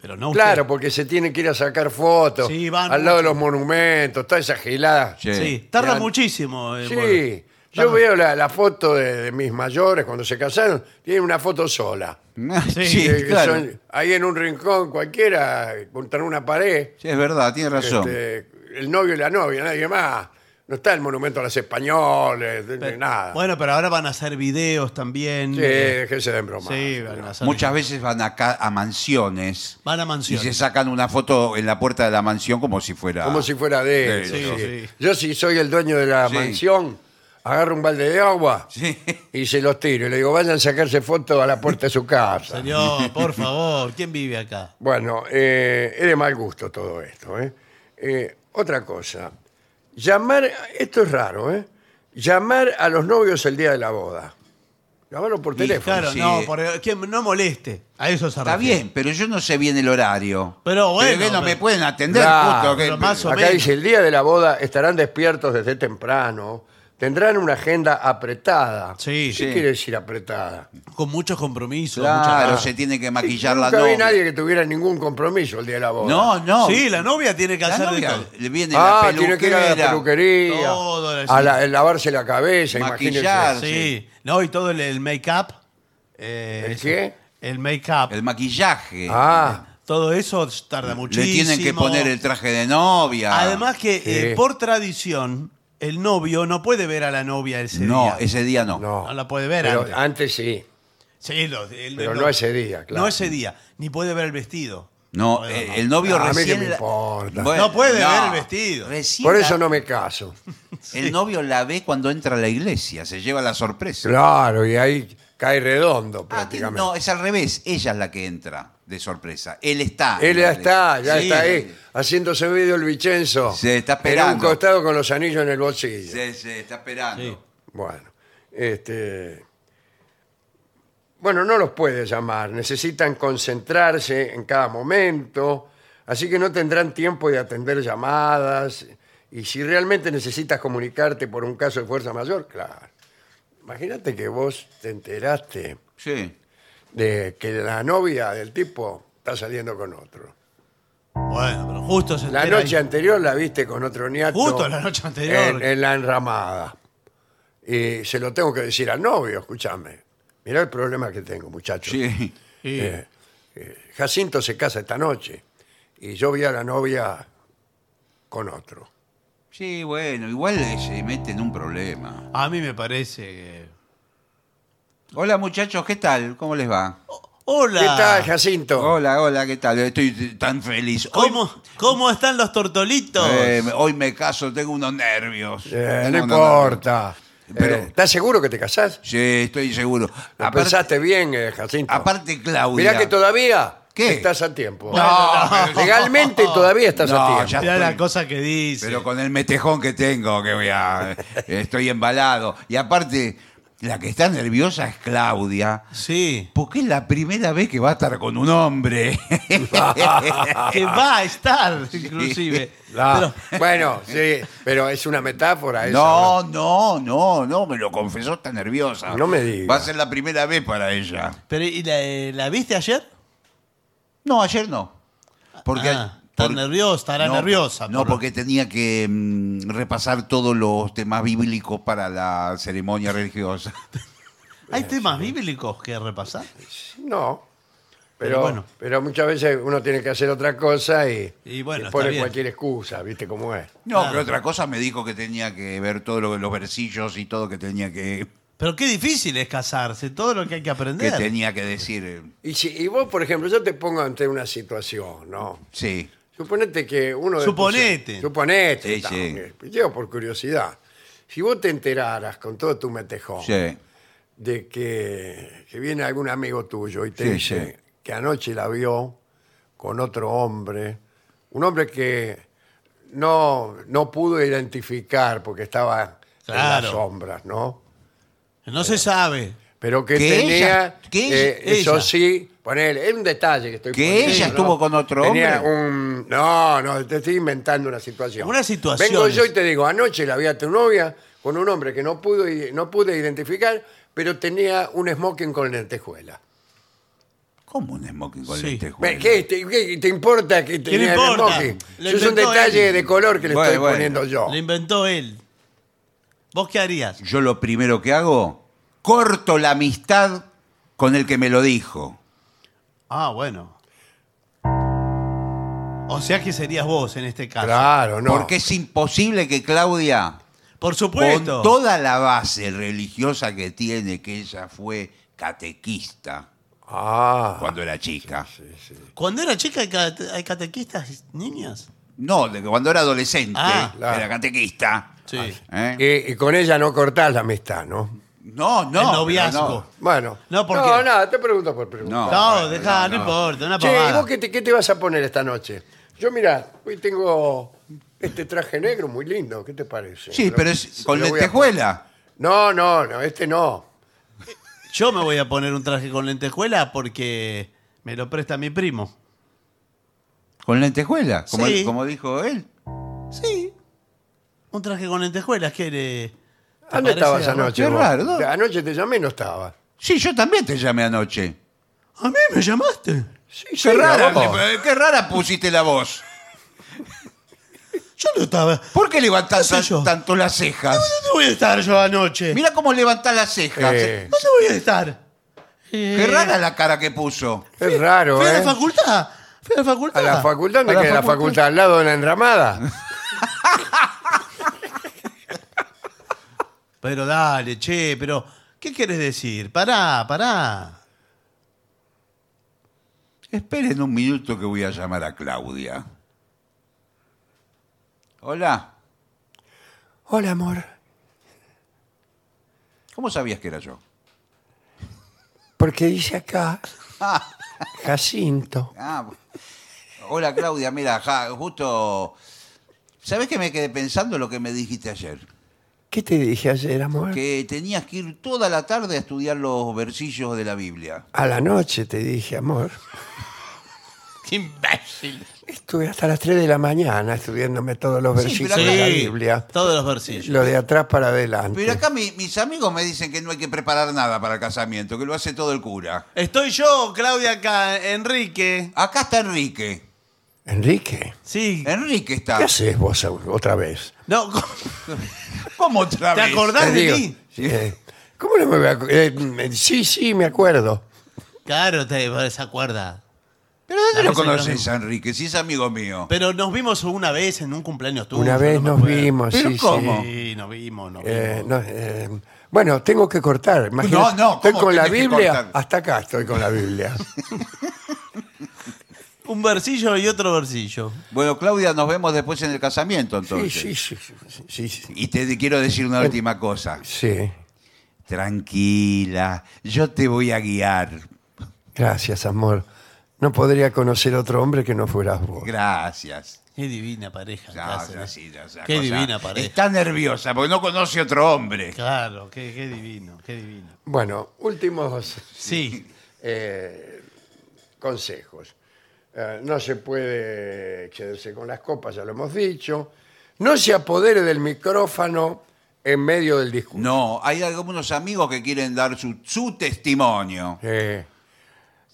[SPEAKER 2] Pero no usted.
[SPEAKER 1] Claro, porque se tienen que ir a sacar fotos
[SPEAKER 2] Sí,
[SPEAKER 1] al
[SPEAKER 2] van
[SPEAKER 1] lado de
[SPEAKER 2] mucho.
[SPEAKER 1] los monumentos, toda esa gilada.
[SPEAKER 3] Sí.
[SPEAKER 2] Sí, tarda
[SPEAKER 1] Ya-
[SPEAKER 2] muchísimo. eh,
[SPEAKER 1] Sí,
[SPEAKER 2] bueno.
[SPEAKER 1] Yo veo la, la foto de, de mis mayores cuando se casaron, tienen una foto sola.
[SPEAKER 3] Sí,
[SPEAKER 2] Sí,
[SPEAKER 1] Que- que
[SPEAKER 3] claro.
[SPEAKER 1] son ahí en un rincón cualquiera, contra una pared,
[SPEAKER 3] Sí, es verdad, tiene razón.
[SPEAKER 1] este, el novio y la novia, nadie más. No está el monumento a los españoles, de- de nada.
[SPEAKER 2] Bueno, pero ahora van a hacer videos también.
[SPEAKER 1] sí,
[SPEAKER 2] Eh,
[SPEAKER 1] déjese de broma.
[SPEAKER 2] sí, van a hacer.
[SPEAKER 3] Muchas veces van acá a mansiones
[SPEAKER 2] Van a
[SPEAKER 3] y se
[SPEAKER 2] mansiones.
[SPEAKER 3] sacan una foto en la puerta de la mansión como si fuera.
[SPEAKER 1] Como si fuera de ellos,
[SPEAKER 3] Sí,
[SPEAKER 1] sí.
[SPEAKER 2] sí.
[SPEAKER 1] Yo si soy el dueño de la
[SPEAKER 3] Sí.
[SPEAKER 1] mansión, agarro un balde de agua
[SPEAKER 3] Sí.
[SPEAKER 1] y se los tiro. Y le digo, vayan a sacarse fotos a la puerta de su casa.
[SPEAKER 2] Señor, por favor, ¿quién vive acá?
[SPEAKER 1] Bueno, eh, es de mal gusto todo esto. ¿eh? Eh, otra cosa, llamar, esto es raro, ¿eh? llamar a los novios el día de la boda. Llamarlo por teléfono.
[SPEAKER 2] Claro,
[SPEAKER 3] sí.
[SPEAKER 2] no, por- que no moleste. A eso se
[SPEAKER 3] Está
[SPEAKER 2] refiere.
[SPEAKER 3] bien, pero yo no sé bien el horario.
[SPEAKER 2] Pero bueno,
[SPEAKER 3] que no
[SPEAKER 2] pero-
[SPEAKER 3] me pueden atender,
[SPEAKER 1] Claro,
[SPEAKER 3] justo que-
[SPEAKER 2] pero más o-
[SPEAKER 1] Acá
[SPEAKER 2] menos.
[SPEAKER 1] dice, el día de la boda estarán despiertos desde temprano, tendrán una agenda apretada.
[SPEAKER 2] Sí,
[SPEAKER 1] ¿Qué
[SPEAKER 3] sí.
[SPEAKER 1] quiere decir apretada?
[SPEAKER 2] Con muchos compromisos.
[SPEAKER 3] Claro,
[SPEAKER 2] muchas-
[SPEAKER 3] se tiene que maquillar la
[SPEAKER 1] Nunca vi
[SPEAKER 3] novia.
[SPEAKER 1] nadie que tuviera ningún compromiso el día de la boda.
[SPEAKER 3] No, no.
[SPEAKER 2] Sí, la novia tiene que
[SPEAKER 3] La
[SPEAKER 2] hacer de
[SPEAKER 3] novia
[SPEAKER 2] todo.
[SPEAKER 3] le viene
[SPEAKER 1] Ah,
[SPEAKER 3] la
[SPEAKER 1] tiene que ir a la peluquería,
[SPEAKER 2] Todo,
[SPEAKER 1] a la- el lavarse la cabeza,
[SPEAKER 3] Maquillar.
[SPEAKER 1] imagínese.
[SPEAKER 2] Sí, no, y todo el, el make-up. eh,
[SPEAKER 1] ¿El
[SPEAKER 2] eso.
[SPEAKER 1] qué?
[SPEAKER 2] El make-up.
[SPEAKER 3] El maquillaje.
[SPEAKER 1] Ah,
[SPEAKER 2] Todo eso tarda
[SPEAKER 3] Le
[SPEAKER 2] muchísimo.
[SPEAKER 3] tienen que poner el traje de novia.
[SPEAKER 2] Además que, eh,
[SPEAKER 1] Sí.
[SPEAKER 2] por tradición, el novio no puede ver a la novia ese día.
[SPEAKER 3] No, ese día no.
[SPEAKER 1] no.
[SPEAKER 2] No la puede ver
[SPEAKER 1] Pero
[SPEAKER 2] antes.
[SPEAKER 1] antes sí.
[SPEAKER 2] Sí, lo- el-
[SPEAKER 1] Pero
[SPEAKER 2] lo-
[SPEAKER 1] no ese día, claro.
[SPEAKER 2] No ese día. Ni puede ver el vestido.
[SPEAKER 3] No,
[SPEAKER 2] Bueno,
[SPEAKER 3] eh, el novio
[SPEAKER 1] Ah, A mí
[SPEAKER 3] recién.
[SPEAKER 1] qué me
[SPEAKER 3] la-
[SPEAKER 1] importa.
[SPEAKER 2] No puede ver el vestido.
[SPEAKER 3] Recién
[SPEAKER 1] Por
[SPEAKER 3] la-
[SPEAKER 1] eso no me caso.
[SPEAKER 3] El novio la ve cuando entra a la iglesia, se lleva la sorpresa.
[SPEAKER 1] Claro, y ahí cae redondo
[SPEAKER 3] Ah, que-
[SPEAKER 1] prácticamente.
[SPEAKER 3] no, es al revés. Ella es la que entra de sorpresa. Él está.
[SPEAKER 1] Él
[SPEAKER 3] en
[SPEAKER 1] ya
[SPEAKER 3] la
[SPEAKER 1] está, ya
[SPEAKER 3] iglesia.
[SPEAKER 1] está
[SPEAKER 3] Sí.
[SPEAKER 1] ahí, haciéndose medio el Vicenzo.
[SPEAKER 3] Se está
[SPEAKER 1] En un
[SPEAKER 3] esperando.
[SPEAKER 1] costado con los anillos en el bolsillo.
[SPEAKER 3] Sí, sí, está esperando.
[SPEAKER 2] Sí.
[SPEAKER 1] Bueno, este. Bueno, no los puede llamar, necesitan concentrarse en cada momento, así que no tendrán tiempo de atender llamadas. Y si realmente necesitas comunicarte por un caso de fuerza mayor, claro. Imagínate que vos te enteraste
[SPEAKER 3] Sí.
[SPEAKER 1] de que la novia del tipo está saliendo con otro.
[SPEAKER 2] Bueno, pero justo se
[SPEAKER 1] La
[SPEAKER 2] entera
[SPEAKER 1] noche
[SPEAKER 2] ahí.
[SPEAKER 1] anterior la viste con otro niato.
[SPEAKER 2] Justo la noche anterior.
[SPEAKER 1] En, en la enramada. Y se lo tengo que decir al novio, escúchame. Mirá el problema que tengo, muchacho.
[SPEAKER 3] Sí.
[SPEAKER 2] Sí.
[SPEAKER 1] Eh, eh, Jacinto se casa esta noche y yo vi a la novia con otro.
[SPEAKER 3] Sí, bueno, igual eh, se mete en un problema.
[SPEAKER 2] A mí me parece que...
[SPEAKER 3] Hola muchachos, ¿qué tal? ¿Cómo les va?
[SPEAKER 2] Oh, Hola.
[SPEAKER 1] ¿Qué tal, Jacinto?
[SPEAKER 3] Hola, hola, ¿qué tal? Estoy t- tan feliz. Hoy-
[SPEAKER 2] ¿Cómo, ¿Cómo están los tortolitos?
[SPEAKER 3] Eh, hoy me caso, tengo unos nervios.
[SPEAKER 1] Eh,
[SPEAKER 3] Tengo
[SPEAKER 1] no
[SPEAKER 3] unos nervios.
[SPEAKER 1] importa.
[SPEAKER 3] Pero-
[SPEAKER 1] Eh, ¿Estás seguro que te casás?
[SPEAKER 3] Sí, estoy seguro.
[SPEAKER 1] ¿Lo
[SPEAKER 3] Aparte-
[SPEAKER 1] pensaste bien, eh, Jacinto?
[SPEAKER 3] Aparte, Claudia.
[SPEAKER 1] Mirá que todavía
[SPEAKER 3] ¿Qué?
[SPEAKER 1] estás a tiempo.
[SPEAKER 3] No,
[SPEAKER 1] Legalmente todavía estás
[SPEAKER 3] No,
[SPEAKER 1] a tiempo.
[SPEAKER 3] ya-
[SPEAKER 2] Mirá la
[SPEAKER 3] estoy-
[SPEAKER 2] cosa que dice.
[SPEAKER 3] Pero con el metejón que tengo, que voy a. Estoy embalado. Y aparte, la que está nerviosa es Claudia.
[SPEAKER 2] Sí.
[SPEAKER 3] Porque es la primera vez que va a estar con un hombre.
[SPEAKER 2] Que Eh,
[SPEAKER 3] Ah.
[SPEAKER 2] va a estar, inclusive.
[SPEAKER 1] Ah,
[SPEAKER 2] Pero-
[SPEAKER 1] bueno, sí, pero es una metáfora esa,
[SPEAKER 3] No, no, no, no, me lo confesó, está nerviosa.
[SPEAKER 1] No me diga.
[SPEAKER 3] Va a ser la primera vez para ella.
[SPEAKER 2] Pero, ¿y la, eh, la viste ayer?
[SPEAKER 3] No, ayer no. Porque
[SPEAKER 2] Ah, está
[SPEAKER 3] por-
[SPEAKER 2] nerviosa, estará
[SPEAKER 3] no,
[SPEAKER 2] nerviosa.
[SPEAKER 3] No,
[SPEAKER 2] por lo-
[SPEAKER 3] porque tenía que mm, repasar todos los temas bíblicos para la ceremonia religiosa.
[SPEAKER 2] Hay temas bíblicos que repasar.
[SPEAKER 1] No. Pero,
[SPEAKER 2] Pero
[SPEAKER 1] pero,
[SPEAKER 2] bueno.
[SPEAKER 1] muchas veces uno tiene que hacer otra cosa y,
[SPEAKER 2] Y bueno,
[SPEAKER 1] y pone
[SPEAKER 2] está bien.
[SPEAKER 1] cualquier excusa, ¿viste cómo es?
[SPEAKER 3] No,
[SPEAKER 2] Claro.
[SPEAKER 3] pero otra cosa me dijo que tenía que ver todos lo- los versillos y todo que tenía que,
[SPEAKER 2] Pero qué difícil es casarse, todo lo que hay que
[SPEAKER 3] que
[SPEAKER 2] aprender.
[SPEAKER 3] tenía que decir. eh,
[SPEAKER 1] Y, si, y vos, por ejemplo, yo te pongo ante una situación, ¿no?
[SPEAKER 3] Sí.
[SPEAKER 1] Suponete que uno... de tus-
[SPEAKER 2] Suponete.
[SPEAKER 1] suponete.
[SPEAKER 3] Sí,
[SPEAKER 1] tal,
[SPEAKER 3] sí.
[SPEAKER 1] que- Llego por curiosidad. Si vos te enteraras con todo tu metejón
[SPEAKER 3] Sí.
[SPEAKER 1] de que, que viene algún amigo tuyo y te
[SPEAKER 3] Sí,
[SPEAKER 1] dice
[SPEAKER 3] sí.
[SPEAKER 1] que anoche la vio con otro hombre, un hombre que no, no pudo identificar porque estaba en
[SPEAKER 2] Claro.
[SPEAKER 1] las sombras, ¿no?
[SPEAKER 2] No se sabe.
[SPEAKER 1] Pero que,
[SPEAKER 3] Que
[SPEAKER 1] tenía,
[SPEAKER 3] ella- que
[SPEAKER 1] eh,
[SPEAKER 2] ella-
[SPEAKER 1] eso
[SPEAKER 2] ella.
[SPEAKER 1] sí, ponele, es un detalle que estoy
[SPEAKER 3] Que
[SPEAKER 1] poniendo,
[SPEAKER 3] ella estuvo con otro
[SPEAKER 1] Tenía
[SPEAKER 3] hombre.
[SPEAKER 1] un- no, no, te estoy inventando una situación.
[SPEAKER 2] Una situación
[SPEAKER 1] Vengo yo
[SPEAKER 2] es.
[SPEAKER 1] y te digo, anoche la vi a tu novia con un hombre que no, pudo, i- no pude identificar, pero tenía un smoking con lentejuela.
[SPEAKER 3] ¿Cómo un smoking con
[SPEAKER 2] Sí.
[SPEAKER 3] lentejuela?
[SPEAKER 1] Ve, ¿Qué, te, qué te importa que tenía el
[SPEAKER 2] importa?
[SPEAKER 1] smoking?
[SPEAKER 2] Le
[SPEAKER 1] Eso es un
[SPEAKER 2] inventó
[SPEAKER 1] detalle
[SPEAKER 2] él.
[SPEAKER 1] de color que le
[SPEAKER 3] Bueno,
[SPEAKER 1] estoy
[SPEAKER 3] bueno.
[SPEAKER 1] poniendo yo.
[SPEAKER 2] Lo inventó él. ¿Vos qué harías?
[SPEAKER 3] Yo lo primero que hago, corto la amistad con el que me lo dijo.
[SPEAKER 2] Ah, bueno. O sea que serías vos en este caso.
[SPEAKER 1] Claro, no.
[SPEAKER 3] Porque es imposible que Claudia,
[SPEAKER 2] Por
[SPEAKER 3] con
[SPEAKER 2] supuesto.
[SPEAKER 3] toda la base religiosa que tiene, que ella fue catequista
[SPEAKER 1] Ah,
[SPEAKER 3] cuando era chica.
[SPEAKER 2] Cuando era chica hay cate- hay catequistas niñas.
[SPEAKER 3] No, de que cuando era adolescente
[SPEAKER 2] Ah,
[SPEAKER 1] claro.
[SPEAKER 3] era catequista.
[SPEAKER 2] Sí.
[SPEAKER 3] ¿Eh?
[SPEAKER 1] y, y con ella no cortás la amistad, ¿no?
[SPEAKER 3] No, no.
[SPEAKER 2] El
[SPEAKER 3] pero
[SPEAKER 2] noviazgo.
[SPEAKER 1] Bueno.
[SPEAKER 2] No, ¿por
[SPEAKER 1] No,
[SPEAKER 2] qué?
[SPEAKER 1] nada, te pregunto por
[SPEAKER 3] No,
[SPEAKER 1] pregunta.
[SPEAKER 3] no,
[SPEAKER 2] No,
[SPEAKER 3] no,
[SPEAKER 2] deja, no,
[SPEAKER 3] no.
[SPEAKER 2] importa, una
[SPEAKER 1] Che, ¿y
[SPEAKER 2] pavada.
[SPEAKER 1] vos qué te, qué te vas a poner esta noche? Yo, mirá, hoy tengo este traje negro muy lindo, ¿qué te parece?
[SPEAKER 3] Sí,
[SPEAKER 1] Lo-
[SPEAKER 3] pero es con
[SPEAKER 1] lo voy a-
[SPEAKER 3] lentejuela.
[SPEAKER 1] No, no, no, este no.
[SPEAKER 2] Yo me voy a poner un traje con lentejuela porque me lo presta mi primo.
[SPEAKER 3] Con lentejuela, como,
[SPEAKER 2] Sí.
[SPEAKER 3] como dijo él.
[SPEAKER 2] Sí. Un traje con lentejuelas que le... ¿te
[SPEAKER 1] ¿Dónde
[SPEAKER 2] parece
[SPEAKER 1] estabas
[SPEAKER 2] a vos?
[SPEAKER 1] anoche?
[SPEAKER 3] Qué
[SPEAKER 1] vos?
[SPEAKER 3] raro, ¿no?
[SPEAKER 1] Anoche te llamé y no estaba.
[SPEAKER 3] Sí, yo también te llamé anoche.
[SPEAKER 2] A mí me llamaste.
[SPEAKER 1] Sí,
[SPEAKER 3] Qué rara,
[SPEAKER 1] vamos.
[SPEAKER 3] qué, qué rara pusiste la voz.
[SPEAKER 2] Yo no estaba.
[SPEAKER 3] ¿Por qué levantás
[SPEAKER 2] ¿Qué sé
[SPEAKER 3] tan-
[SPEAKER 2] yo?
[SPEAKER 3] tanto las cejas?
[SPEAKER 2] ¿Dónde voy a estar yo anoche?
[SPEAKER 3] Mira cómo levantás las cejas.
[SPEAKER 1] Eh,
[SPEAKER 2] ¿Dónde voy a estar? Eh.
[SPEAKER 3] Qué rara la cara que puso.
[SPEAKER 1] es raro,
[SPEAKER 2] Fui a
[SPEAKER 1] ¿eh?
[SPEAKER 2] la facultad. Fui a la
[SPEAKER 1] ¿A
[SPEAKER 2] facultad.
[SPEAKER 1] la facultad? ¿Dónde
[SPEAKER 3] A la
[SPEAKER 1] queda la
[SPEAKER 3] facultad.
[SPEAKER 1] facultad? ¿Al lado de la enramada?
[SPEAKER 2] Pero dale, che, pero. ¿Qué quieres decir? Pará, pará.
[SPEAKER 3] Esperen un minuto que voy a llamar a Claudia. Hola,
[SPEAKER 1] Hola, amor.
[SPEAKER 3] ¿cómo sabías que era yo?
[SPEAKER 1] Porque dice acá
[SPEAKER 3] Ah,
[SPEAKER 1] Jacinto.
[SPEAKER 3] ah, hola Claudia, mira, ja, justo... ¿Sabes que me quedé pensando lo que me dijiste ayer?
[SPEAKER 1] ¿Qué te dije ayer, amor?
[SPEAKER 3] Que tenías que ir toda la tarde a estudiar los versillos de la Biblia.
[SPEAKER 1] A la noche te dije, amor.
[SPEAKER 2] Qué imbécil.
[SPEAKER 1] Estuve hasta las 3 de la mañana estudiándome todos los
[SPEAKER 3] Sí, pero
[SPEAKER 1] versículos de la
[SPEAKER 2] acá-
[SPEAKER 1] Biblia.
[SPEAKER 2] Todos los versillos.
[SPEAKER 1] Lo de atrás para adelante.
[SPEAKER 3] Pero acá mi- mis amigos me dicen que no hay que preparar nada para el casamiento, que lo hace todo el cura.
[SPEAKER 2] Estoy yo, Claudia, acá, Enrique.
[SPEAKER 3] Acá está Enrique.
[SPEAKER 1] Enrique,
[SPEAKER 2] Sí.
[SPEAKER 3] Enrique
[SPEAKER 1] ¿qué
[SPEAKER 3] está.
[SPEAKER 1] haces vos otra vez?
[SPEAKER 2] No, ¿cómo-
[SPEAKER 3] ¿Cómo otra
[SPEAKER 2] ¿te
[SPEAKER 3] vez?
[SPEAKER 2] acordás
[SPEAKER 1] Te
[SPEAKER 2] de
[SPEAKER 1] digo,
[SPEAKER 2] mí?
[SPEAKER 1] eh, ¿Cómo no me voy a acu- eh, me- sí, sí, me acuerdo.
[SPEAKER 2] Claro, te se acuerda.
[SPEAKER 3] Pero ¿dónde
[SPEAKER 2] Claro,
[SPEAKER 3] lo
[SPEAKER 2] sí, lo
[SPEAKER 3] conoces
[SPEAKER 2] mismo.
[SPEAKER 3] a Enrique? Si es amigo mío.
[SPEAKER 2] Pero nos vimos una vez en un cumpleaños tuyo.
[SPEAKER 1] Una vez
[SPEAKER 2] no me
[SPEAKER 1] nos
[SPEAKER 2] acuerdo.
[SPEAKER 1] vimos,
[SPEAKER 3] ¿Pero
[SPEAKER 1] sí,
[SPEAKER 3] cómo?
[SPEAKER 1] sí.
[SPEAKER 2] Sí, nos vimos, nos vimos.
[SPEAKER 1] Eh, no, eh, bueno, tengo que cortar. imagínate.
[SPEAKER 3] No, no,
[SPEAKER 1] estoy
[SPEAKER 3] ¿cómo
[SPEAKER 1] con la
[SPEAKER 3] tenés que
[SPEAKER 1] Biblia.
[SPEAKER 3] cortar?
[SPEAKER 1] Hasta acá estoy con la Biblia.
[SPEAKER 2] Un versillo y otro versillo.
[SPEAKER 3] Bueno, Claudia, nos vemos después en el casamiento
[SPEAKER 1] Sí,
[SPEAKER 3] entonces.
[SPEAKER 1] sí, sí, sí, sí, sí.
[SPEAKER 3] Y te quiero decir una última cosa.
[SPEAKER 1] Sí,
[SPEAKER 3] Tranquila, yo te voy a guiar.
[SPEAKER 1] gracias, amor. No podría conocer otro hombre que no fueras vos.
[SPEAKER 3] Gracias.
[SPEAKER 2] Qué divina pareja.
[SPEAKER 3] Ya,
[SPEAKER 2] que
[SPEAKER 3] ya,
[SPEAKER 2] hacen, ¿eh?
[SPEAKER 3] sí, ya, ya,
[SPEAKER 2] qué
[SPEAKER 3] cosa-
[SPEAKER 2] divina pareja.
[SPEAKER 3] Está nerviosa porque no conoce otro hombre.
[SPEAKER 2] Claro, qué, qué divino, qué divino.
[SPEAKER 1] Bueno, últimos
[SPEAKER 2] Sí,
[SPEAKER 1] eh, consejos. Eh, no se puede excederse con las copas, ya lo hemos dicho. No se apodere del micrófono en medio del discurso.
[SPEAKER 3] No, hay algunos amigos que quieren dar su, su testimonio.
[SPEAKER 1] Eh,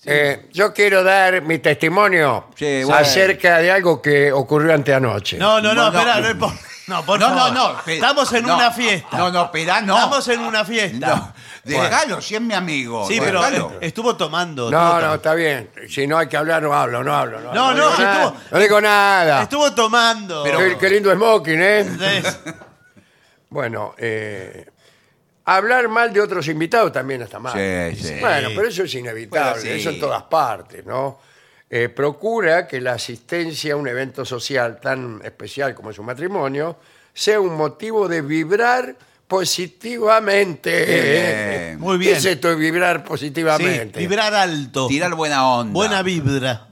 [SPEAKER 1] eh, yo quiero dar mi testimonio
[SPEAKER 3] Sí, bueno.
[SPEAKER 1] acerca de algo que ocurrió anteanoche.
[SPEAKER 2] No, no, no,
[SPEAKER 3] No, no.
[SPEAKER 2] espera, no, es por- no, por
[SPEAKER 3] no,
[SPEAKER 2] favor.
[SPEAKER 3] no, no. espera.
[SPEAKER 2] Estamos en
[SPEAKER 3] No,
[SPEAKER 2] una fiesta.
[SPEAKER 3] No, no, espera, no.
[SPEAKER 2] Estamos en una fiesta.
[SPEAKER 3] No, Dejalo, si es mi amigo.
[SPEAKER 2] sí, pero
[SPEAKER 3] dejalo.
[SPEAKER 2] eh, estuvo tomando.
[SPEAKER 1] no,
[SPEAKER 2] estuvo
[SPEAKER 1] no,
[SPEAKER 2] tomando.
[SPEAKER 1] está bien. Si no hay que hablar, no hablo, no hablo. No,
[SPEAKER 2] No, no,
[SPEAKER 1] digo, nada,
[SPEAKER 2] estuvo-
[SPEAKER 1] no digo nada.
[SPEAKER 2] Estuvo tomando.
[SPEAKER 1] Qué- qué lindo smoking, ¿eh?
[SPEAKER 2] Entonces,
[SPEAKER 1] Bueno, eh, hablar mal de otros invitados también está mal.
[SPEAKER 3] Sí, sí.
[SPEAKER 1] Bueno, pero eso es inevitable,
[SPEAKER 3] Bueno, sí.
[SPEAKER 1] eso en todas partes, ¿no? Eh, procura que la asistencia a un evento social tan especial como es un matrimonio sea un motivo de vibrar positivamente.
[SPEAKER 3] Bien.
[SPEAKER 2] Muy bien.
[SPEAKER 1] ¿Qué es esto de vibrar
[SPEAKER 2] sí,
[SPEAKER 1] positivamente?
[SPEAKER 2] vibrar alto.
[SPEAKER 3] Tirar buena onda.
[SPEAKER 2] eh, Buena vibra.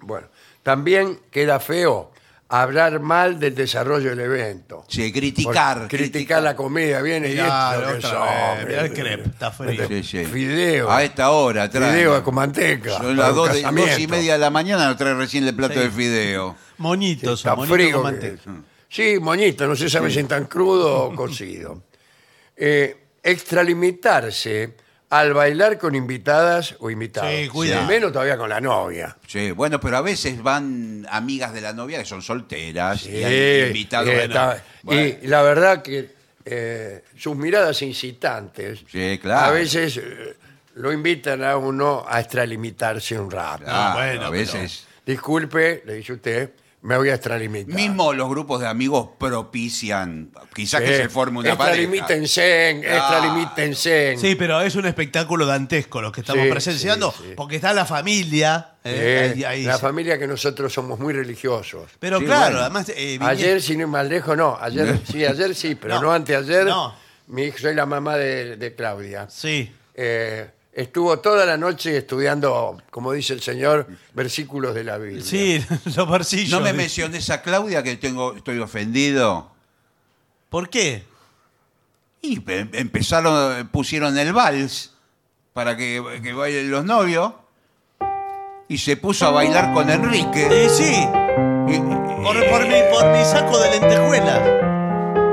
[SPEAKER 1] Bueno, también queda feo hablar mal del desarrollo del evento.
[SPEAKER 3] Sí,
[SPEAKER 1] Por
[SPEAKER 3] criticar.
[SPEAKER 1] criticar, la comida, viene
[SPEAKER 2] Mirá,
[SPEAKER 1] y esto que
[SPEAKER 2] otra
[SPEAKER 1] son,
[SPEAKER 2] vez, mirá el
[SPEAKER 1] eh,
[SPEAKER 2] crepe, está frío.
[SPEAKER 3] Sí, sí.
[SPEAKER 1] Fideo.
[SPEAKER 3] A esta hora trae.
[SPEAKER 1] Fideo con manteca.
[SPEAKER 3] Son
[SPEAKER 1] para
[SPEAKER 3] las
[SPEAKER 1] un
[SPEAKER 3] dos, de-
[SPEAKER 1] casamiento.
[SPEAKER 3] dos y media de la mañana, lo trae recién el plato
[SPEAKER 2] Sí.
[SPEAKER 3] de fideo.
[SPEAKER 2] Monitos,
[SPEAKER 1] Está
[SPEAKER 2] monitos
[SPEAKER 1] frío.
[SPEAKER 2] con
[SPEAKER 1] que-
[SPEAKER 2] manteca.
[SPEAKER 1] Sí, moñito, no se sabe si tan crudo o cocido. Eh, extralimitarse al bailar con invitadas o invitados.
[SPEAKER 2] Sí, cuidado.
[SPEAKER 1] Menos todavía con la novia.
[SPEAKER 3] Sí, bueno, pero a veces van amigas de la novia que son solteras
[SPEAKER 1] Sí,
[SPEAKER 3] y han invitado.
[SPEAKER 1] eh,
[SPEAKER 3] bueno,
[SPEAKER 1] está-
[SPEAKER 3] bueno,
[SPEAKER 1] Y la verdad que eh, sus miradas incitantes
[SPEAKER 3] Sí, claro.
[SPEAKER 1] a veces eh, lo invitan a uno a extralimitarse un rato.
[SPEAKER 3] Claro,
[SPEAKER 2] bueno,
[SPEAKER 3] Ah,
[SPEAKER 2] pero-
[SPEAKER 3] a veces.
[SPEAKER 1] Disculpe, le dice usted, me voy a extralimitar.
[SPEAKER 3] Mismo los grupos de amigos propician, quizás
[SPEAKER 1] Sí.
[SPEAKER 3] que se forme una pareja.
[SPEAKER 1] Extralimítense,
[SPEAKER 3] Ah.
[SPEAKER 1] extralimítense.
[SPEAKER 2] Sí, pero es un espectáculo dantesco lo que estamos
[SPEAKER 1] Sí,
[SPEAKER 2] presenciando,
[SPEAKER 1] sí, sí.
[SPEAKER 2] porque está la familia. eh,
[SPEAKER 1] Eh,
[SPEAKER 2] ahí- ahí.
[SPEAKER 1] la familia que nosotros somos muy religiosos.
[SPEAKER 2] Pero
[SPEAKER 3] Sí,
[SPEAKER 2] claro,
[SPEAKER 3] bueno.
[SPEAKER 2] además. eh, viní-
[SPEAKER 1] Ayer, sin ir más lejos, no. Ayer sí, ayer sí, pero
[SPEAKER 2] No,
[SPEAKER 1] no, anteayer.
[SPEAKER 2] no.
[SPEAKER 1] Mi hijo, soy la mamá de, de Claudia.
[SPEAKER 2] Sí.
[SPEAKER 1] Eh, estuvo toda la noche estudiando, como dice el señor, versículos de la Biblia.
[SPEAKER 2] Sí, los barcillos.
[SPEAKER 3] No me menciones a Claudia que tengo, estoy ofendido.
[SPEAKER 2] ¿Por qué?
[SPEAKER 3] Y pe- empezaron, pusieron el vals para que, que bailen los novios. Y se puso a bailar con Enrique.
[SPEAKER 2] Eh, sí,
[SPEAKER 3] Y,
[SPEAKER 2] por, por mi, por mi saco de lentejuela.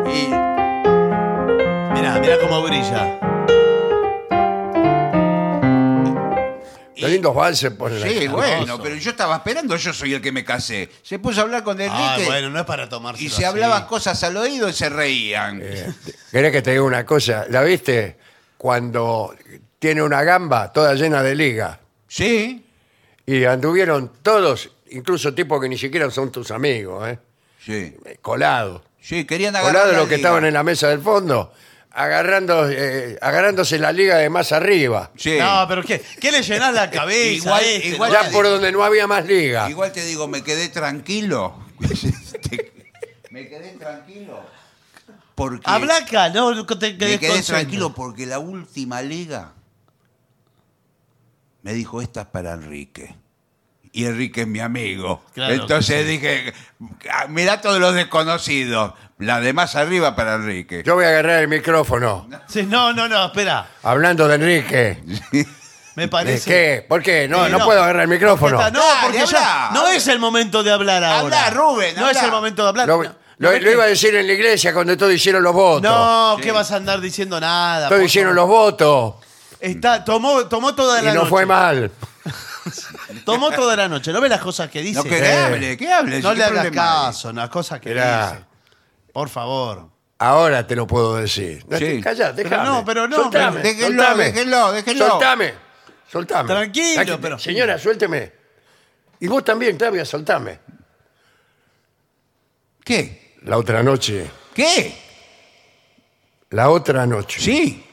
[SPEAKER 3] y-
[SPEAKER 2] Mirá, mirá cómo brilla.
[SPEAKER 1] Los lindos valses por
[SPEAKER 3] sí, bueno, pero yo estaba esperando, yo soy el que me casé. Se puso a hablar con Enrique
[SPEAKER 2] Ah, bueno, no es para tomarse.
[SPEAKER 3] y se hablaban cosas al oído y se reían.
[SPEAKER 2] Eh.
[SPEAKER 1] ¿Querés que te diga una cosa? ¿La viste? Cuando tiene una gamba toda llena de liga.
[SPEAKER 3] Sí,
[SPEAKER 1] Y anduvieron todos, incluso tipos que ni siquiera son tus amigos, ¿eh?
[SPEAKER 3] sí,
[SPEAKER 1] colados.
[SPEAKER 3] sí, querían agarrar.
[SPEAKER 1] Colados
[SPEAKER 3] la
[SPEAKER 1] los que
[SPEAKER 3] liga.
[SPEAKER 1] estaban en la mesa del fondo, agarrando, eh, agarrándose la liga de más arriba.
[SPEAKER 3] Sí.
[SPEAKER 2] No, pero ¿qué? ¿Qué le llenás la cabeza?
[SPEAKER 3] Igual-
[SPEAKER 2] a este?
[SPEAKER 3] igual-
[SPEAKER 1] Ya por donde no había más liga.
[SPEAKER 3] Igual te digo, me quedé tranquilo. me quedé tranquilo. Porque
[SPEAKER 2] Habla acá, no no te
[SPEAKER 3] me
[SPEAKER 2] quedes
[SPEAKER 3] quedé
[SPEAKER 2] contento.
[SPEAKER 3] tranquilo porque la última liga me dijo, esta es para Enrique. Y Enrique es mi amigo.
[SPEAKER 2] Claro
[SPEAKER 3] Entonces dije, "Ah, mirá todos los desconocidos. La de más arriba para Enrique.
[SPEAKER 1] Yo voy a agarrar el micrófono.
[SPEAKER 2] Sí, no, no, no, espera.
[SPEAKER 1] Hablando de Enrique.
[SPEAKER 2] Me
[SPEAKER 1] ¿De
[SPEAKER 2] parece.
[SPEAKER 1] qué? ¿Por qué? No,
[SPEAKER 2] Sí,
[SPEAKER 1] no,
[SPEAKER 2] no.
[SPEAKER 1] puedo agarrar el micrófono.
[SPEAKER 2] Ya está, no,
[SPEAKER 3] Dale,
[SPEAKER 2] porque
[SPEAKER 3] habla.
[SPEAKER 2] ya no es el momento de hablar ahora.
[SPEAKER 3] Habla, Rubén,
[SPEAKER 2] No
[SPEAKER 3] habla.
[SPEAKER 2] es el momento de hablar.
[SPEAKER 1] Lo,
[SPEAKER 2] No,
[SPEAKER 1] lo-
[SPEAKER 2] ¿no ves
[SPEAKER 1] lo
[SPEAKER 2] que-
[SPEAKER 1] iba a decir en la iglesia cuando todos hicieron los votos.
[SPEAKER 2] No,
[SPEAKER 3] Sí.
[SPEAKER 2] ¿qué vas a andar diciendo nada?
[SPEAKER 1] todos
[SPEAKER 2] por
[SPEAKER 1] hicieron los
[SPEAKER 2] favor?
[SPEAKER 1] votos.
[SPEAKER 2] Está, tomó, tomó toda
[SPEAKER 1] Y
[SPEAKER 2] la
[SPEAKER 1] no
[SPEAKER 2] noche.
[SPEAKER 1] fue mal.
[SPEAKER 2] Tomó toda la noche. ¿No ves las cosas que dice?
[SPEAKER 3] No, que hable, que hable.
[SPEAKER 2] No
[SPEAKER 3] ¿Qué
[SPEAKER 2] le hagas
[SPEAKER 3] problema hay?
[SPEAKER 2] caso, las cosas que
[SPEAKER 1] Mirá.
[SPEAKER 2] dice. Por favor.
[SPEAKER 1] Ahora te lo puedo decir. No,
[SPEAKER 3] Sí.
[SPEAKER 1] Callá,
[SPEAKER 2] Pero
[SPEAKER 1] déjame.
[SPEAKER 2] no, pero no,
[SPEAKER 1] Soltame,
[SPEAKER 2] pero-
[SPEAKER 3] Déjenlo,
[SPEAKER 1] soltame.
[SPEAKER 3] déjenlo, déjenlo.
[SPEAKER 1] Soltame, soltame.
[SPEAKER 2] Tranquilo,
[SPEAKER 1] Aquí-
[SPEAKER 2] pero-
[SPEAKER 1] Señora, suélteme. Y vos también, Claudia, soltame.
[SPEAKER 3] ¿Qué?
[SPEAKER 1] La otra noche,
[SPEAKER 3] ¿Qué?
[SPEAKER 1] la otra noche,
[SPEAKER 3] Sí,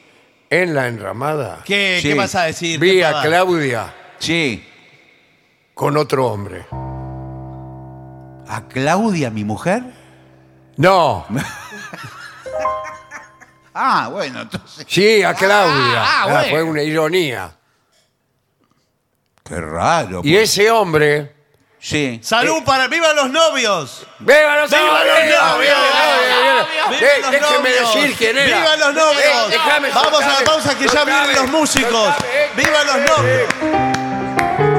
[SPEAKER 1] en la enramada,
[SPEAKER 2] ¿Qué,
[SPEAKER 3] Sí.
[SPEAKER 2] ¿qué vas a decir?
[SPEAKER 1] vi
[SPEAKER 2] ¿Qué
[SPEAKER 1] a
[SPEAKER 2] pavada?
[SPEAKER 1] Claudia
[SPEAKER 3] sí.
[SPEAKER 1] con otro hombre.
[SPEAKER 3] ¿A Claudia, mi mujer?
[SPEAKER 1] No,
[SPEAKER 3] Ah, bueno, entonces.
[SPEAKER 1] sí, a Claudia.
[SPEAKER 3] ah, bueno.
[SPEAKER 1] Fue una ironía.
[SPEAKER 3] Qué raro.
[SPEAKER 1] Y ese hombre...
[SPEAKER 3] Sí.
[SPEAKER 2] Salud para. ¡Viva los novios!
[SPEAKER 1] ¡Viva los
[SPEAKER 2] ¡Viva
[SPEAKER 1] novios!
[SPEAKER 2] los
[SPEAKER 1] ¡Viva,
[SPEAKER 2] novios!
[SPEAKER 1] viva, viva!
[SPEAKER 2] ¡Viva
[SPEAKER 1] Eh,
[SPEAKER 2] los
[SPEAKER 1] Déjeme
[SPEAKER 2] novios!
[SPEAKER 1] decir quién era.
[SPEAKER 2] ¡Viva los novios!
[SPEAKER 1] Eh, déjame,
[SPEAKER 2] Vamos a
[SPEAKER 1] soltame,
[SPEAKER 2] la pausa que ya
[SPEAKER 1] soltame,
[SPEAKER 2] vienen los músicos.
[SPEAKER 1] soltame, eh,
[SPEAKER 2] ¡Viva los
[SPEAKER 1] eh,
[SPEAKER 2] novios!
[SPEAKER 1] eh.